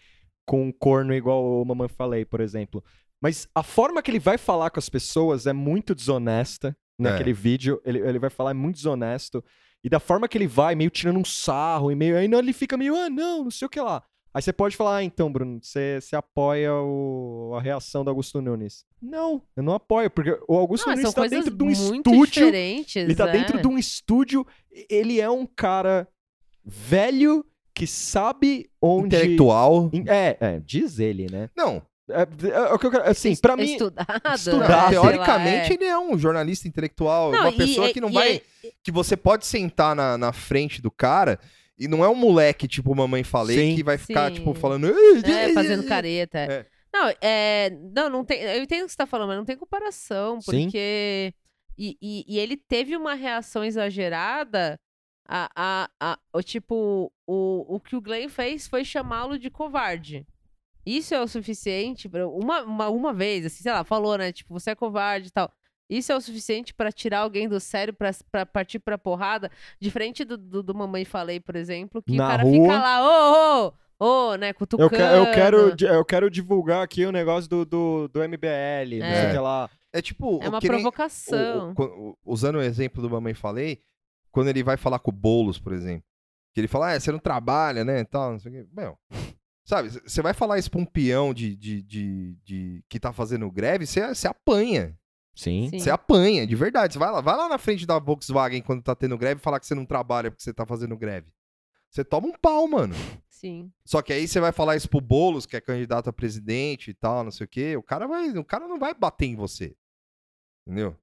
Speaker 4: com um corno igual o Mamãe Falei, por exemplo. Mas a forma que ele vai falar com as pessoas é muito desonesta naquele vídeo. Ele, ele vai falar é muito desonesto. E da forma que ele vai, meio tirando um sarro, e meio. Aí não, ele fica meio, ah, não, não sei o que lá. Aí você pode falar, ah, então, Bruno, você, você apoia o- a reação do Augusto Nunes. Não, eu não apoio, porque o Augusto
Speaker 2: Não,
Speaker 4: Nunes
Speaker 2: são
Speaker 4: está
Speaker 2: coisas
Speaker 4: dentro de um
Speaker 2: muito
Speaker 4: estúdio.
Speaker 2: diferentes,
Speaker 4: Ele tá
Speaker 2: né?
Speaker 4: dentro de um estúdio. e- Ele é um cara velho que sabe onde.
Speaker 1: Intelectual.
Speaker 4: In- É, é, diz ele, né?
Speaker 1: Não,
Speaker 4: É, é o que eu quero- assim, pra mim.
Speaker 2: Estudado,
Speaker 4: estudado.
Speaker 2: né?
Speaker 4: Dá, sei lá,
Speaker 1: teoricamente
Speaker 2: Sei
Speaker 1: ele é um jornalista intelectual,
Speaker 2: lá, é.
Speaker 1: uma
Speaker 2: e-
Speaker 1: pessoa
Speaker 2: e-
Speaker 1: que não
Speaker 2: e-
Speaker 1: vai. Que você pode sentar na, na frente do cara e não é um moleque, tipo, mamãe falei,
Speaker 4: Sim.
Speaker 1: que vai ficar,
Speaker 2: Sim.
Speaker 1: tipo, falando.
Speaker 2: É, fazendo careta. é.
Speaker 1: É.
Speaker 2: Não, é, não, não tem. Eu entendo o que você tá falando, mas não tem comparação,
Speaker 4: Sim.
Speaker 2: porque. E, e- e ele teve uma reação exagerada a, a, a- o tipo, o, o que o Glenn fez foi chamá-lo de covarde. Isso é o suficiente pra. Uma, uma, uma vez, assim, sei lá, falou, né? Tipo, você é covarde e tal. Isso é o suficiente pra tirar alguém do sério, pra, pra partir pra porrada, diferente do, do, do Mamãe Falei, por exemplo, que
Speaker 4: Na
Speaker 2: o cara fica
Speaker 4: rua.
Speaker 2: lá, ô, ô, ô, né, cutucando.
Speaker 4: Eu, que- eu
Speaker 1: tipo,
Speaker 4: quero, di- eu quero divulgar aqui o negócio do, do, do MBL, não né, sei
Speaker 1: É.
Speaker 4: o que lá.
Speaker 1: É tipo.
Speaker 2: É uma
Speaker 1: que nem- o-
Speaker 2: provocação.
Speaker 1: o- quan- o- usando o exemplo do Mamãe Falei, quando ele vai falar com o Boulos, por exemplo, que ele fala, ah, você não trabalha, né, e tal, não sei o quê. Meu, sabe, c- você vai falar isso pra um peão de, de, de, de- que tá fazendo greve, você, você apanha.
Speaker 4: Sim.
Speaker 2: Sim.
Speaker 1: Você apanha, de verdade. Você vai lá, vai lá na frente da Volkswagen quando tá tendo greve e falar que você não trabalha porque você tá fazendo greve. Você toma um pau, mano.
Speaker 2: Sim.
Speaker 1: Só que aí você vai falar isso pro Boulos, que é candidato a presidente e tal, não sei o quê. O cara, vai, o cara não vai bater em você. Entendeu?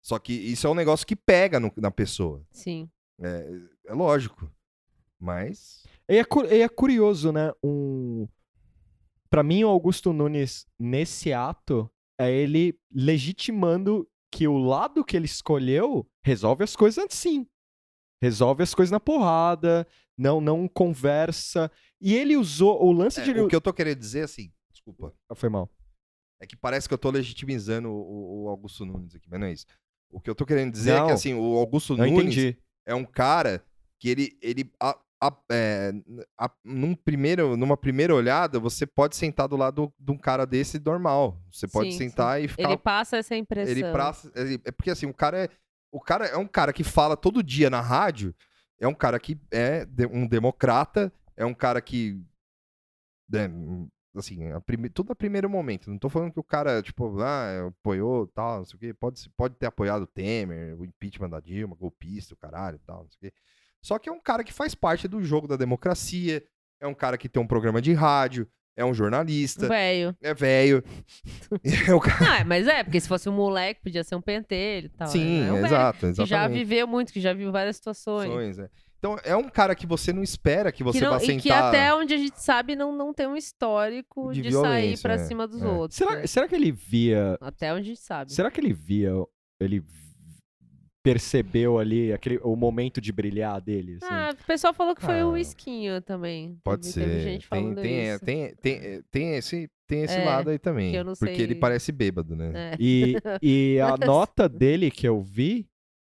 Speaker 1: Só que isso é um negócio que pega no- na pessoa.
Speaker 2: Sim.
Speaker 1: É lógico. Mas.
Speaker 4: E é, cu- e é curioso, né? Um... Pra mim, o Augusto Nunes, nesse ato, é ele legitimando que o lado que ele escolheu resolve as coisas assim. Resolve as coisas na porrada, não, não conversa. E ele usou o lance
Speaker 1: É,
Speaker 4: de. ele-
Speaker 1: o que eu tô querendo dizer, assim, desculpa,
Speaker 4: Ah, Foi mal.
Speaker 1: é que parece que eu tô legitimizando o, o Augusto Nunes aqui, mas não é isso. O que eu tô querendo dizer é
Speaker 4: Não.
Speaker 1: que, assim, o Augusto
Speaker 4: Eu
Speaker 1: Nunes
Speaker 4: entendi.
Speaker 1: é um cara que ele, ele a- a- é, n- a- num primeiro, numa primeira olhada, você pode sentar do lado de um cara desse normal. Você pode
Speaker 2: Sim,
Speaker 1: sentar e ficar
Speaker 2: Ele é passa essa impressão.
Speaker 1: Ele pra- ele- é porque assim, o cara é, o cara é um cara que fala todo dia na rádio, é um cara que é de- um democrata, é um cara que né, assim, a prime- tudo a primeiro momento. Não tô falando que o cara, tipo, ah, apoiou, tal, não sei o quê, pode se- pode ter apoiado o Temer, o impeachment da Dilma, golpista, o caralho, tal, não sei o quê. Só que é um cara que faz parte do jogo da democracia, é um cara que tem um programa de rádio, é um jornalista,
Speaker 2: Velho.
Speaker 1: é velho. é um cara...
Speaker 2: Hum. Não, é, mas é, porque se fosse um moleque, podia ser um pentelho e tal.
Speaker 1: Sim,
Speaker 2: é um velho
Speaker 1: exato,
Speaker 2: Que
Speaker 1: exatamente.
Speaker 2: já viveu muito, que já viu várias situações.
Speaker 1: Opções, é. Então, é um cara que você não espera que você
Speaker 2: que não-
Speaker 1: vá
Speaker 2: e
Speaker 1: sentar...
Speaker 2: que até onde a gente sabe não, não tem um histórico
Speaker 1: De
Speaker 2: de, sair
Speaker 1: violência,
Speaker 2: pra
Speaker 1: é,
Speaker 2: cima dos
Speaker 1: é.
Speaker 2: outros. né?
Speaker 4: Será, será que ele via.
Speaker 2: Até onde a gente sabe.
Speaker 4: Será que ele via. Ele v- percebeu ali aquele, o momento de brilhar dele? assim?
Speaker 2: Ah, o pessoal falou que foi o
Speaker 1: Ah.
Speaker 2: esquinho também.
Speaker 1: Pode
Speaker 2: Teve-
Speaker 1: ser.
Speaker 2: Teve gente
Speaker 1: tem,
Speaker 2: falando
Speaker 1: tem, é,
Speaker 2: isso.
Speaker 1: tem, tem, é, tem esse, tem esse
Speaker 2: É,
Speaker 1: lado aí também.
Speaker 2: que eu não
Speaker 1: Porque ele
Speaker 2: sei-
Speaker 1: parece bêbado, né?
Speaker 4: E, e a nota dele que eu vi,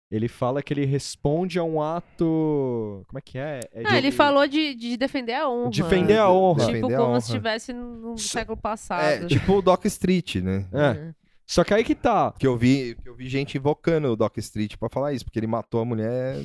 Speaker 4: ele fala que ele responde a um ato. Como é que é? É
Speaker 2: Ah,
Speaker 4: de-
Speaker 2: ele falou de, de defender a honra.
Speaker 4: Defender a honra.
Speaker 2: Tipo,
Speaker 1: Defender a
Speaker 2: como
Speaker 1: honra.
Speaker 2: se estivesse no, no
Speaker 4: S-
Speaker 2: século
Speaker 1: É,
Speaker 2: passado. né?
Speaker 1: tipo o Doc Street, né?
Speaker 4: É, Só que aí que tá.
Speaker 1: Que eu vi, que eu vi gente invocando o Doc Street pra falar isso, porque ele matou a mulher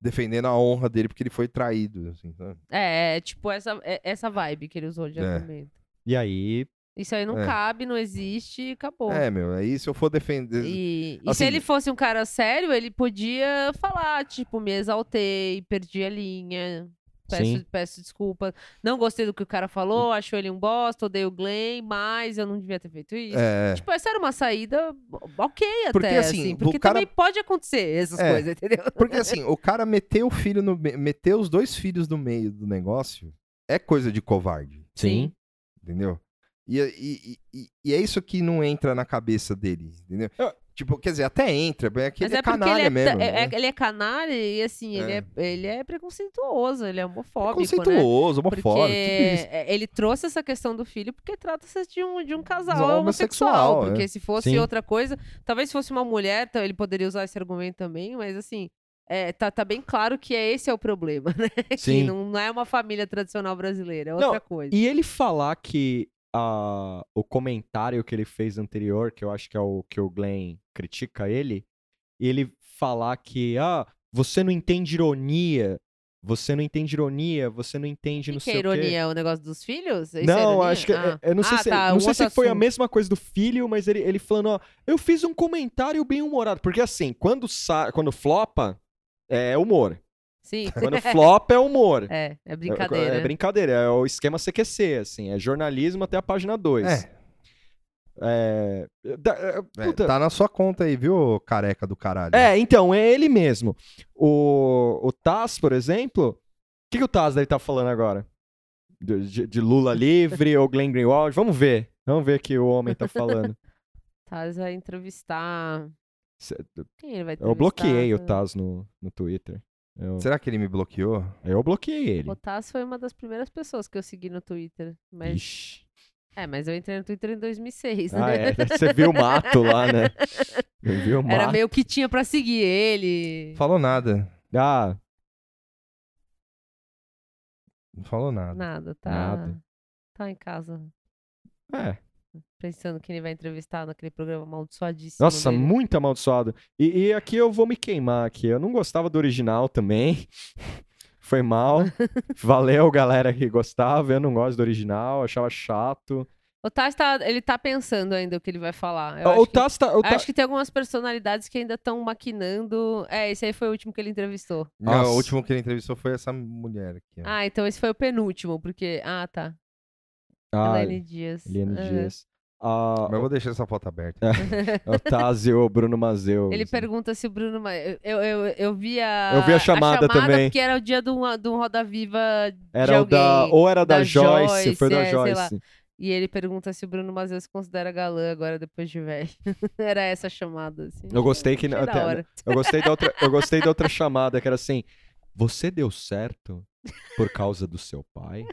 Speaker 1: defendendo a honra dele porque ele foi traído, assim, sabe?
Speaker 2: É, é, tipo essa, é- essa vibe que ele usou de
Speaker 1: É.
Speaker 2: argumento.
Speaker 4: E aí.
Speaker 2: Isso aí não
Speaker 1: É.
Speaker 2: cabe, não existe e acabou.
Speaker 1: É, meu, aí se eu for defender...
Speaker 2: E, e
Speaker 1: assim-
Speaker 2: se ele fosse um cara sério, ele podia falar, tipo, me exaltei, perdi a linha, peço,
Speaker 4: Sim.
Speaker 2: peço desculpa, não gostei do que o cara
Speaker 1: Hum.
Speaker 2: falou, achou ele um bosta, odeio o Glenn, mas eu não devia ter feito isso.
Speaker 1: É,
Speaker 2: Tipo, essa era uma saída ok até,
Speaker 1: Porque, assim,
Speaker 2: assim,
Speaker 1: o
Speaker 2: porque
Speaker 1: cara-
Speaker 2: também pode acontecer essas
Speaker 1: É.
Speaker 2: coisas, entendeu?
Speaker 1: Porque assim, o cara meteu o filho no... me- Meteu os dois filhos no meio do negócio é coisa de covarde.
Speaker 2: Sim.
Speaker 1: entendeu? E, e- e- e- e é isso que não entra na cabeça dele, entendeu?
Speaker 4: Eu-
Speaker 1: Tipo, quer dizer, até entra, mas é que
Speaker 2: Mas
Speaker 1: ele é,
Speaker 2: é porque
Speaker 1: canalha
Speaker 2: ele é,
Speaker 1: mesmo.
Speaker 2: é-
Speaker 1: né?
Speaker 2: é- ele é canalha e assim, ele,
Speaker 1: É.
Speaker 2: é, ele é preconceituoso, ele é homofóbico, né?
Speaker 4: tipo
Speaker 1: Conceituoso, homofóbico,
Speaker 2: porque
Speaker 1: tudo isso.
Speaker 2: é, ele trouxe essa questão do filho porque trata-se de um, de um casal
Speaker 1: Homossexual,
Speaker 2: homossexual.
Speaker 1: é.
Speaker 2: porque se fosse
Speaker 4: Sim.
Speaker 2: outra coisa, talvez se fosse uma mulher, então ele poderia usar esse argumento também, mas assim, é, tá, tá bem claro que é, esse é o problema, né?
Speaker 4: Sim.
Speaker 2: Que não, não é uma família tradicional brasileira, é outra
Speaker 4: Não,
Speaker 2: coisa.
Speaker 4: E ele falar que a, o comentário que ele fez anterior, que eu acho que é o que o Glenn critica ele, ele falar que, ah, você não entende ironia, você não entende ironia, você não entende
Speaker 2: O
Speaker 4: não
Speaker 2: que, que
Speaker 4: sei
Speaker 2: é
Speaker 4: o quê.
Speaker 2: ironia? É o negócio dos filhos? Isso é
Speaker 4: Não,
Speaker 2: ironia?
Speaker 4: acho que.
Speaker 2: Ah.
Speaker 4: Eu não sei,
Speaker 2: Ah,
Speaker 4: se, é,
Speaker 2: tá,
Speaker 4: não
Speaker 2: um
Speaker 4: sei se
Speaker 2: outro
Speaker 4: foi a
Speaker 2: assunto.
Speaker 4: mesma coisa do filho, mas ele, ele falando, ó, eu fiz um comentário bem humorado. Porque assim, quando, sa quando flopa, é humor.
Speaker 2: Sim,
Speaker 4: Quando flopa, é humor.
Speaker 2: é, é
Speaker 4: É-
Speaker 2: brincadeira.
Speaker 4: É, brincadeira, é o esquema CQC, assim, é jornalismo até a página 2.
Speaker 1: É, é,
Speaker 4: puta,
Speaker 1: tá na sua conta aí, viu, careca do caralho?
Speaker 4: é, então, é ele mesmo. O, o Taz, por exemplo, o que, que o Taz deve estar falando agora? De, de- de Lula livre ou Glenn Greenwald? Vamos ver, vamos ver o que o homem tá falando.
Speaker 2: Taz vai entrevistar.
Speaker 4: Cê-
Speaker 2: Quem ele vai entrevistar?
Speaker 4: Eu bloqueei o Taz no, no Twitter. Eu,
Speaker 1: Será que ele me bloqueou?
Speaker 4: eu bloqueei ele.
Speaker 2: O Taz foi uma das primeiras pessoas que eu segui no Twitter. Mas
Speaker 4: Ixi.
Speaker 2: É, mas eu entrei no Twitter em 2006,
Speaker 4: Ah,
Speaker 2: né?
Speaker 4: é, você viu o mato lá, né? Eu vi o mato.
Speaker 2: Era meio que tinha pra seguir ele.
Speaker 1: Falou nada.
Speaker 4: Ah,
Speaker 1: Não falou nada.
Speaker 2: Nada, tá.
Speaker 4: Nada.
Speaker 2: Tá em casa
Speaker 4: é.
Speaker 2: pensando quem ele vai entrevistar naquele programa amaldiçoadíssimo.
Speaker 4: Nossa,
Speaker 2: dele.
Speaker 4: muito amaldiçoado. E, e aqui eu vou me queimar aqui. Eu não gostava do original também. Foi mal. Valeu, galera que gostava. Eu não gosto do original, achava chato.
Speaker 2: O Taz tá, ele tá pensando ainda o que ele vai falar. Eu
Speaker 4: o
Speaker 2: acho que-
Speaker 4: Taz tá. o
Speaker 2: acho
Speaker 4: Taz-
Speaker 2: que tem algumas personalidades que ainda estão maquinando. É, esse aí foi o último que ele entrevistou.
Speaker 1: Não,
Speaker 4: Nossa.
Speaker 1: o último que ele entrevistou foi essa mulher
Speaker 4: É.
Speaker 1: aqui. ó.
Speaker 2: Ah, então esse foi o penúltimo, porque. Ah, tá.
Speaker 4: Ah,
Speaker 2: Helene Dias.
Speaker 4: Eliane
Speaker 2: Ah.
Speaker 4: Dias. Ah,
Speaker 1: Mas eu vou deixar essa foto aberta.
Speaker 4: o Taz e o Bruno Mazeu.
Speaker 2: Ele pergunta se o Bruno. Ma- Eu, eu, eu vi a.
Speaker 4: né? Eu vi a chamada também.
Speaker 2: Porque era o dia do, do um Roda Viva. de
Speaker 4: Era o
Speaker 2: alguém.
Speaker 4: da. Ou era da,
Speaker 2: da
Speaker 4: Joyce,
Speaker 2: Joyce,
Speaker 4: foi da
Speaker 2: é, sei lá.
Speaker 4: Joyce.
Speaker 2: E ele pergunta se o Bruno Mazeus se considera galã agora depois de velho. era essa a chamada, assim.
Speaker 4: Eu gostei que.
Speaker 2: Achei da
Speaker 4: até-
Speaker 2: hora.
Speaker 4: Eu gostei da outra, eu gostei da outra chamada, que era assim: Você deu certo por causa do seu pai?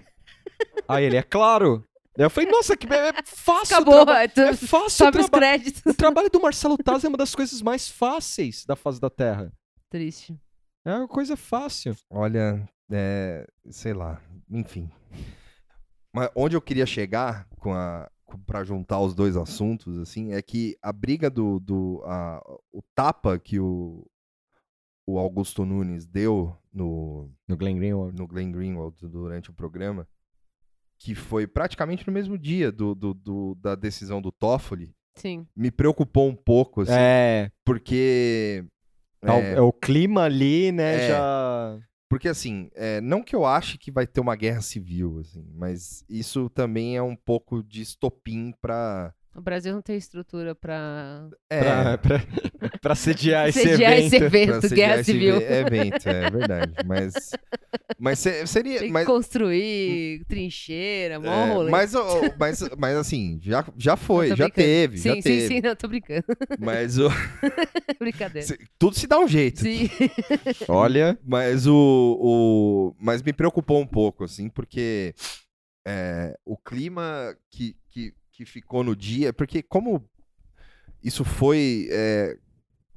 Speaker 4: Aí ele, é claro. Daí eu falei, nossa, que é fácil. o
Speaker 2: Acabou,
Speaker 4: traba-
Speaker 2: é, tu-
Speaker 4: É fácil o
Speaker 2: sobe os
Speaker 4: trabalho.
Speaker 2: créditos.
Speaker 4: O trabalho do Marcelo Taz é uma das coisas mais fáceis da face da Terra.
Speaker 2: Triste.
Speaker 4: É uma coisa fácil.
Speaker 1: Olha, é, sei lá, enfim. Mas onde eu queria chegar com a para juntar os dois assuntos assim é que a briga do, do a- o tapa que o, o Augusto Nunes deu no
Speaker 4: No Glenn Greenwald.
Speaker 1: no Glenn Greenwald durante o programa que foi praticamente no mesmo dia do, do- do- da decisão do Toffoli
Speaker 2: Sim.
Speaker 1: me preocupou um pouco assim,
Speaker 4: É,
Speaker 1: porque
Speaker 4: tá o-
Speaker 1: é,
Speaker 4: é o clima ali, né,
Speaker 1: É.
Speaker 4: já...
Speaker 1: Porque, assim, é, não que eu ache que vai ter uma guerra civil, assim, mas isso também é um pouco de estopim pra.
Speaker 2: O Brasil não tem estrutura pra
Speaker 1: É,
Speaker 4: Pra, pra, pra sediar É esse
Speaker 2: sediar esse
Speaker 4: evento.
Speaker 1: pra
Speaker 2: evento,
Speaker 1: sediar
Speaker 2: guerra
Speaker 1: esse
Speaker 2: civil.
Speaker 1: ve- Evento, é verdade. Mas, mas se- seria.
Speaker 2: Tem que
Speaker 1: Mas,
Speaker 2: construir trincheira, mó
Speaker 1: é,
Speaker 2: rolê.
Speaker 1: mas, ó, mas, mas, assim, já, já
Speaker 2: Eu
Speaker 1: foi,
Speaker 2: tô
Speaker 1: já
Speaker 2: brincando.
Speaker 1: teve,
Speaker 2: Sim,
Speaker 1: já
Speaker 2: sim,
Speaker 1: teve.
Speaker 2: sim, não, tô brincando.
Speaker 1: Mas o-
Speaker 2: Brincadeira.
Speaker 1: se- tudo se dá um jeito.
Speaker 2: Sim.
Speaker 4: Olha,
Speaker 1: Mas o, o. Mas me preocupou um pouco, assim, porque é, o clima que, que, que ficou no dia. Porque como isso foi. é,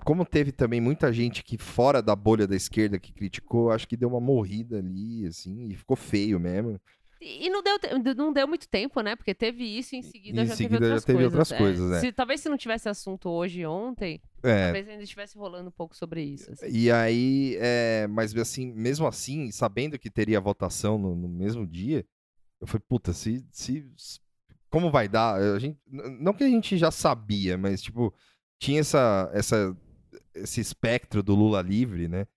Speaker 1: como teve também muita gente que fora da bolha da esquerda que criticou, acho que deu uma morrida ali, assim, e ficou feio mesmo.
Speaker 2: E e não deu, te- não deu muito tempo, né? Porque teve isso e em seguida
Speaker 1: Em
Speaker 2: já
Speaker 1: seguida
Speaker 2: teve outras
Speaker 1: já teve
Speaker 2: coisas.
Speaker 1: outras
Speaker 2: é.
Speaker 1: coisas, é.
Speaker 2: Se- talvez se não tivesse assunto hoje e ontem,
Speaker 1: É,
Speaker 2: talvez ainda estivesse rolando um pouco sobre isso. assim.
Speaker 1: E aí, é, mas assim, mesmo assim, sabendo que teria votação no, no mesmo dia, eu falei, puta, se, se, se- como vai dar? Eh, A gente, n- não que a gente já sabia, mas tipo, tinha essa, essa, esse espectro do Lula livre, né?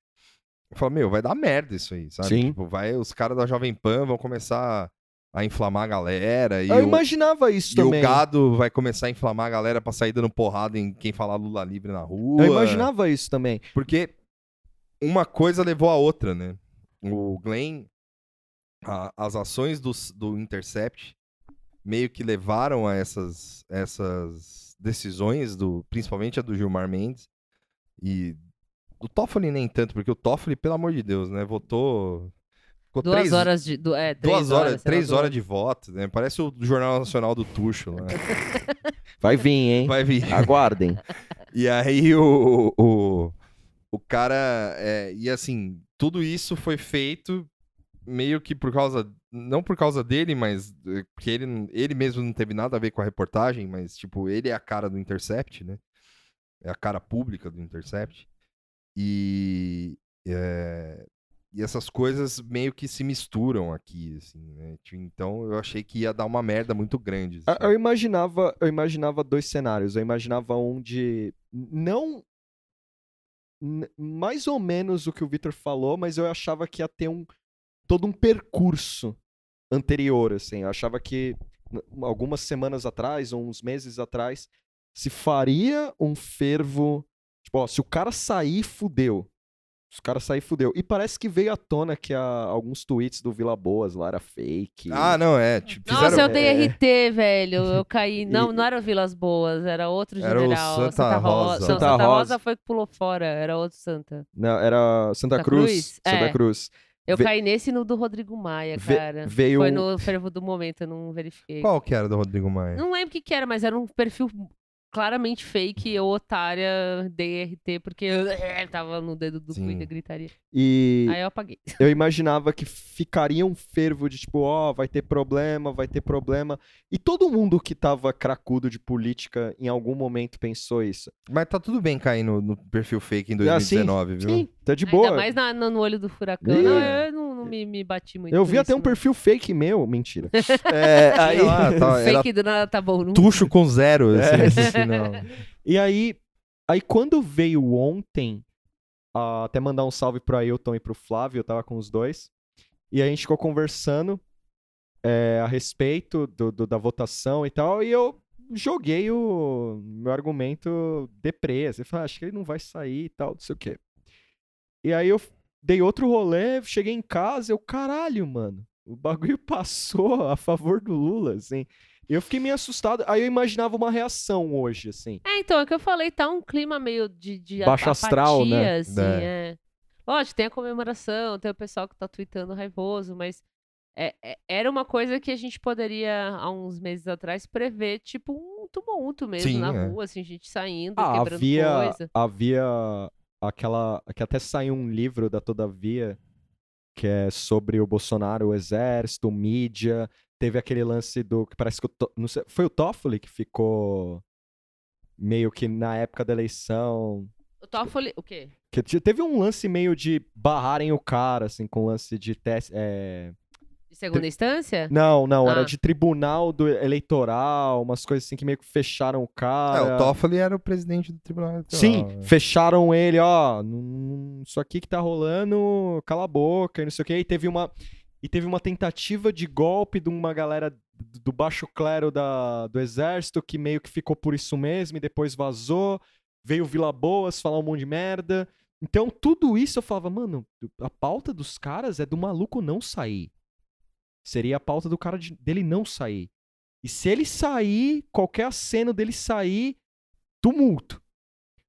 Speaker 1: Eu falei, meu, vai dar merda isso aí, sabe?
Speaker 4: Sim.
Speaker 1: Tipo, vai, os caras da Jovem Pan vão começar a inflamar a galera e,
Speaker 4: eu
Speaker 1: o,
Speaker 4: imaginava isso
Speaker 1: e o
Speaker 4: também.
Speaker 1: gado vai começar a inflamar a galera pra sair dando porrada em quem falar Lula livre na rua.
Speaker 4: Eu imaginava isso também.
Speaker 1: Porque uma coisa levou a outra, né? O Glenn, a- as ações do, s- do Intercept meio que levaram a essas, essas decisões, do, principalmente a do Gilmar Mendes. E do Toffoli nem tanto, porque o Toffoli, pelo amor de Deus, né? Votou... Ficou
Speaker 2: Duas
Speaker 1: três,
Speaker 2: horas de. du- é, três
Speaker 1: duas horas,
Speaker 2: sei lá,
Speaker 1: três
Speaker 2: duas-
Speaker 1: horas de voto, né? Parece o Jornal Nacional do Tuxo, né?
Speaker 4: Vai vir, hein?
Speaker 1: Vai vir.
Speaker 4: Aguardem.
Speaker 1: E aí o, o, o cara. é, e assim, tudo isso foi feito meio que por causa. Não por causa dele, mas. é, Porque ele, não- ele mesmo não teve nada a ver com a reportagem, mas, tipo, ele é a cara do Intercept, né? É a cara pública do Intercept. E. é, e essas coisas meio que se misturam aqui, assim, né? Tipo, Então eu achei que ia dar uma merda muito grande.
Speaker 4: Ah,
Speaker 1: assim.
Speaker 4: Eu imaginava, eu imaginava dois cenários. Eu imaginava um de não n- mais ou menos o que o Victor falou, mas eu achava que ia ter um todo um percurso anterior, assim. Eu achava que n- algumas semanas atrás, ou uns meses atrás, se faria um fervo, tipo, ó, se o cara sair, fudeu. Se o cara sair, fudeu. E parece que veio à tona que a- alguns tweets do Vila Boas lá era fake.
Speaker 1: Ah, não, é. Tipo,
Speaker 2: Nossa,
Speaker 1: fizeram-
Speaker 2: eu dei
Speaker 4: É.
Speaker 2: RT, velho. Eu caí. Não, não era o Vilas Boas, era outro
Speaker 1: Era o
Speaker 2: general.
Speaker 1: Santa
Speaker 2: Ro-
Speaker 1: Rosa.
Speaker 2: Não,
Speaker 4: Santa
Speaker 2: Santa,
Speaker 4: Rosa.
Speaker 2: Rosa foi que pulou fora, era outro Santa.
Speaker 4: Não, Né, era Santa,
Speaker 2: Santa
Speaker 4: Cruz.
Speaker 2: Cruz?
Speaker 4: Santa
Speaker 2: É.
Speaker 4: Cruz.
Speaker 2: Eu
Speaker 4: Ve-
Speaker 2: caí nesse e no do Rodrigo Maia,
Speaker 4: Ve-
Speaker 2: cara.
Speaker 4: veio
Speaker 2: Foi
Speaker 4: um-
Speaker 2: no fervo do momento, eu não verifiquei.
Speaker 1: Qual que era do Rodrigo
Speaker 4: É.
Speaker 1: Maia?
Speaker 2: Não lembro o que, que era, mas era um perfil claramente fake.
Speaker 4: Uhum.
Speaker 2: Eu, otária, dei RT porque eu tava no dedo do
Speaker 1: Sim.
Speaker 2: Twitter, gritaria.
Speaker 4: E
Speaker 2: Aí eu apaguei.
Speaker 4: eu imaginava que ficaria um fervo de tipo, ó, vai ter problema, vai ter problema. E todo mundo que tava cracudo de política em algum momento pensou isso.
Speaker 1: Mas tá tudo bem cair no, no perfil fake em
Speaker 4: É assim?
Speaker 1: 2019, viu?
Speaker 4: Sim, tá de
Speaker 2: Ainda
Speaker 4: boa.
Speaker 2: mais na- na- no olho do furacão.
Speaker 4: Ih.
Speaker 2: Não, eu não, não me, me bati muito.
Speaker 4: Eu
Speaker 2: com
Speaker 4: vi até
Speaker 2: isso, né?
Speaker 4: um
Speaker 2: não.
Speaker 4: perfil fake meu. Mentira.
Speaker 1: É, aí... era
Speaker 2: Fake do nada tá bom. Não...
Speaker 1: tucho com zero assim, esse,
Speaker 4: É.
Speaker 1: esse sinal.
Speaker 4: E aí, aí quando veio ontem, ah, até mandar um salve pro Ailton e pro Flávio, eu tava com os dois. E a gente ficou conversando é, a respeito do- do- da votação e tal, e eu joguei o meu argumento deprê. Assim, falei, "Ah, acho que ele não vai sair e tal, não sei o quê. E aí eu f- dei outro rolê, cheguei em casa, eu, caralho, mano, o bagulho passou a favor do Lula, assim. Eu fiquei meio assustado. Aí eu imaginava uma reação hoje, assim.
Speaker 2: É, então, é o que eu falei, tá um clima meio de, de
Speaker 4: Baixo
Speaker 2: apa-
Speaker 4: astral, né?
Speaker 2: apatia, Assim,
Speaker 1: É.
Speaker 2: é. Lógico, tem a comemoração, tem o pessoal que tá tweetando raivoso, mas é- é- era uma coisa que a gente poderia, há uns meses atrás, prever, tipo um tumulto mesmo
Speaker 1: Sim,
Speaker 2: na
Speaker 1: é.
Speaker 2: rua, assim, gente saindo,
Speaker 4: Ah,
Speaker 2: quebrando
Speaker 4: havia,
Speaker 2: coisa.
Speaker 4: havia aquela. Que até saiu um livro da Todavia, que é sobre o Bolsonaro, o exército, mídia. Teve aquele lance do. Que parece que o To- não sei, foi o Toffoli que ficou meio que na época da eleição.
Speaker 2: O Toffoli, o quê?
Speaker 4: Que te- teve um lance meio de barrarem o cara, assim, com lance de teste. é,
Speaker 2: De segunda instância?
Speaker 4: Não, não, era
Speaker 2: Ah.
Speaker 4: de tribunal do eleitoral, umas coisas assim que meio que fecharam o cara.
Speaker 1: É, o Toffoli era o presidente do tribunal eleitoral.
Speaker 4: Ah,
Speaker 1: né?
Speaker 4: Sim, fecharam ele, ó. "Hum, Isso aqui que tá rolando, cala a boca e não sei o que. E teve uma, e teve uma tentativa de golpe de uma galera d- do baixo clero da, do exército que meio que ficou por isso mesmo e depois vazou. Veio o Vila Boas falar um monte de merda. Então, tudo isso eu falava, mano, a pauta dos caras é do maluco não sair. Seria a pauta do cara de- dele não sair. E se ele sair, qualquer aceno dele sair, tumulto.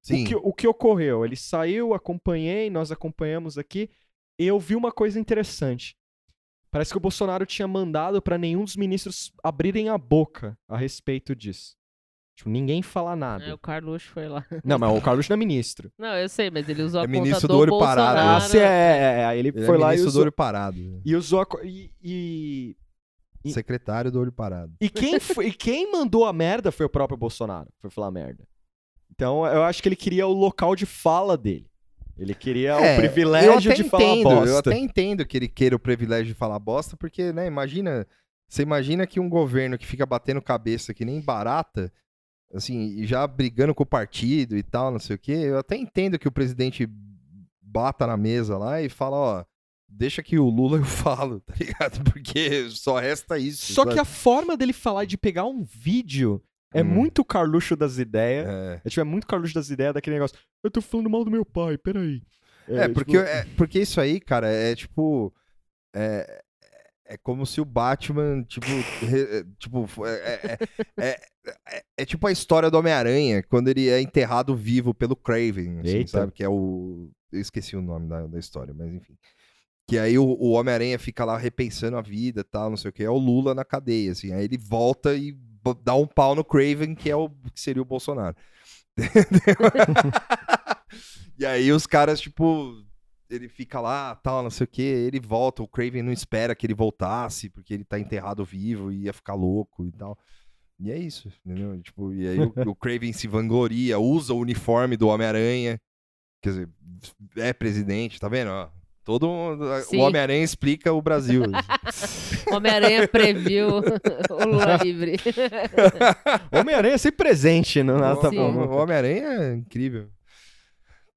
Speaker 1: Sim.
Speaker 4: O que, o que ocorreu? Ele saiu, acompanhei, nós acompanhamos aqui. Eu vi uma coisa interessante. Parece que o Bolsonaro tinha mandado para nenhum dos ministros abrirem a boca a respeito disso. Tipo, ninguém falar nada.
Speaker 2: É, o Carluxo foi lá.
Speaker 4: Não, mas o Carlos não é ministro.
Speaker 2: Não, eu sei, mas ele usou a
Speaker 1: É
Speaker 2: conta
Speaker 1: ministro
Speaker 2: do
Speaker 1: do olho
Speaker 2: Bolsonaro.
Speaker 1: parado.
Speaker 4: Ah, sim, é, é, é. Aí Ele,
Speaker 1: Ele
Speaker 4: foi
Speaker 1: é
Speaker 4: lá e
Speaker 1: ministro do
Speaker 4: usou,
Speaker 1: olho parado.
Speaker 4: e usou a co- e- e E-
Speaker 1: Secretário do olho parado.
Speaker 4: E quem, foi- e quem mandou a merda foi o próprio Bolsonaro. Foi falar merda. Então, eu acho que ele queria o local de fala dele. Ele queria
Speaker 1: É,
Speaker 4: o privilégio de falar
Speaker 1: entendo, Eu
Speaker 4: bosta.
Speaker 1: até entendo que ele queira o privilégio de falar bosta, porque, né, imagina. Você imagina que um governo que fica batendo cabeça que nem barata, assim, e já brigando com o partido e tal, não sei o quê. Eu até entendo que o presidente bata na mesa lá e fala, ó. Deixa que o Lula eu falo, tá ligado? Porque só resta isso.
Speaker 4: Só que a forma dele falar de pegar um vídeo é
Speaker 1: Hum.
Speaker 4: muito Carluxo das ideias.
Speaker 1: É.
Speaker 4: É. tipo, é muito Carluxo das ideias daquele negócio. Eu tô falando mal do meu pai, peraí.
Speaker 1: É, porque,
Speaker 4: tipo,
Speaker 1: é, porque isso aí, cara, é tipo. É, é como se o Batman, tipo. re- é, tipo fo- é, é, é- é- é tipo a história do Homem-Aranha, quando ele é enterrado vivo pelo Craven, assim,
Speaker 4: Eita.
Speaker 1: sabe? Que é o. Eu esqueci o nome da, da história, mas enfim. Que aí o, o Homem-Aranha fica lá repensando a vida e tal, não sei o que. É o Lula na cadeia, assim. Aí ele volta e bo- dá um pau no Craven, que é o que seria o Bolsonaro. e aí os caras, tipo, ele fica lá, tal, não sei o que, ele volta, o Craven não espera que ele voltasse, porque ele tá enterrado vivo e ia ficar louco e tal. E é isso, entendeu? Tipo, e aí o, o Craven se vangloria, usa o uniforme do Homem-Aranha, quer dizer, é presidente, tá vendo? ó? todo mundo-
Speaker 2: Sim.
Speaker 1: o Homem-Aranha explica o Brasil.
Speaker 2: Homem-Aranha previu o Lula livre.
Speaker 4: Homem-Aranha é sempre presente né, no
Speaker 1: o
Speaker 4: Nata
Speaker 2: Sim.
Speaker 1: Tipo assim, o- o Homem-Aranha é incrível.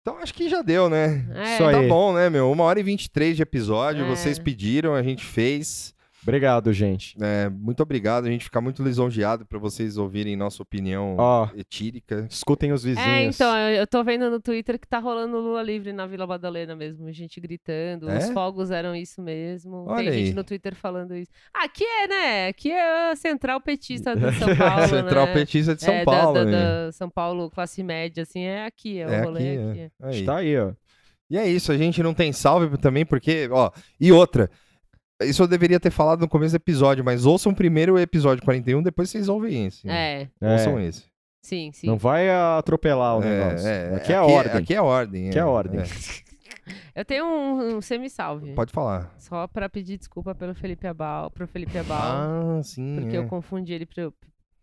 Speaker 1: Então acho que já deu, né?
Speaker 2: É,
Speaker 4: Só aí.
Speaker 1: Tá bom, né, meu? Uma hora e 23 de episódio,
Speaker 2: É.
Speaker 1: vocês pediram, a gente fez.
Speaker 4: Obrigado, gente.
Speaker 1: É, muito obrigado, a gente fica muito lisonjeado pra vocês ouvirem nossa opinião
Speaker 4: Ó,
Speaker 1: etírica.
Speaker 4: escutem os vizinhos.
Speaker 2: É, então, eu, eu tô vendo no Twitter que tá rolando Lula livre na Vila Madalena mesmo, gente gritando, os
Speaker 1: É?
Speaker 2: fogos eram isso mesmo.
Speaker 1: Olha
Speaker 2: Tem
Speaker 1: aí.
Speaker 2: gente no Twitter falando isso. Ah, Aqui é, né? Aqui é a Central Petista de São Paulo,
Speaker 1: Central
Speaker 2: né?
Speaker 1: Petista de São
Speaker 2: é, da-
Speaker 1: Paulo.
Speaker 2: da,
Speaker 1: né?
Speaker 2: da São Paulo, classe média, assim, é aqui, é o
Speaker 1: É
Speaker 2: rolê
Speaker 1: aqui,
Speaker 2: aqui.
Speaker 1: Aí.
Speaker 4: Tá aí, ó.
Speaker 1: E é isso, a gente não tem salve também, porque, ó, e outra. Isso eu deveria ter falado no começo do episódio, mas ouçam primeiro o episódio 41, depois vocês ouvem esse. né?
Speaker 2: É,
Speaker 1: Ouçam
Speaker 4: É,
Speaker 1: esse.
Speaker 2: sim, sim.
Speaker 4: não vai atropelar o
Speaker 1: É,
Speaker 4: negócio.
Speaker 1: é,
Speaker 4: aqui é a ordem.
Speaker 1: Aqui é ordem.
Speaker 4: Aqui é ordem.
Speaker 2: Eu tenho um, um semi-salve.
Speaker 1: Pode falar.
Speaker 2: Só pra pedir desculpa pelo Felipe Abal, pro Felipe Abal,
Speaker 1: Ah, sim.
Speaker 2: porque
Speaker 1: é.
Speaker 2: eu confundi ele pro-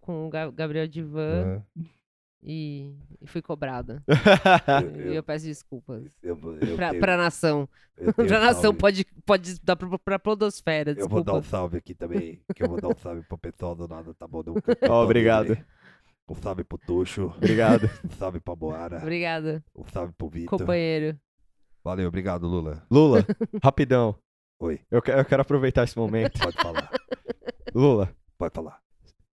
Speaker 2: com o Ga- Gabriel Divan
Speaker 1: É.
Speaker 2: e, e fui cobrada.
Speaker 1: Ah.
Speaker 5: Eu-
Speaker 2: E eu peço desculpas.
Speaker 5: Eu, vou- eu
Speaker 2: Pra,
Speaker 5: tenho-
Speaker 2: pra nação.
Speaker 5: eu tenho
Speaker 2: Pra nação,
Speaker 5: salve.
Speaker 2: pode, pode dar pra, pra podosfera,
Speaker 5: Eu vou dar um
Speaker 2: desculpas.
Speaker 5: salve aqui também, que eu vou dar um salve pro pessoal do Nada Tá Bom Nunca. que eu tô
Speaker 4: obrigado.
Speaker 5: livre. Um salve pro Tuxo,
Speaker 4: Obrigado.
Speaker 5: um salve pra Boara,
Speaker 2: Obrigada,
Speaker 5: um salve pro
Speaker 1: Então.
Speaker 5: Vitor.
Speaker 2: companheiro.
Speaker 1: Valeu, obrigado, Lula.
Speaker 4: Lula, rapidão.
Speaker 5: Oi.
Speaker 4: Eu, que- eu quero aproveitar esse momento.
Speaker 5: Pode falar,
Speaker 4: Lula,
Speaker 5: pode falar.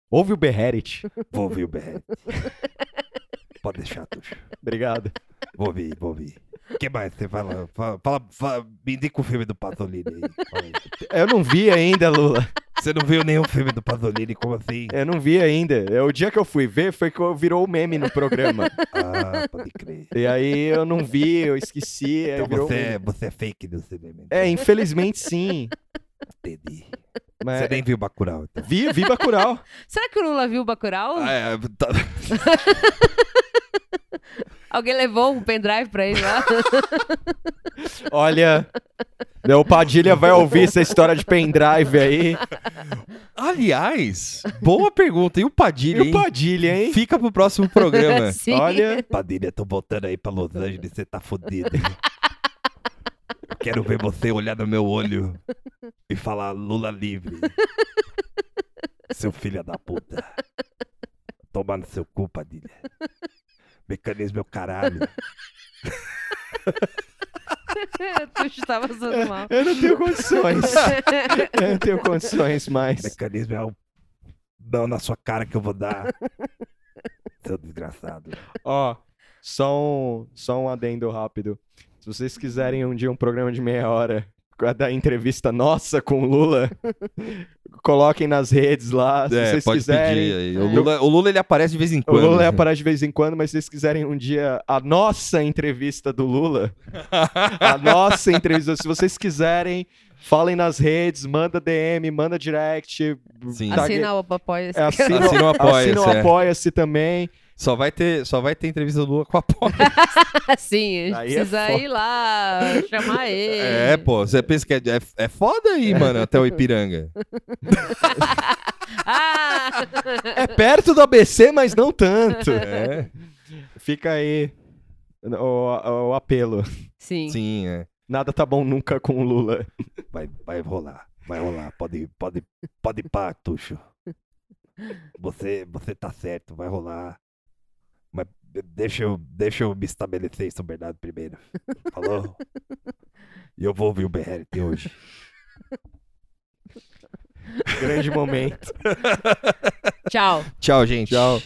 Speaker 4: ouve o Berrerit.
Speaker 5: Vou ouvir o BR. Pode deixar, Tuxo.
Speaker 4: Obrigado.
Speaker 5: Vou ouvir, vou ouvir. O que mais você fala? Fala, fala, fala- me indica o filme do Pasolini aí. Fala aí.
Speaker 4: Eu não vi ainda, Lula.
Speaker 5: Você não viu nenhum filme do Pasolini? Como assim?
Speaker 4: Eu não vi ainda. É, O dia que eu fui ver foi que eu- virou o meme no programa.
Speaker 5: Ah, pode crer.
Speaker 4: E aí eu não vi, eu esqueci. aí
Speaker 1: É,
Speaker 5: Então
Speaker 4: virou
Speaker 1: um-
Speaker 5: você,
Speaker 4: meme.
Speaker 5: é- você é fake do cinema. então.
Speaker 4: É, infelizmente sim.
Speaker 5: Entendi.
Speaker 1: É,
Speaker 4: Mas
Speaker 5: Você nem viu Bacurau. Então.
Speaker 4: vi, vi Bacurau.
Speaker 2: Será que o Lula viu o Bacurau?
Speaker 1: Ah, é, tá-
Speaker 2: Alguém levou um pendrive pra ele lá?
Speaker 4: Olha, meu Padilha vai ouvir essa história de pendrive aí.
Speaker 1: Aliás, boa pergunta. E o
Speaker 4: E
Speaker 1: Padilha,
Speaker 4: o
Speaker 1: hein?
Speaker 4: Padilha, hein?
Speaker 1: Fica pro próximo programa.
Speaker 2: Sim.
Speaker 4: Olha,
Speaker 5: Padilha, tô voltando aí pra Los Angeles, você tá fodido. Quero ver você olhar no meu olho e falar Lula livre. Seu filho da puta. Tomar no seu cu, Padilha. Mecanismo é o caralho.
Speaker 2: tu estava usando mal.
Speaker 4: eu não tenho condições. Eu não tenho condições mais.
Speaker 5: Mecanismo é o. Não na sua cara que eu vou dar. Seu desgraçado.
Speaker 4: Ó, só um, só um adendo rápido. Se vocês quiserem um dia um programa de meia hora com a da entrevista nossa com o Lula, coloquem nas redes lá. Se
Speaker 1: É,
Speaker 4: Assim vocês
Speaker 1: pode
Speaker 4: quiserem.
Speaker 1: pedir aí. O Lula, o Lula, ele aparece de vez em
Speaker 4: O
Speaker 1: quando.
Speaker 4: Lula aparece de vez em quando, mas se vocês quiserem um dia a nossa entrevista do Lula, a nossa entrevista, se vocês quiserem, falem nas redes, manda DM, manda direct,
Speaker 1: Sim.
Speaker 4: Tá aqui-
Speaker 2: Assina o apoia
Speaker 4: é, assina,
Speaker 1: Assina o Apoia-se,
Speaker 4: assina o
Speaker 1: é.
Speaker 4: apoia-se também.
Speaker 1: Só vai ter, só vai ter entrevista do Lula com a Pó.
Speaker 2: Assim, a gente
Speaker 4: Aí é
Speaker 2: precisa
Speaker 4: foda.
Speaker 2: ir lá, chamar ele.
Speaker 1: É, pô, você pensa que é, é, é foda aí, mano, até o Ipiranga.
Speaker 2: Ah!
Speaker 4: É perto do ABC, mas não tanto.
Speaker 1: É,
Speaker 4: Fica aí o, o apelo.
Speaker 2: Sim.
Speaker 1: sim, é.
Speaker 4: Nada tá bom nunca com o Lula.
Speaker 5: Vai, vai rolar, vai rolar. Pode, pode, pode ir pra, Tuxo. Você, você tá certo, vai rolar. Mas de- deixa eu, deixa eu me estabelecer em São Bernardo primeiro. Falou? E eu vou ouvir o BRT hoje.
Speaker 4: Grande momento.
Speaker 2: Tchau.
Speaker 1: Tchau, gente.
Speaker 4: Tchau.